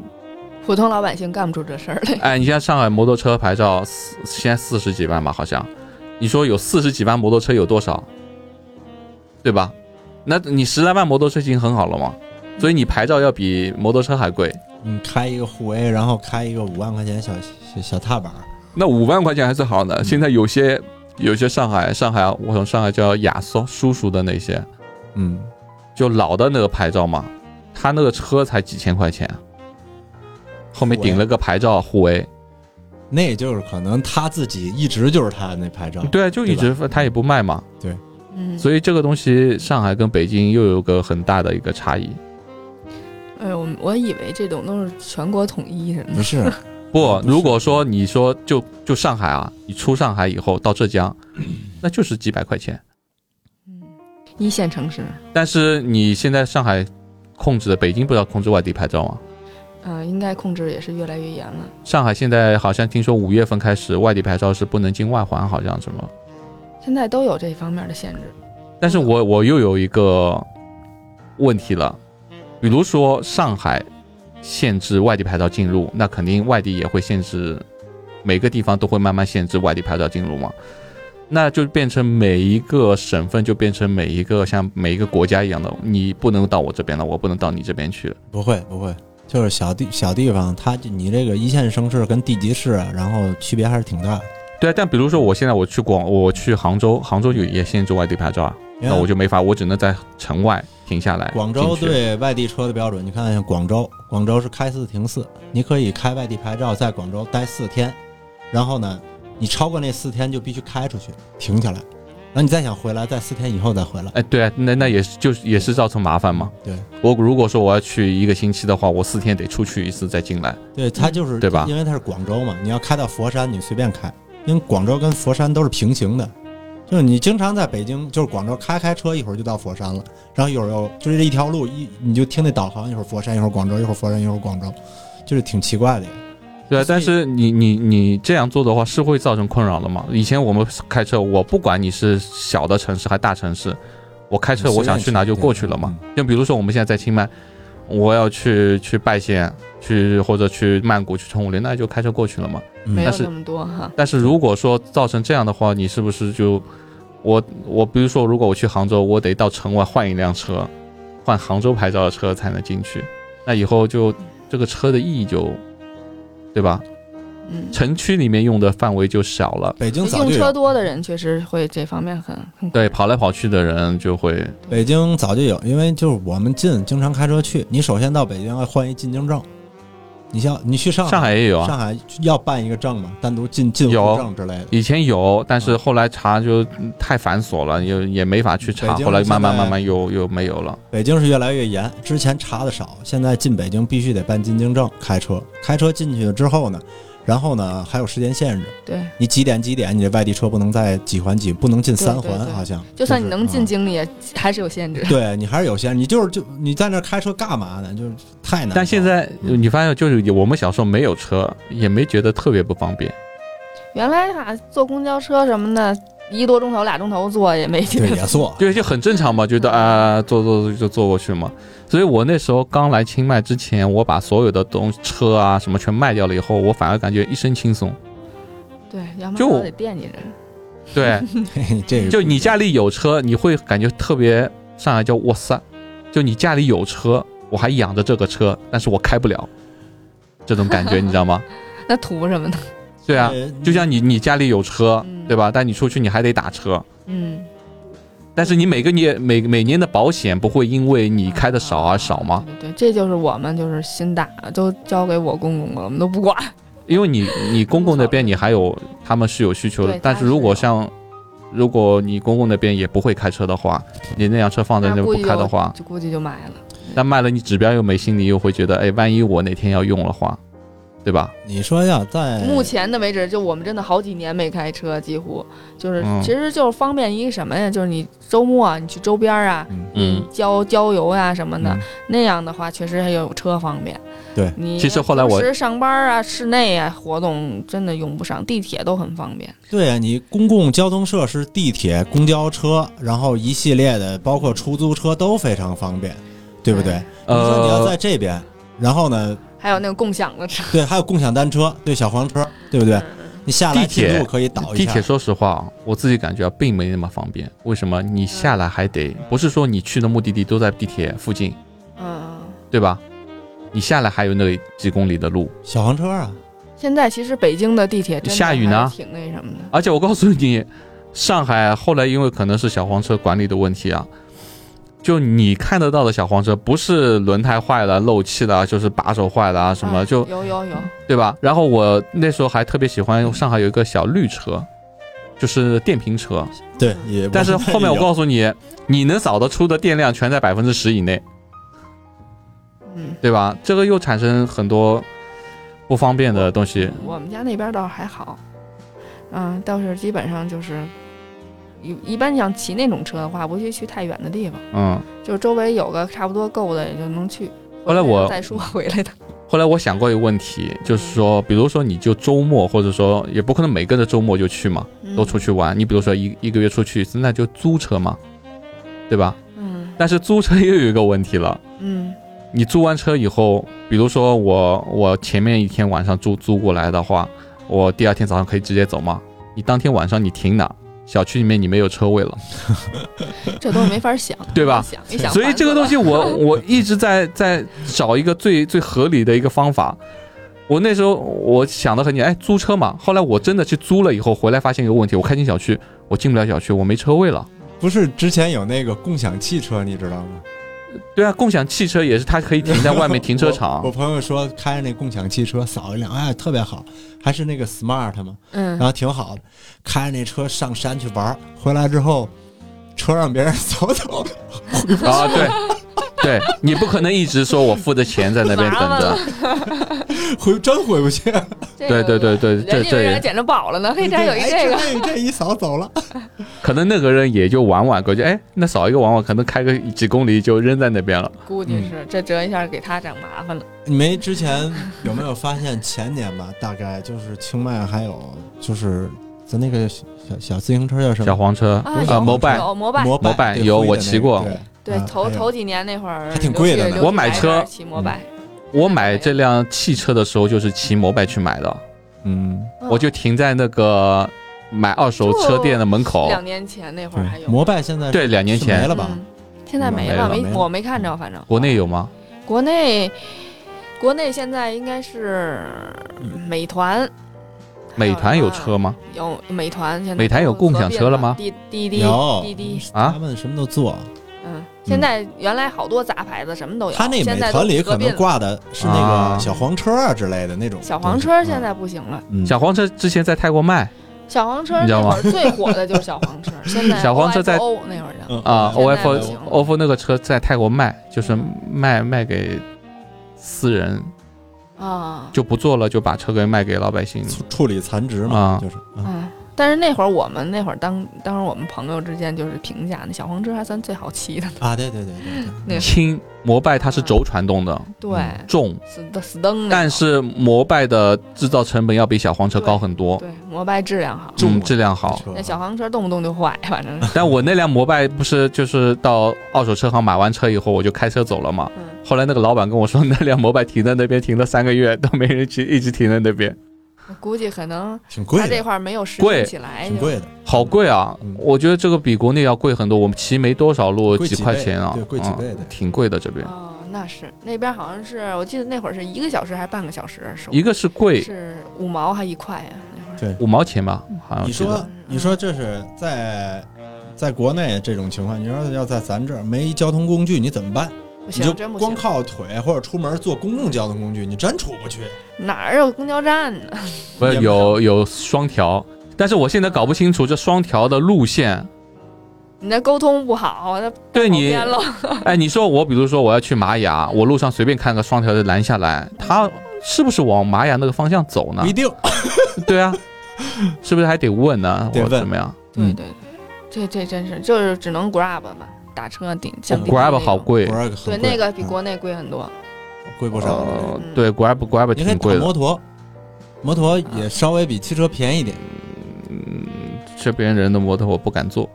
[SPEAKER 4] 普通老百姓干不出这事儿来，
[SPEAKER 1] 哎，你现在上海摩托车牌照四现在四十几万吧，好像，你说有四十几万摩托车有多少，对吧？那你十来万摩托车已经很好了嘛，所以你牌照要比摩托车还贵。
[SPEAKER 2] 你嗯开一个护 A，然后开一个五万块钱小小小踏板儿，
[SPEAKER 1] 那五万块钱还是好
[SPEAKER 2] 嗯
[SPEAKER 1] 的。现在有些有些上海上海，啊我从上海叫亚叔叔叔的那些，
[SPEAKER 2] 嗯，
[SPEAKER 1] 就老的那个牌照嘛，他那个车才几千块钱，后面顶了个牌照护 A。
[SPEAKER 2] 那就是可能他自己一直就是他的那牌照，
[SPEAKER 1] 对啊，就一直他也不卖嘛，
[SPEAKER 4] 嗯，
[SPEAKER 1] 所以这个东西上海跟北京又有个很大的一个差异。
[SPEAKER 4] 哎，我我以为这种都是全国统一什么
[SPEAKER 2] 不
[SPEAKER 4] 的，
[SPEAKER 2] 是，
[SPEAKER 1] 不
[SPEAKER 2] 嗯不，是
[SPEAKER 1] 如果说你说就就上海啊，你出上海以后到浙江，那就是几百块钱。
[SPEAKER 4] 嗯，一线城市，
[SPEAKER 1] 但是你现在上海控制的，北京不是要控制外地牌照吗？
[SPEAKER 4] 嗯、应该控制也是越来越严了，
[SPEAKER 1] 上海现在好像听说五月份开始，外地牌照是不能进外环，好像什么。
[SPEAKER 4] 现在都有这方面的限制，
[SPEAKER 1] 但是我我又有一个问题了，比如说上海限制外地牌照进入，那肯定外地也会限制，每个地方都会慢慢限制外地牌照进入嘛。那就变成每一个省份就变成每一个像每一个国家一样的，你不能到我这边了，我不能到你这边去了。
[SPEAKER 2] 不会不会，就是小地小地方，他就你这个一线城市跟地级市啊，然后区别还是挺大的。
[SPEAKER 1] 对啊，但比如说我现在我去广，我去杭州，杭州有也限制外地牌照啊，那我就没法，我只能在城外停下来。
[SPEAKER 2] 嗯广州
[SPEAKER 1] 哎进去，
[SPEAKER 2] 对外地车的标准，你看像广州，广州是开四停四，你可以开外地牌照在广州待四天，然后呢，你超过那四天就必须开出去停下来，然后你再想回来，在四天以后再回来。
[SPEAKER 1] 哎，对啊，那那也是就是也是造成麻烦嘛。
[SPEAKER 2] 对
[SPEAKER 1] 我如果说我要去一个星期的话，我四天得出去一次再进来。
[SPEAKER 2] 对，它就是
[SPEAKER 1] 对吧
[SPEAKER 2] 因为它是广州嘛，你要开到佛山，你随便开，因为广州跟佛山都是平行的。就是你经常在北京，就是广州开开车一会儿就到佛山了，然后一会儿又就是这一条路一你就听那导航，一会儿佛山，一会儿广州，一会儿佛山，一会儿广州，就是挺奇怪的。
[SPEAKER 1] 对啊，
[SPEAKER 2] 所以
[SPEAKER 1] 但是你你你这样做的话是会造成困扰的嘛？以前我们开车，我不管你是小的城市还是大城市，我开车
[SPEAKER 2] 嗯
[SPEAKER 1] 我想去哪就
[SPEAKER 2] 随便去嗯
[SPEAKER 1] 过去了嘛。就比如说我们现在在清迈，我要去去拜县，去或者去曼谷、去冲武林，那就开车过去了嘛。
[SPEAKER 2] 嗯
[SPEAKER 4] 没有
[SPEAKER 1] 但是
[SPEAKER 4] 那么多哈，
[SPEAKER 1] 但是如果说造成这样的话，你是不是就我我比如说，如果我去杭州，我得到城外换一辆车，换杭州牌照的车才能进去，那以后就这个车的意义就，对吧？
[SPEAKER 4] 嗯，
[SPEAKER 1] 城区里面用的范围就小了，
[SPEAKER 2] 北京早
[SPEAKER 4] 用
[SPEAKER 2] 就有
[SPEAKER 4] 车多的人确实会这方面很很
[SPEAKER 1] 对，跑来跑去的人就会
[SPEAKER 2] 北京早就有，因为就是我们进经常开车去。你首先到北京要换一进京证，你像你去上海，
[SPEAKER 1] 上海也有啊，
[SPEAKER 2] 上海要办一个证嘛，单独进进
[SPEAKER 1] 有
[SPEAKER 2] 户证之类的。
[SPEAKER 1] 以前有，但是后来查就嗯太繁琐了，也也没法去查
[SPEAKER 2] 北，京
[SPEAKER 1] 后来慢慢
[SPEAKER 2] 现在
[SPEAKER 1] 慢慢又又没有了。
[SPEAKER 2] 北京是越来越严，之前查的少，现在进北京必须得办进京证，开车。开车进去了之后呢，然后呢还有时间限制，
[SPEAKER 4] 对，
[SPEAKER 2] 你几点几点你这外地车不能在几环几，不能进三
[SPEAKER 4] 对对
[SPEAKER 2] 环，
[SPEAKER 4] 对
[SPEAKER 2] 好像。
[SPEAKER 4] 就算你能
[SPEAKER 2] 就
[SPEAKER 1] 嗯
[SPEAKER 2] 是
[SPEAKER 4] 进京里，也还是有限 制。
[SPEAKER 2] 对你还是有限，你就是就你在那儿开车干嘛呢？就是太难了。
[SPEAKER 1] 但现在你发现，就是我们小时候没有车，也没觉得特别不方便。
[SPEAKER 4] 原来哈、坐公交车什么的，一多钟头俩钟头坐也没劲
[SPEAKER 2] 对。也坐，
[SPEAKER 1] 对，就很正常嘛，觉得啊、坐坐坐就坐过去嘛。所以我那时候刚来清迈之前，我把所有的东车啊什么全卖掉了以后，我反而感觉一身轻松。
[SPEAKER 4] 对，要么
[SPEAKER 1] 就
[SPEAKER 4] 我得惦记着。
[SPEAKER 1] 对，
[SPEAKER 2] 嘿这个
[SPEAKER 1] 就你家里有车，你会感觉特别上来叫哇塞，就你家里有车，我还养着这个车，但是我开不了，这种感觉你知道 吗？
[SPEAKER 3] 那图什么呢？
[SPEAKER 1] 对啊，
[SPEAKER 2] 呃
[SPEAKER 1] 就像你你家里有车
[SPEAKER 3] 嗯，
[SPEAKER 1] 对吧？但你出去你还得打车，
[SPEAKER 3] 嗯，
[SPEAKER 1] 但是你每个年每每年的保险不会因为你开的少而少啊吗？
[SPEAKER 3] 对对对，这就是我们就是心大，都交给我公公了，我们都不管。
[SPEAKER 1] 因为你你公公那边你还有他们是有需求的
[SPEAKER 3] 对，
[SPEAKER 1] 但
[SPEAKER 3] 他
[SPEAKER 1] 是如
[SPEAKER 3] 是
[SPEAKER 1] 果
[SPEAKER 3] 有
[SPEAKER 1] 像如果你公公那边也不会开车的话，你那辆车放在那
[SPEAKER 3] 那
[SPEAKER 1] 不
[SPEAKER 3] 估计
[SPEAKER 1] 开的
[SPEAKER 3] 就
[SPEAKER 1] 话，
[SPEAKER 3] 就估计就买了。
[SPEAKER 1] 那卖了你指标又没，心里又会觉得，哎，万一我哪天要用的话，对吧？
[SPEAKER 2] 你说要
[SPEAKER 1] 哎
[SPEAKER 2] 在
[SPEAKER 3] 目前的为止，就我们真的好几年没开车，几乎就是，
[SPEAKER 1] 嗯
[SPEAKER 3] 其实就是方便一个什么呀？就是你周末啊，你去周边啊，
[SPEAKER 1] 嗯，
[SPEAKER 3] 郊郊游呀、什么的，
[SPEAKER 2] 嗯
[SPEAKER 3] 那样的话确实还有车方便。
[SPEAKER 2] 对
[SPEAKER 3] 你
[SPEAKER 1] 其实后来我
[SPEAKER 3] 平时上班啊，室内啊活动真的用不上，地铁都很方便。
[SPEAKER 2] 对啊，你公共交通设施、地铁、公交车，然后一系列的，包括出租车都非常方便，对不对？你说你要
[SPEAKER 1] 呃
[SPEAKER 2] 在，这边，然后呢，
[SPEAKER 3] 还有那个共享 的车，
[SPEAKER 2] 对，还有共享单车，对，小黄车，对不对？你下来
[SPEAKER 1] 地铁
[SPEAKER 2] 铁路可以倒一
[SPEAKER 1] 地
[SPEAKER 2] 下
[SPEAKER 1] 铁，说实话啊，我自己感觉并没那么方便。为什么？你下来还得，不是说你去的目的地都在地铁附近，
[SPEAKER 3] 嗯。
[SPEAKER 1] 对吧？你下来还有那几公里的路，
[SPEAKER 2] 小黄车啊，
[SPEAKER 3] 现在其实北京的地铁真的
[SPEAKER 1] 下雨呢
[SPEAKER 3] 还是挺那什么的。
[SPEAKER 1] 而且我告诉你，上海后来因为可能是小黄车管理的问题啊，就你看得到的小黄车，不是轮胎坏了、漏气了，就是把手坏了啊什么，
[SPEAKER 3] 哎
[SPEAKER 1] 就
[SPEAKER 3] 有有有，
[SPEAKER 1] 对吧？然后我那时候还特别喜欢上海有一个小绿车，就是电瓶车，
[SPEAKER 2] 对，也
[SPEAKER 1] 但是后面我
[SPEAKER 2] 有
[SPEAKER 1] 告诉你，你能扫得出的电量全在百分之十以内，
[SPEAKER 3] 嗯，
[SPEAKER 1] 对吧？这个又产生很多不方便的东西。
[SPEAKER 3] 我们家那边倒是还好，嗯，倒是基本上就是一一般想骑那种车的话，不去去太远的地方，
[SPEAKER 1] 嗯，
[SPEAKER 3] 就是周围有个差不多够的也就能去。
[SPEAKER 1] 后来我
[SPEAKER 3] 再说回来的，
[SPEAKER 1] 后来我想过一个问题，就是说，比如说你就周末，或者说也不可能每个的周末就去嘛，
[SPEAKER 3] 嗯
[SPEAKER 1] 都出去玩。你比如说一一个月出去一次，那就租车嘛，对吧？
[SPEAKER 3] 嗯。
[SPEAKER 1] 但是租车又有一个问题了，
[SPEAKER 3] 嗯
[SPEAKER 1] 你租完车以后，比如说我我前面一天晚上租租过来的话，我第二天早上可以直接走吗？你当天晚上你停哪？小区里面你没有车位了，
[SPEAKER 3] 嗯，这东西没法想，
[SPEAKER 1] 对吧
[SPEAKER 3] 想一想，
[SPEAKER 1] 所以这个东
[SPEAKER 3] 烦
[SPEAKER 1] 西 我我一直在在找一个最最合理的一个方法。我那时候我想的很简单，哎，租车嘛。后来我真的去租了以后，回来发现一个问题，我开进小区，我进不了小区，我没车位了。
[SPEAKER 2] 不是之前有那个共享汽车，你知道吗？
[SPEAKER 1] 对啊，共享汽车也是，它可以停在外 面停车
[SPEAKER 2] 我我
[SPEAKER 1] 场。
[SPEAKER 2] 朋友说开着那共享汽车扫一辆，哎，特别好，还是那个 smart 嘛，
[SPEAKER 3] 嗯
[SPEAKER 1] 啊
[SPEAKER 2] 然，后挺好的，开着那车上山去玩儿，回来之后车让别人 扫走，
[SPEAKER 1] 啊， 对，对你不可能一直说我付着钱在那 边等着。
[SPEAKER 2] 回真回不去。
[SPEAKER 3] 这
[SPEAKER 1] 对
[SPEAKER 3] 个
[SPEAKER 1] 对对对，这
[SPEAKER 3] 人家
[SPEAKER 1] 这
[SPEAKER 3] 人家
[SPEAKER 1] 也
[SPEAKER 3] 捡着宝了呢，嘿，这还有一 这个，
[SPEAKER 2] 哎这这一扫走了。
[SPEAKER 1] 可能那个人也就玩玩，估计哎，那少一个玩玩，可能开个几公里就扔在那边了。
[SPEAKER 3] 估计是这折一下给他整麻烦了。
[SPEAKER 2] 你没之前有没有发现前年吧？大概就是清迈还有就是咱那个小小小自行车叫什
[SPEAKER 1] 小
[SPEAKER 2] 么？
[SPEAKER 1] 黄车
[SPEAKER 3] 啊，
[SPEAKER 1] 呃，
[SPEAKER 3] 有
[SPEAKER 1] 摩拜，
[SPEAKER 3] 有摩拜，
[SPEAKER 2] 摩
[SPEAKER 1] 摩拜
[SPEAKER 2] 对
[SPEAKER 1] 有
[SPEAKER 2] 灰的
[SPEAKER 1] 我
[SPEAKER 2] 那
[SPEAKER 1] 骑
[SPEAKER 2] 个
[SPEAKER 1] 过
[SPEAKER 2] 对
[SPEAKER 3] 对
[SPEAKER 2] 啊，
[SPEAKER 3] 头
[SPEAKER 2] 还有
[SPEAKER 3] 头几年那会儿
[SPEAKER 2] 还挺贵的呢
[SPEAKER 3] 尤其是
[SPEAKER 1] 我买车
[SPEAKER 3] 尤其是骑摩拜，
[SPEAKER 1] 我买这辆汽车的时候就是骑摩拜去买的，
[SPEAKER 2] 嗯，
[SPEAKER 1] 我就停在那个买二手车店的门口。
[SPEAKER 3] 嗯两年前那会儿还有
[SPEAKER 2] 对，摩拜现在
[SPEAKER 1] 对，两年
[SPEAKER 2] 是没
[SPEAKER 1] 前
[SPEAKER 2] 了吧？
[SPEAKER 3] 嗯现在没
[SPEAKER 1] 没了
[SPEAKER 3] 了，没
[SPEAKER 2] 没了
[SPEAKER 3] 我没看着，反正
[SPEAKER 1] 国内有吗？
[SPEAKER 3] 国内国内现在应该是美团，
[SPEAKER 1] 美团有车吗？
[SPEAKER 3] 有美团现在
[SPEAKER 1] 美哎团有共享车了吗
[SPEAKER 3] 合并滴滴
[SPEAKER 2] 有
[SPEAKER 3] 滴滴，
[SPEAKER 1] 啊
[SPEAKER 2] 他们什么都做。
[SPEAKER 3] 嗯，现在原来好多杂牌子什么都有，
[SPEAKER 2] 他那
[SPEAKER 3] 现
[SPEAKER 2] 美
[SPEAKER 3] 在
[SPEAKER 2] 团里
[SPEAKER 3] 都合
[SPEAKER 2] 可
[SPEAKER 3] 并
[SPEAKER 2] 能
[SPEAKER 3] 了
[SPEAKER 2] 挂的是那
[SPEAKER 1] 啊
[SPEAKER 2] 个小黄车啊之类的那种。
[SPEAKER 3] 小黄车现在不行了，
[SPEAKER 2] 嗯
[SPEAKER 1] 小黄车之前在泰国卖
[SPEAKER 3] 小黄车
[SPEAKER 1] 你知
[SPEAKER 3] 那
[SPEAKER 1] 道吗
[SPEAKER 3] 会儿最火的就是小黄车，现在
[SPEAKER 1] 小黄车在
[SPEAKER 3] O 那会儿叫
[SPEAKER 2] 嗯
[SPEAKER 1] 啊
[SPEAKER 3] 现在不
[SPEAKER 1] ，ofo
[SPEAKER 3] 行
[SPEAKER 1] ofo 那个车在泰国卖，就是卖卖给私人，
[SPEAKER 3] 啊，
[SPEAKER 1] 就不做了，就把车给卖给老百姓。
[SPEAKER 2] 处处理残值
[SPEAKER 1] 啊
[SPEAKER 2] 嘛，就是啊
[SPEAKER 3] 嗯，但是那会儿我们那会儿当当时我们朋友之间就是评价那小黄车还算最好骑的，
[SPEAKER 2] 啊，对对对对对。
[SPEAKER 3] 对嗯
[SPEAKER 1] 轻摩拜它是轴传动的，
[SPEAKER 3] 对，
[SPEAKER 2] 嗯
[SPEAKER 1] 重，
[SPEAKER 3] 死的死蹬的，
[SPEAKER 1] 但是摩拜的制造成本要比小黄车高很多，
[SPEAKER 3] 对摩拜质量好，
[SPEAKER 1] 嗯，质量好。
[SPEAKER 2] 啊
[SPEAKER 3] 那小黄车动不动就坏，反正 是
[SPEAKER 1] 但我那辆摩拜不是就是到二手车行买完车以后，我就开车走了嘛。
[SPEAKER 3] 嗯
[SPEAKER 1] 后来那个老板跟我说，那辆摩拜停在那边停了三个月，都没人去，一直停在那边。
[SPEAKER 3] 我估计可能
[SPEAKER 2] 挺贵
[SPEAKER 3] 他这
[SPEAKER 2] 的，
[SPEAKER 3] 块儿没有实
[SPEAKER 1] 贵
[SPEAKER 3] 现起来
[SPEAKER 2] 挺
[SPEAKER 3] 就，
[SPEAKER 2] 贵的。
[SPEAKER 1] 好贵啊
[SPEAKER 2] 嗯！
[SPEAKER 1] 我觉得这个比国内要贵很多，我们骑没多少路，
[SPEAKER 2] 贵几
[SPEAKER 1] 块
[SPEAKER 2] 倍
[SPEAKER 1] 钱啊，
[SPEAKER 2] 对贵几倍的
[SPEAKER 1] 嗯挺贵的这边。
[SPEAKER 3] 哦，那是那边好像是，我记得那会儿是一个小时还半个小时收，
[SPEAKER 1] 一个是贵
[SPEAKER 3] 是五毛还一块呀、那会儿。
[SPEAKER 2] 对，
[SPEAKER 1] 五毛钱吧，好像
[SPEAKER 2] 嗯你
[SPEAKER 1] 记得
[SPEAKER 2] 说你说这是在在国内这种情况，你说要在咱这儿没交通工具，你怎么办？
[SPEAKER 3] 不
[SPEAKER 2] 你就
[SPEAKER 3] 行，真不
[SPEAKER 2] 光
[SPEAKER 3] 行，
[SPEAKER 2] 靠腿或者出门坐公共交通工具，你真出不去。
[SPEAKER 3] 哪儿有公交站呢？
[SPEAKER 1] 不是
[SPEAKER 2] 也不
[SPEAKER 1] 有有双条，但是我现在搞不清楚这双条的路线。
[SPEAKER 3] 你那沟通不好，那
[SPEAKER 1] 对
[SPEAKER 3] 跑
[SPEAKER 1] 你，
[SPEAKER 3] 偏了。
[SPEAKER 1] 哎，你说我比如说我要去玛雅，我路上随便看个双条的拦下来，他是不是往玛雅那个方向走呢
[SPEAKER 2] 不一？定，
[SPEAKER 1] 对啊，是不是还得问呢？
[SPEAKER 2] 得
[SPEAKER 1] 我
[SPEAKER 2] 问
[SPEAKER 1] 怎么样
[SPEAKER 3] 对
[SPEAKER 2] 嗯
[SPEAKER 3] 对对，这这真是就是只能 Grab 嘛，打车顶像顶那
[SPEAKER 1] ？Grab
[SPEAKER 3] 种
[SPEAKER 1] 好，贵
[SPEAKER 2] 不，是很贵
[SPEAKER 3] 对那个比
[SPEAKER 2] 嗯
[SPEAKER 3] 国内贵很多。
[SPEAKER 2] 贵不少。
[SPEAKER 1] 呃
[SPEAKER 3] 嗯，
[SPEAKER 1] 对，Grab Grab
[SPEAKER 2] 你可以
[SPEAKER 1] 挺
[SPEAKER 2] 打
[SPEAKER 1] 贵的。
[SPEAKER 2] 摩托，摩托也稍微比汽车便 宜点，
[SPEAKER 1] 嗯这边人的摩托我不敢坐。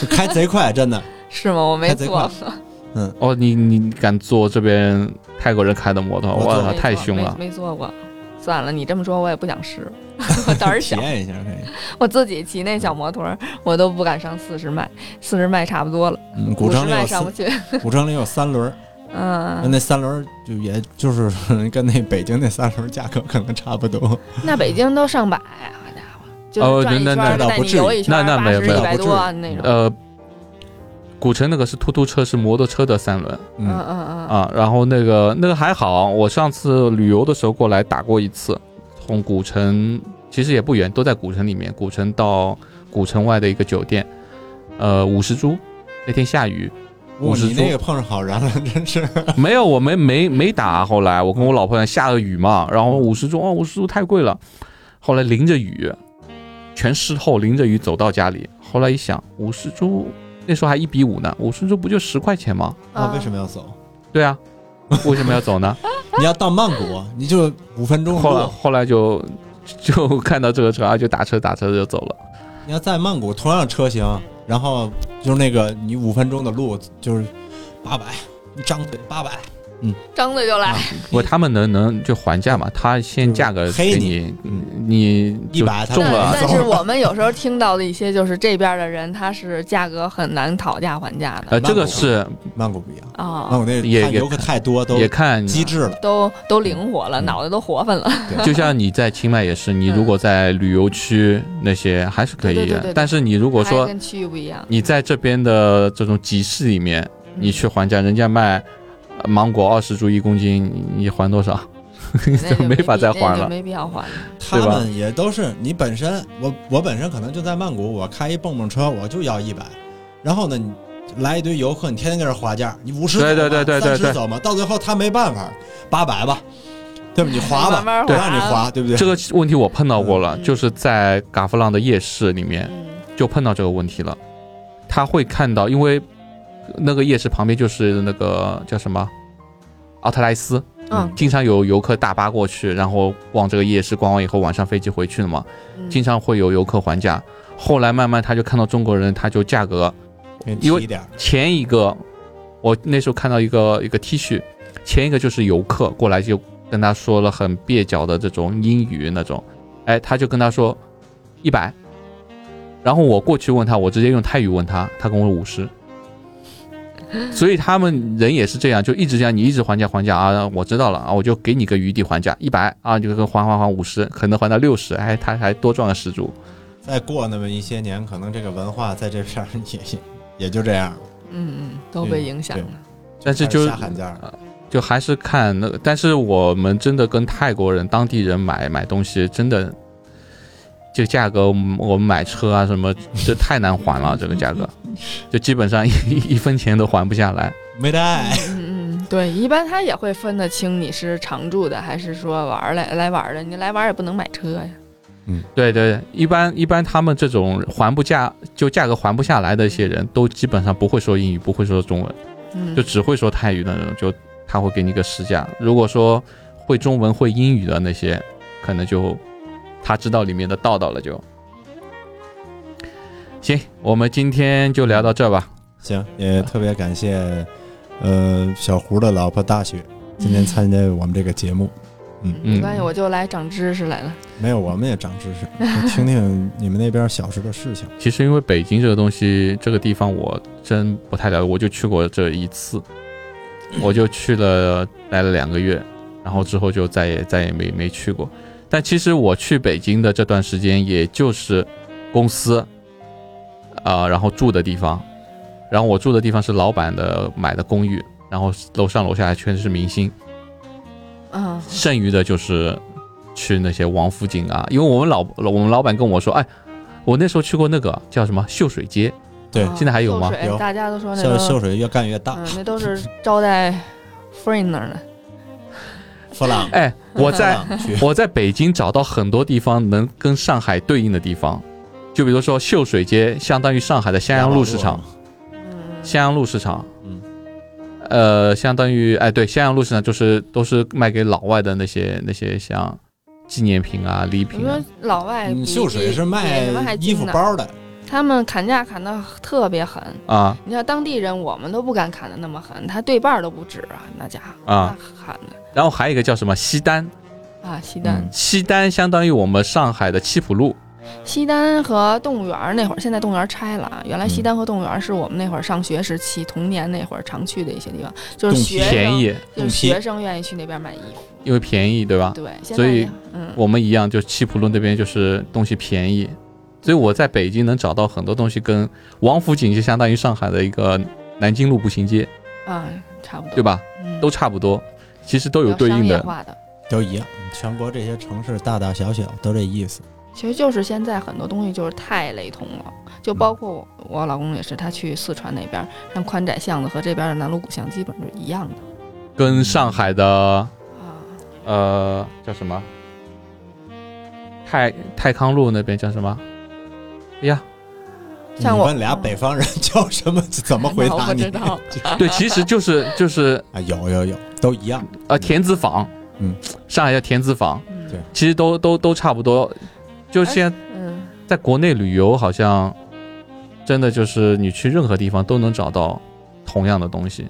[SPEAKER 2] 就开贼快，真 的。
[SPEAKER 3] 是吗？我没
[SPEAKER 2] 开贼快
[SPEAKER 3] 坐，
[SPEAKER 1] 哦，你你敢坐这边泰国人开的摩托？
[SPEAKER 2] 我
[SPEAKER 1] 我
[SPEAKER 2] 坐
[SPEAKER 1] 操，
[SPEAKER 3] 没
[SPEAKER 1] 太
[SPEAKER 3] 坐
[SPEAKER 1] 凶
[SPEAKER 3] 没
[SPEAKER 1] 了！
[SPEAKER 3] 没坐过。算了，你这么说我也不想试，我胆儿
[SPEAKER 2] 体
[SPEAKER 3] 小。
[SPEAKER 2] 验一下可以。
[SPEAKER 3] 我自己骑那小摩托儿，我都不敢上四十迈，四十迈差不多了，
[SPEAKER 2] 嗯，古
[SPEAKER 3] 五十
[SPEAKER 2] 城里
[SPEAKER 3] 迈
[SPEAKER 2] 有
[SPEAKER 3] 上不
[SPEAKER 2] 三，
[SPEAKER 3] 去。
[SPEAKER 2] 古城里有三轮儿，
[SPEAKER 3] 嗯，
[SPEAKER 2] 那三轮儿就也就是跟那北京那三轮儿价格可能差不多。
[SPEAKER 3] 那北京都上百啊，好家伙，就是
[SPEAKER 1] 哦
[SPEAKER 3] 转一
[SPEAKER 1] 那
[SPEAKER 3] 圈
[SPEAKER 1] 那
[SPEAKER 3] 儿
[SPEAKER 2] 那
[SPEAKER 3] 带
[SPEAKER 2] 倒不
[SPEAKER 3] 你
[SPEAKER 2] 至于
[SPEAKER 3] 游一圈儿，
[SPEAKER 1] 那那没有
[SPEAKER 3] 八十
[SPEAKER 1] 没有
[SPEAKER 3] 一百
[SPEAKER 2] 不至于
[SPEAKER 3] 多啊那种。
[SPEAKER 1] 呃，古城那个是突突车，是摩托车的三轮
[SPEAKER 3] 嗯
[SPEAKER 2] 嗯，
[SPEAKER 3] 嗯嗯，
[SPEAKER 1] 啊。然后那个那个还好，我上次旅游的时候过来打过一次，从古城其实也不远，都在古城里面，古城到古城外的一个酒店，呃，五十株。那天下雨，
[SPEAKER 2] 哇，
[SPEAKER 1] 50
[SPEAKER 2] 你那
[SPEAKER 1] 株
[SPEAKER 2] 个碰上好人了，真是。
[SPEAKER 1] 没有，我没没没打。后来我跟我老婆下了雨嘛，然后五十株哦，五十株太贵了。后来淋着雨，全湿透，淋着雨走到家里。后来一想，五十株那时候还一比五呢，五十株不就十块钱吗？
[SPEAKER 2] 啊，为什么要走？
[SPEAKER 1] 对啊，为什么要走呢？
[SPEAKER 2] 你 要到曼谷，你就五分 钟
[SPEAKER 1] 后来
[SPEAKER 2] 路。
[SPEAKER 1] 后来就 就看到这个车啊，就打车打车就走了。
[SPEAKER 2] 你要在曼谷同样车型，然后就是那个你五分钟的路就是八百，你张嘴八百，
[SPEAKER 3] 张嘴就来
[SPEAKER 2] 啊，
[SPEAKER 1] 不过他们能能就还价嘛，他先价格
[SPEAKER 2] 黑
[SPEAKER 1] 给
[SPEAKER 2] 你
[SPEAKER 1] 你，
[SPEAKER 3] 嗯
[SPEAKER 1] 你就
[SPEAKER 2] 100他
[SPEAKER 1] 中
[SPEAKER 2] 动
[SPEAKER 1] 了
[SPEAKER 3] 但
[SPEAKER 2] 走
[SPEAKER 3] 但是
[SPEAKER 2] 了啊
[SPEAKER 3] 我们有时候听到的一些，就是这边的人他是价格很难讨价还价的
[SPEAKER 1] 呃，这个是
[SPEAKER 2] 曼谷不一
[SPEAKER 1] 呃
[SPEAKER 2] 样，曼
[SPEAKER 1] 嗯
[SPEAKER 3] 啊，
[SPEAKER 2] 谷那
[SPEAKER 1] 也
[SPEAKER 2] 看
[SPEAKER 1] 也
[SPEAKER 2] 游客太多，都
[SPEAKER 1] 也看
[SPEAKER 2] 机智了。
[SPEAKER 3] 都都灵活了，
[SPEAKER 2] 嗯
[SPEAKER 3] 脑袋都活泛了。
[SPEAKER 1] 就像你在清迈也是，你如果在旅游区那些还是可以
[SPEAKER 3] 嗯对对对对对
[SPEAKER 1] 但是你如果
[SPEAKER 3] 还
[SPEAKER 1] 说
[SPEAKER 3] 跟区域不一样，嗯
[SPEAKER 1] 你在这边的这种集市里面，你去还价，人家卖呃芒果二十株一公斤，你你还多少？
[SPEAKER 3] 那
[SPEAKER 1] 就
[SPEAKER 3] 就
[SPEAKER 1] 没法再
[SPEAKER 3] 必那
[SPEAKER 1] 还
[SPEAKER 3] 就
[SPEAKER 1] 了。
[SPEAKER 3] 没必要还了。
[SPEAKER 2] 他
[SPEAKER 1] 对吧
[SPEAKER 2] 们也都是你本身，我我本身可能就在曼谷，我开一蹦蹦车我就要一百，然后呢，你来一堆游客，你天天在这划价，你五十
[SPEAKER 1] 对对对对对对
[SPEAKER 2] 三十走嘛，到最后他没办法，八百吧，对吧？ 你划吧，
[SPEAKER 3] 慢慢划
[SPEAKER 2] 不让你划，对不对？
[SPEAKER 1] 这个问题我碰到过了，
[SPEAKER 3] 嗯
[SPEAKER 1] 就是在嘎夫浪的夜市里面
[SPEAKER 3] 嗯，
[SPEAKER 1] 就碰到这个问题了。他会看到，因为那个夜市旁边就是那个叫什么奥特莱斯，
[SPEAKER 3] 嗯，
[SPEAKER 1] 经常有游客大巴过去，然后逛这个夜市，逛完以后晚上飞机回去了嘛。
[SPEAKER 3] 嗯
[SPEAKER 1] 经常会有游客还价。后来慢慢他就看到中国人，他就价格
[SPEAKER 2] 给你
[SPEAKER 1] 因为
[SPEAKER 2] 提一点儿，
[SPEAKER 1] 前一个，我那时候看到一个一个 T 恤，前一个就是游客过来就跟他说了很蹩脚的这种英语那种，哎，他就跟他说一百，然后我过去问他，我直接用泰语问他，他跟我五十。所以他们人也是这样，就一直这样，你一直还价还价啊，我知道了啊，我就给你个余地还价一百啊，你就跟还还还五十，可能还到六十，哎，他还多赚了十株。
[SPEAKER 2] 再过那么一些年，可能这个文化在这片儿 也也也就这样，
[SPEAKER 3] 嗯嗯都被影响了。
[SPEAKER 1] 但是就呃
[SPEAKER 2] 瞎喊价儿，
[SPEAKER 1] 就还是看那个，但是我们真的跟泰国人、当地人买买东西，真的这个价格，我们我们买车啊什么，这太难还了，这个价格，就基本上一一分钱都还不下来。
[SPEAKER 2] 没 带。
[SPEAKER 3] 嗯，嗯，对，一般他也会分得清你是常住的还是说玩儿来来玩儿的。你来玩儿也不能买车呀。
[SPEAKER 1] 对对，一般一般他们这种还不价就价格还不下来的一些人都基本上不会说英语，不会说中文，
[SPEAKER 3] 嗯，
[SPEAKER 1] 就只会说泰语那种，就他会给你个实价。如果说会中文、会英语的那些，可能就他知道里面的道道了就。行，我们今天就聊到这吧。
[SPEAKER 2] 行，也特别感谢，呃，小胡的老婆大雪今天参加我们这个节目，嗯，
[SPEAKER 1] 嗯
[SPEAKER 3] 没关系，我就来长知识来了。
[SPEAKER 2] 没有，我们也长知识，就听听你们那边小时的事情。
[SPEAKER 1] 其实因为北京这个东西，这个地方我真不太了解，我就去过这一次，我就去了待了两个月，然后之后就再也再也没没去过。但其实我去北京的这段时间，也就是公司，啊、然后住的地方，然后我住的地方是老板的买的公寓，然后楼上楼下全是明星，
[SPEAKER 3] 嗯，
[SPEAKER 1] 剩余的就是去那些王府井啊，因为我们老我们老板跟我说，哎，我那时候去过那个叫什么秀水街。
[SPEAKER 2] 对
[SPEAKER 3] 啊
[SPEAKER 1] 现在还有吗
[SPEAKER 3] 秀水
[SPEAKER 2] 有
[SPEAKER 3] 大家都说那
[SPEAKER 2] 秀秀
[SPEAKER 3] 都，
[SPEAKER 2] 水越干越大
[SPEAKER 3] 嗯，，那都是招待 foreigner 的。
[SPEAKER 2] 弗 朗
[SPEAKER 1] 哎，我在
[SPEAKER 2] 弗朗区
[SPEAKER 1] 我在北京找到很多地方能跟上海对应的地方，就比如说秀水街，相当于上海的襄阳路市场，
[SPEAKER 3] 嗯，
[SPEAKER 1] 襄阳路市场，
[SPEAKER 2] 嗯，
[SPEAKER 1] 呃，相当于哎对，襄阳路市场就是都是卖给老外的那些那些像纪念品啊、礼
[SPEAKER 3] 嗯你
[SPEAKER 1] 品啊
[SPEAKER 3] 说，老外哎比
[SPEAKER 2] 嗯，秀水是
[SPEAKER 3] 比什么
[SPEAKER 2] 卖
[SPEAKER 3] 还
[SPEAKER 2] 衣
[SPEAKER 3] 精
[SPEAKER 2] 服
[SPEAKER 3] 呢
[SPEAKER 2] 包的，
[SPEAKER 3] 他们砍价砍的特别狠。
[SPEAKER 1] 啊
[SPEAKER 3] 你像当地人，我们都不敢砍的那么狠，他对半儿都不止啊，那家伙
[SPEAKER 1] 啊，
[SPEAKER 3] 那砍的
[SPEAKER 1] 然后还有一个叫什么西单，
[SPEAKER 3] 啊。西单
[SPEAKER 2] 嗯、
[SPEAKER 1] 西单相当于我们上海的七浦路，
[SPEAKER 3] 西单和动物园儿那会儿，现在动物园儿拆了啊。原来
[SPEAKER 2] 嗯
[SPEAKER 3] 西单和动物园儿是我们那会儿上学时期、童年那会儿常去的一些地方，就是
[SPEAKER 2] 动
[SPEAKER 3] 学
[SPEAKER 2] 批
[SPEAKER 3] 生
[SPEAKER 1] 便，宜，啊
[SPEAKER 3] 就是学生愿意去那边买衣服。
[SPEAKER 1] 因为便宜对吧？
[SPEAKER 3] 对，现
[SPEAKER 1] 所
[SPEAKER 3] 在
[SPEAKER 1] 以
[SPEAKER 3] 也嗯，
[SPEAKER 1] 我们一样，就七浦路那边就是东西便宜，所以我在北京能找到很多东西跟王府井就相当于上海的一个南京路步行街，
[SPEAKER 3] 啊，差不多
[SPEAKER 1] 对？吧？
[SPEAKER 3] 嗯
[SPEAKER 1] 都差不多，其实都有
[SPEAKER 3] 比较
[SPEAKER 1] 对应
[SPEAKER 3] 商业
[SPEAKER 1] 的。
[SPEAKER 3] 化的。
[SPEAKER 2] 都一样。全国这些城市大大小小都这意思。
[SPEAKER 3] 其实就是现在很多东西就是太雷同了，
[SPEAKER 1] 嗯
[SPEAKER 3] 就包括我我老公也是，他去四川那边，像宽窄巷子和这边的南锣鼓巷基本是一样的
[SPEAKER 1] 跟上海的
[SPEAKER 3] 啊。
[SPEAKER 1] 呃叫什么泰泰康路那边叫什么？哎呀，
[SPEAKER 2] 你
[SPEAKER 1] 嗯
[SPEAKER 3] 像我嗯
[SPEAKER 2] 问俩北方人叫什么？怎么回
[SPEAKER 3] 那我
[SPEAKER 2] 答
[SPEAKER 3] 不
[SPEAKER 2] 你？
[SPEAKER 3] 知道
[SPEAKER 1] 对，其实就是就是
[SPEAKER 2] 啊，有有有，都一样。
[SPEAKER 1] 呃田子坊，
[SPEAKER 2] 嗯，
[SPEAKER 1] 上海叫田子坊，
[SPEAKER 3] 嗯
[SPEAKER 2] 对
[SPEAKER 1] 其实都都都差不多。就现在
[SPEAKER 3] 嗯，
[SPEAKER 1] 在国内旅游好像真的就是你去任何地方都能找到同样的东西，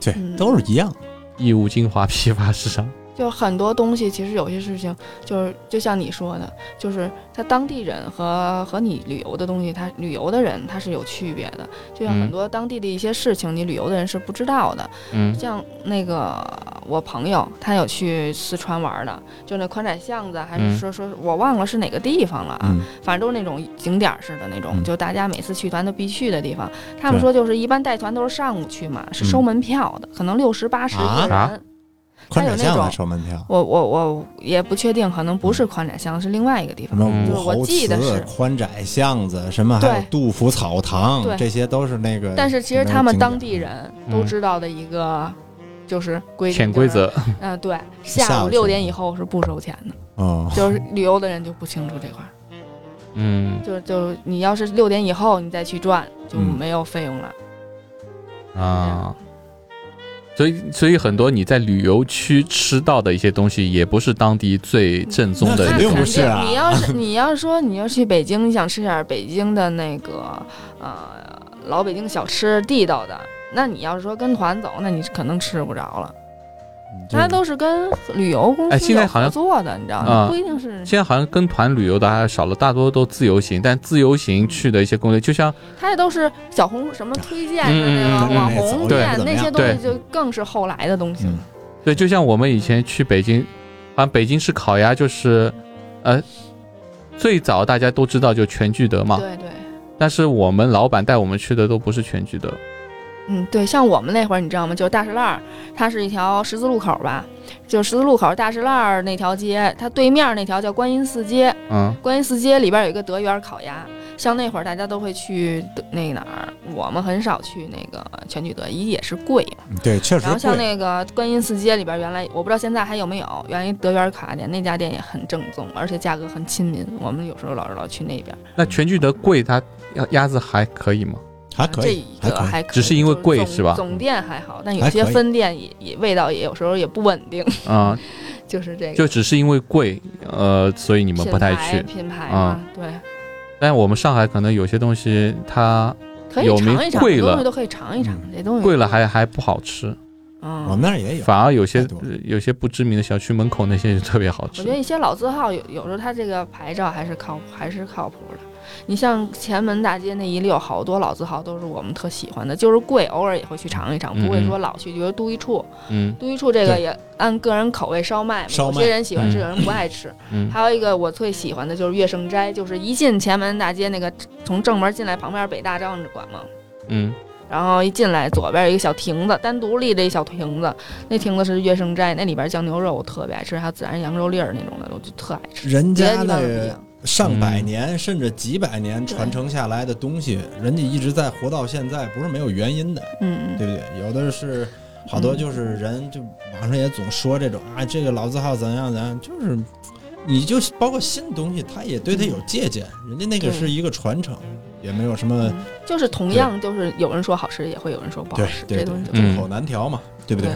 [SPEAKER 2] 对
[SPEAKER 3] 嗯，
[SPEAKER 2] 都是一样。
[SPEAKER 1] 义乌金华批发市场。
[SPEAKER 3] 就很多东西，其实有些事情就是就像你说的，就是他当地人和和你旅游的东西，他旅游的人他是有区别的。就像
[SPEAKER 1] 嗯
[SPEAKER 3] 很多当地的一些事情，你旅游的人是不知道的。
[SPEAKER 1] 嗯
[SPEAKER 3] 像那个我朋友，他有去四川玩的，就那宽窄巷子，还
[SPEAKER 1] 嗯
[SPEAKER 3] 是说说我忘了是哪个地方了啊，
[SPEAKER 2] 嗯，
[SPEAKER 3] 反正都是那种景点儿似的那种，
[SPEAKER 2] 嗯
[SPEAKER 3] 就大家每次去团都必去的地方。他们
[SPEAKER 2] 对
[SPEAKER 3] 说就是一般带团都是上午去嘛，是收
[SPEAKER 2] 嗯
[SPEAKER 3] 门票的，可能六十八十一
[SPEAKER 2] 啊
[SPEAKER 3] 个人。
[SPEAKER 2] 宽窄
[SPEAKER 3] 还有那
[SPEAKER 2] 巷
[SPEAKER 3] 种
[SPEAKER 2] 子收门票，
[SPEAKER 3] 我我我也不确定，可能不是宽窄巷，是另外一个地
[SPEAKER 2] 什
[SPEAKER 3] 方。
[SPEAKER 2] 么
[SPEAKER 1] 嗯
[SPEAKER 2] 武
[SPEAKER 3] 就是我
[SPEAKER 2] 侯
[SPEAKER 3] 记得
[SPEAKER 2] 祠
[SPEAKER 3] 是、
[SPEAKER 2] 宽窄巷子，什么还有
[SPEAKER 3] 对
[SPEAKER 2] 杜甫草堂，
[SPEAKER 3] 对
[SPEAKER 2] 这些都是那个。
[SPEAKER 3] 但是其实他们当地
[SPEAKER 2] 那个
[SPEAKER 3] 人
[SPEAKER 1] 嗯
[SPEAKER 3] 都知道的一个就是规定，
[SPEAKER 1] 潜规。则，
[SPEAKER 3] 嗯、对，
[SPEAKER 2] 下
[SPEAKER 3] 下
[SPEAKER 2] 午去
[SPEAKER 3] 午六点以后是不收钱的，
[SPEAKER 2] 景点哦，
[SPEAKER 3] 就是旅游的人就不清楚这块儿。
[SPEAKER 1] 嗯
[SPEAKER 3] 就就你要是六点以后你再去转，就
[SPEAKER 2] 嗯
[SPEAKER 3] 没有费用了。
[SPEAKER 1] 啊，所以所以很多你在旅游区吃到的一些东西，也不是当地最正宗
[SPEAKER 2] 那
[SPEAKER 1] 的
[SPEAKER 2] 肯
[SPEAKER 1] 一
[SPEAKER 2] 定
[SPEAKER 1] 种
[SPEAKER 2] 不是啊
[SPEAKER 3] 你要是你要说你要去北京，你想吃点儿北京的那个呃老北京小吃地道的，那你要是说跟团走，那你可能吃不着了。
[SPEAKER 2] 嗯
[SPEAKER 3] 它都是跟旅游公
[SPEAKER 1] 哎
[SPEAKER 3] 司
[SPEAKER 1] 现在
[SPEAKER 3] 有
[SPEAKER 1] 好像
[SPEAKER 3] 合作的，你知道
[SPEAKER 1] 啊
[SPEAKER 3] 吗？不一定是
[SPEAKER 1] 现在好像跟团旅游的还少了，大多都自由行。但自由行去的一些攻略，就像
[SPEAKER 3] 它也都是小红什么推荐的
[SPEAKER 1] 嗯
[SPEAKER 3] 那
[SPEAKER 1] 嗯嗯
[SPEAKER 3] 个网
[SPEAKER 2] 那走
[SPEAKER 3] 红
[SPEAKER 2] 也
[SPEAKER 3] 店
[SPEAKER 2] 不，怎么
[SPEAKER 3] 那些
[SPEAKER 2] 样
[SPEAKER 3] 东西
[SPEAKER 1] 对
[SPEAKER 3] 就更是后来的东西了
[SPEAKER 2] 嗯。
[SPEAKER 1] 对，就像我们以前去北京，好像北京吃烤鸭就是，呃，最早大家都知道就全聚德嘛，
[SPEAKER 3] 对对，
[SPEAKER 1] 但是我们老板带我们去的都不是全聚德，
[SPEAKER 3] 嗯，对，像我们那会儿，你知道吗？就是大石烂儿，它是一条十字路口吧，就十字路口大石烂儿那条街，它对面那条叫观音寺街，
[SPEAKER 1] 嗯，
[SPEAKER 3] 观音寺街里边有一个德源烤鸭。像那会儿大家都会去德那哪儿，我们很少去那个全聚德，一也是贵嘛。
[SPEAKER 2] 嗯对，确实
[SPEAKER 3] 然后像
[SPEAKER 2] 贵。
[SPEAKER 3] 那个观音寺街里边，原来我不知道现在还有没有，原来德源烤鸭店那家店也很正宗，而且价格很亲民。我们有时候老是老去那边，
[SPEAKER 1] 那全聚德贵，它鸭鸭子还可以吗？
[SPEAKER 2] 还可
[SPEAKER 3] 这
[SPEAKER 2] 以，
[SPEAKER 3] 一
[SPEAKER 2] 还
[SPEAKER 3] 个
[SPEAKER 2] 可以。
[SPEAKER 3] 还可以，
[SPEAKER 1] 只是因为贵
[SPEAKER 3] 就是
[SPEAKER 1] 吧
[SPEAKER 3] 总总店还好，但有
[SPEAKER 2] 还
[SPEAKER 3] 些
[SPEAKER 2] 可以
[SPEAKER 3] 分店也也味道也有时候也不稳定，
[SPEAKER 1] 嗯，
[SPEAKER 3] 就是这个。
[SPEAKER 1] 就只是因为贵，呃，所以你
[SPEAKER 3] 你
[SPEAKER 1] 们不太去。
[SPEAKER 3] 品牌
[SPEAKER 1] 啊
[SPEAKER 3] 嘛，对，
[SPEAKER 1] 但我们上海可能有些东西它
[SPEAKER 3] 可以
[SPEAKER 1] 有名
[SPEAKER 3] 尝一尝，
[SPEAKER 1] 贵
[SPEAKER 3] 这
[SPEAKER 1] 了嗯
[SPEAKER 3] 东西都可以尝一尝，这东西
[SPEAKER 1] 贵了还还不好吃，
[SPEAKER 3] 嗯嗯，
[SPEAKER 2] 我们那儿也有，
[SPEAKER 1] 反而有些
[SPEAKER 2] 哎太多了
[SPEAKER 1] 呃有些不知名的小区门口那些就特别好
[SPEAKER 3] 我
[SPEAKER 1] 吃
[SPEAKER 3] 觉得。一些老字号有有时候它这个牌照还是靠还是靠谱的。你像前门大街那一溜，好多老字号都是我们特喜欢的，就是贵，偶尔也会去尝一尝，不会
[SPEAKER 1] 嗯嗯
[SPEAKER 3] 说老去。比如都一处，
[SPEAKER 1] 嗯
[SPEAKER 3] 都一处这个
[SPEAKER 2] 对
[SPEAKER 3] 也按个人口味烧麦嘛，
[SPEAKER 2] 烧
[SPEAKER 3] 有
[SPEAKER 2] 麦
[SPEAKER 3] 些人喜欢
[SPEAKER 1] 嗯
[SPEAKER 3] 吃，有人不爱吃。
[SPEAKER 1] 嗯
[SPEAKER 3] 还有一个我最喜欢的就是月盛斋，就是一进前门大街那个从正门进来，旁边北大照着馆嘛，
[SPEAKER 1] 嗯，
[SPEAKER 3] 然后一进来左边有一个小亭子，单独立着一小亭子，那亭子是月盛斋，那里边酱牛肉我特别爱吃，还有孜然羊肉粒儿那种的，我就特爱吃。
[SPEAKER 2] 人
[SPEAKER 3] 别的
[SPEAKER 2] 家
[SPEAKER 3] 地方都不一
[SPEAKER 2] 那
[SPEAKER 3] 样。
[SPEAKER 2] 上百
[SPEAKER 1] 嗯
[SPEAKER 2] 年甚至几百年
[SPEAKER 3] 对
[SPEAKER 2] 传承下来的东西，人家一直在活到现在，不是没有原因的，
[SPEAKER 3] 嗯
[SPEAKER 2] 对不对？有的是好多就是人就网上也总说这种啊，这个老字号怎样怎样，就是你就包括新东西，他也对他有借鉴，人家那个
[SPEAKER 3] 对
[SPEAKER 2] 是一个传承，也没有什么
[SPEAKER 3] 嗯，就是同样，就是有人说好吃，也会有人说不好
[SPEAKER 2] 对
[SPEAKER 3] 吃，
[SPEAKER 2] 对对
[SPEAKER 3] 这东西就
[SPEAKER 1] 嗯
[SPEAKER 2] 众口难调嘛，对不
[SPEAKER 3] 对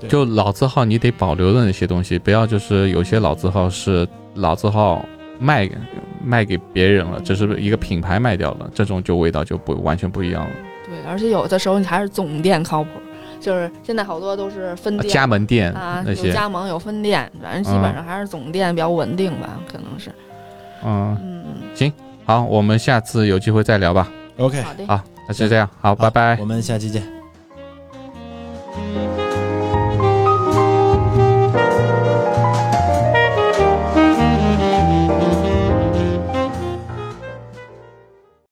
[SPEAKER 2] 对？
[SPEAKER 1] 就老字号你得保留的那些东西，不要就是有些老字号是老字号卖给卖给别人了，只是一个品牌卖掉了，这种就味道就不完全不一样了。
[SPEAKER 3] 对，而且有的时候你还是总店靠谱，就是现在好多都是分
[SPEAKER 1] 啊
[SPEAKER 3] 店
[SPEAKER 1] 加盟店
[SPEAKER 3] 嗯啊，
[SPEAKER 1] 那
[SPEAKER 3] 有
[SPEAKER 1] 些，
[SPEAKER 3] 加盟有分店，反正基
[SPEAKER 2] 啊
[SPEAKER 3] 本上还是总店比较稳定吧，可能是，
[SPEAKER 1] 嗯，
[SPEAKER 3] 嗯，
[SPEAKER 1] 好，我们下次有机会再聊吧。
[SPEAKER 2] OK，
[SPEAKER 3] 好的。
[SPEAKER 2] 哎
[SPEAKER 1] 好，那就这样，好，
[SPEAKER 2] 好
[SPEAKER 1] 拜拜
[SPEAKER 2] 我。们下期见。
[SPEAKER 3] 拜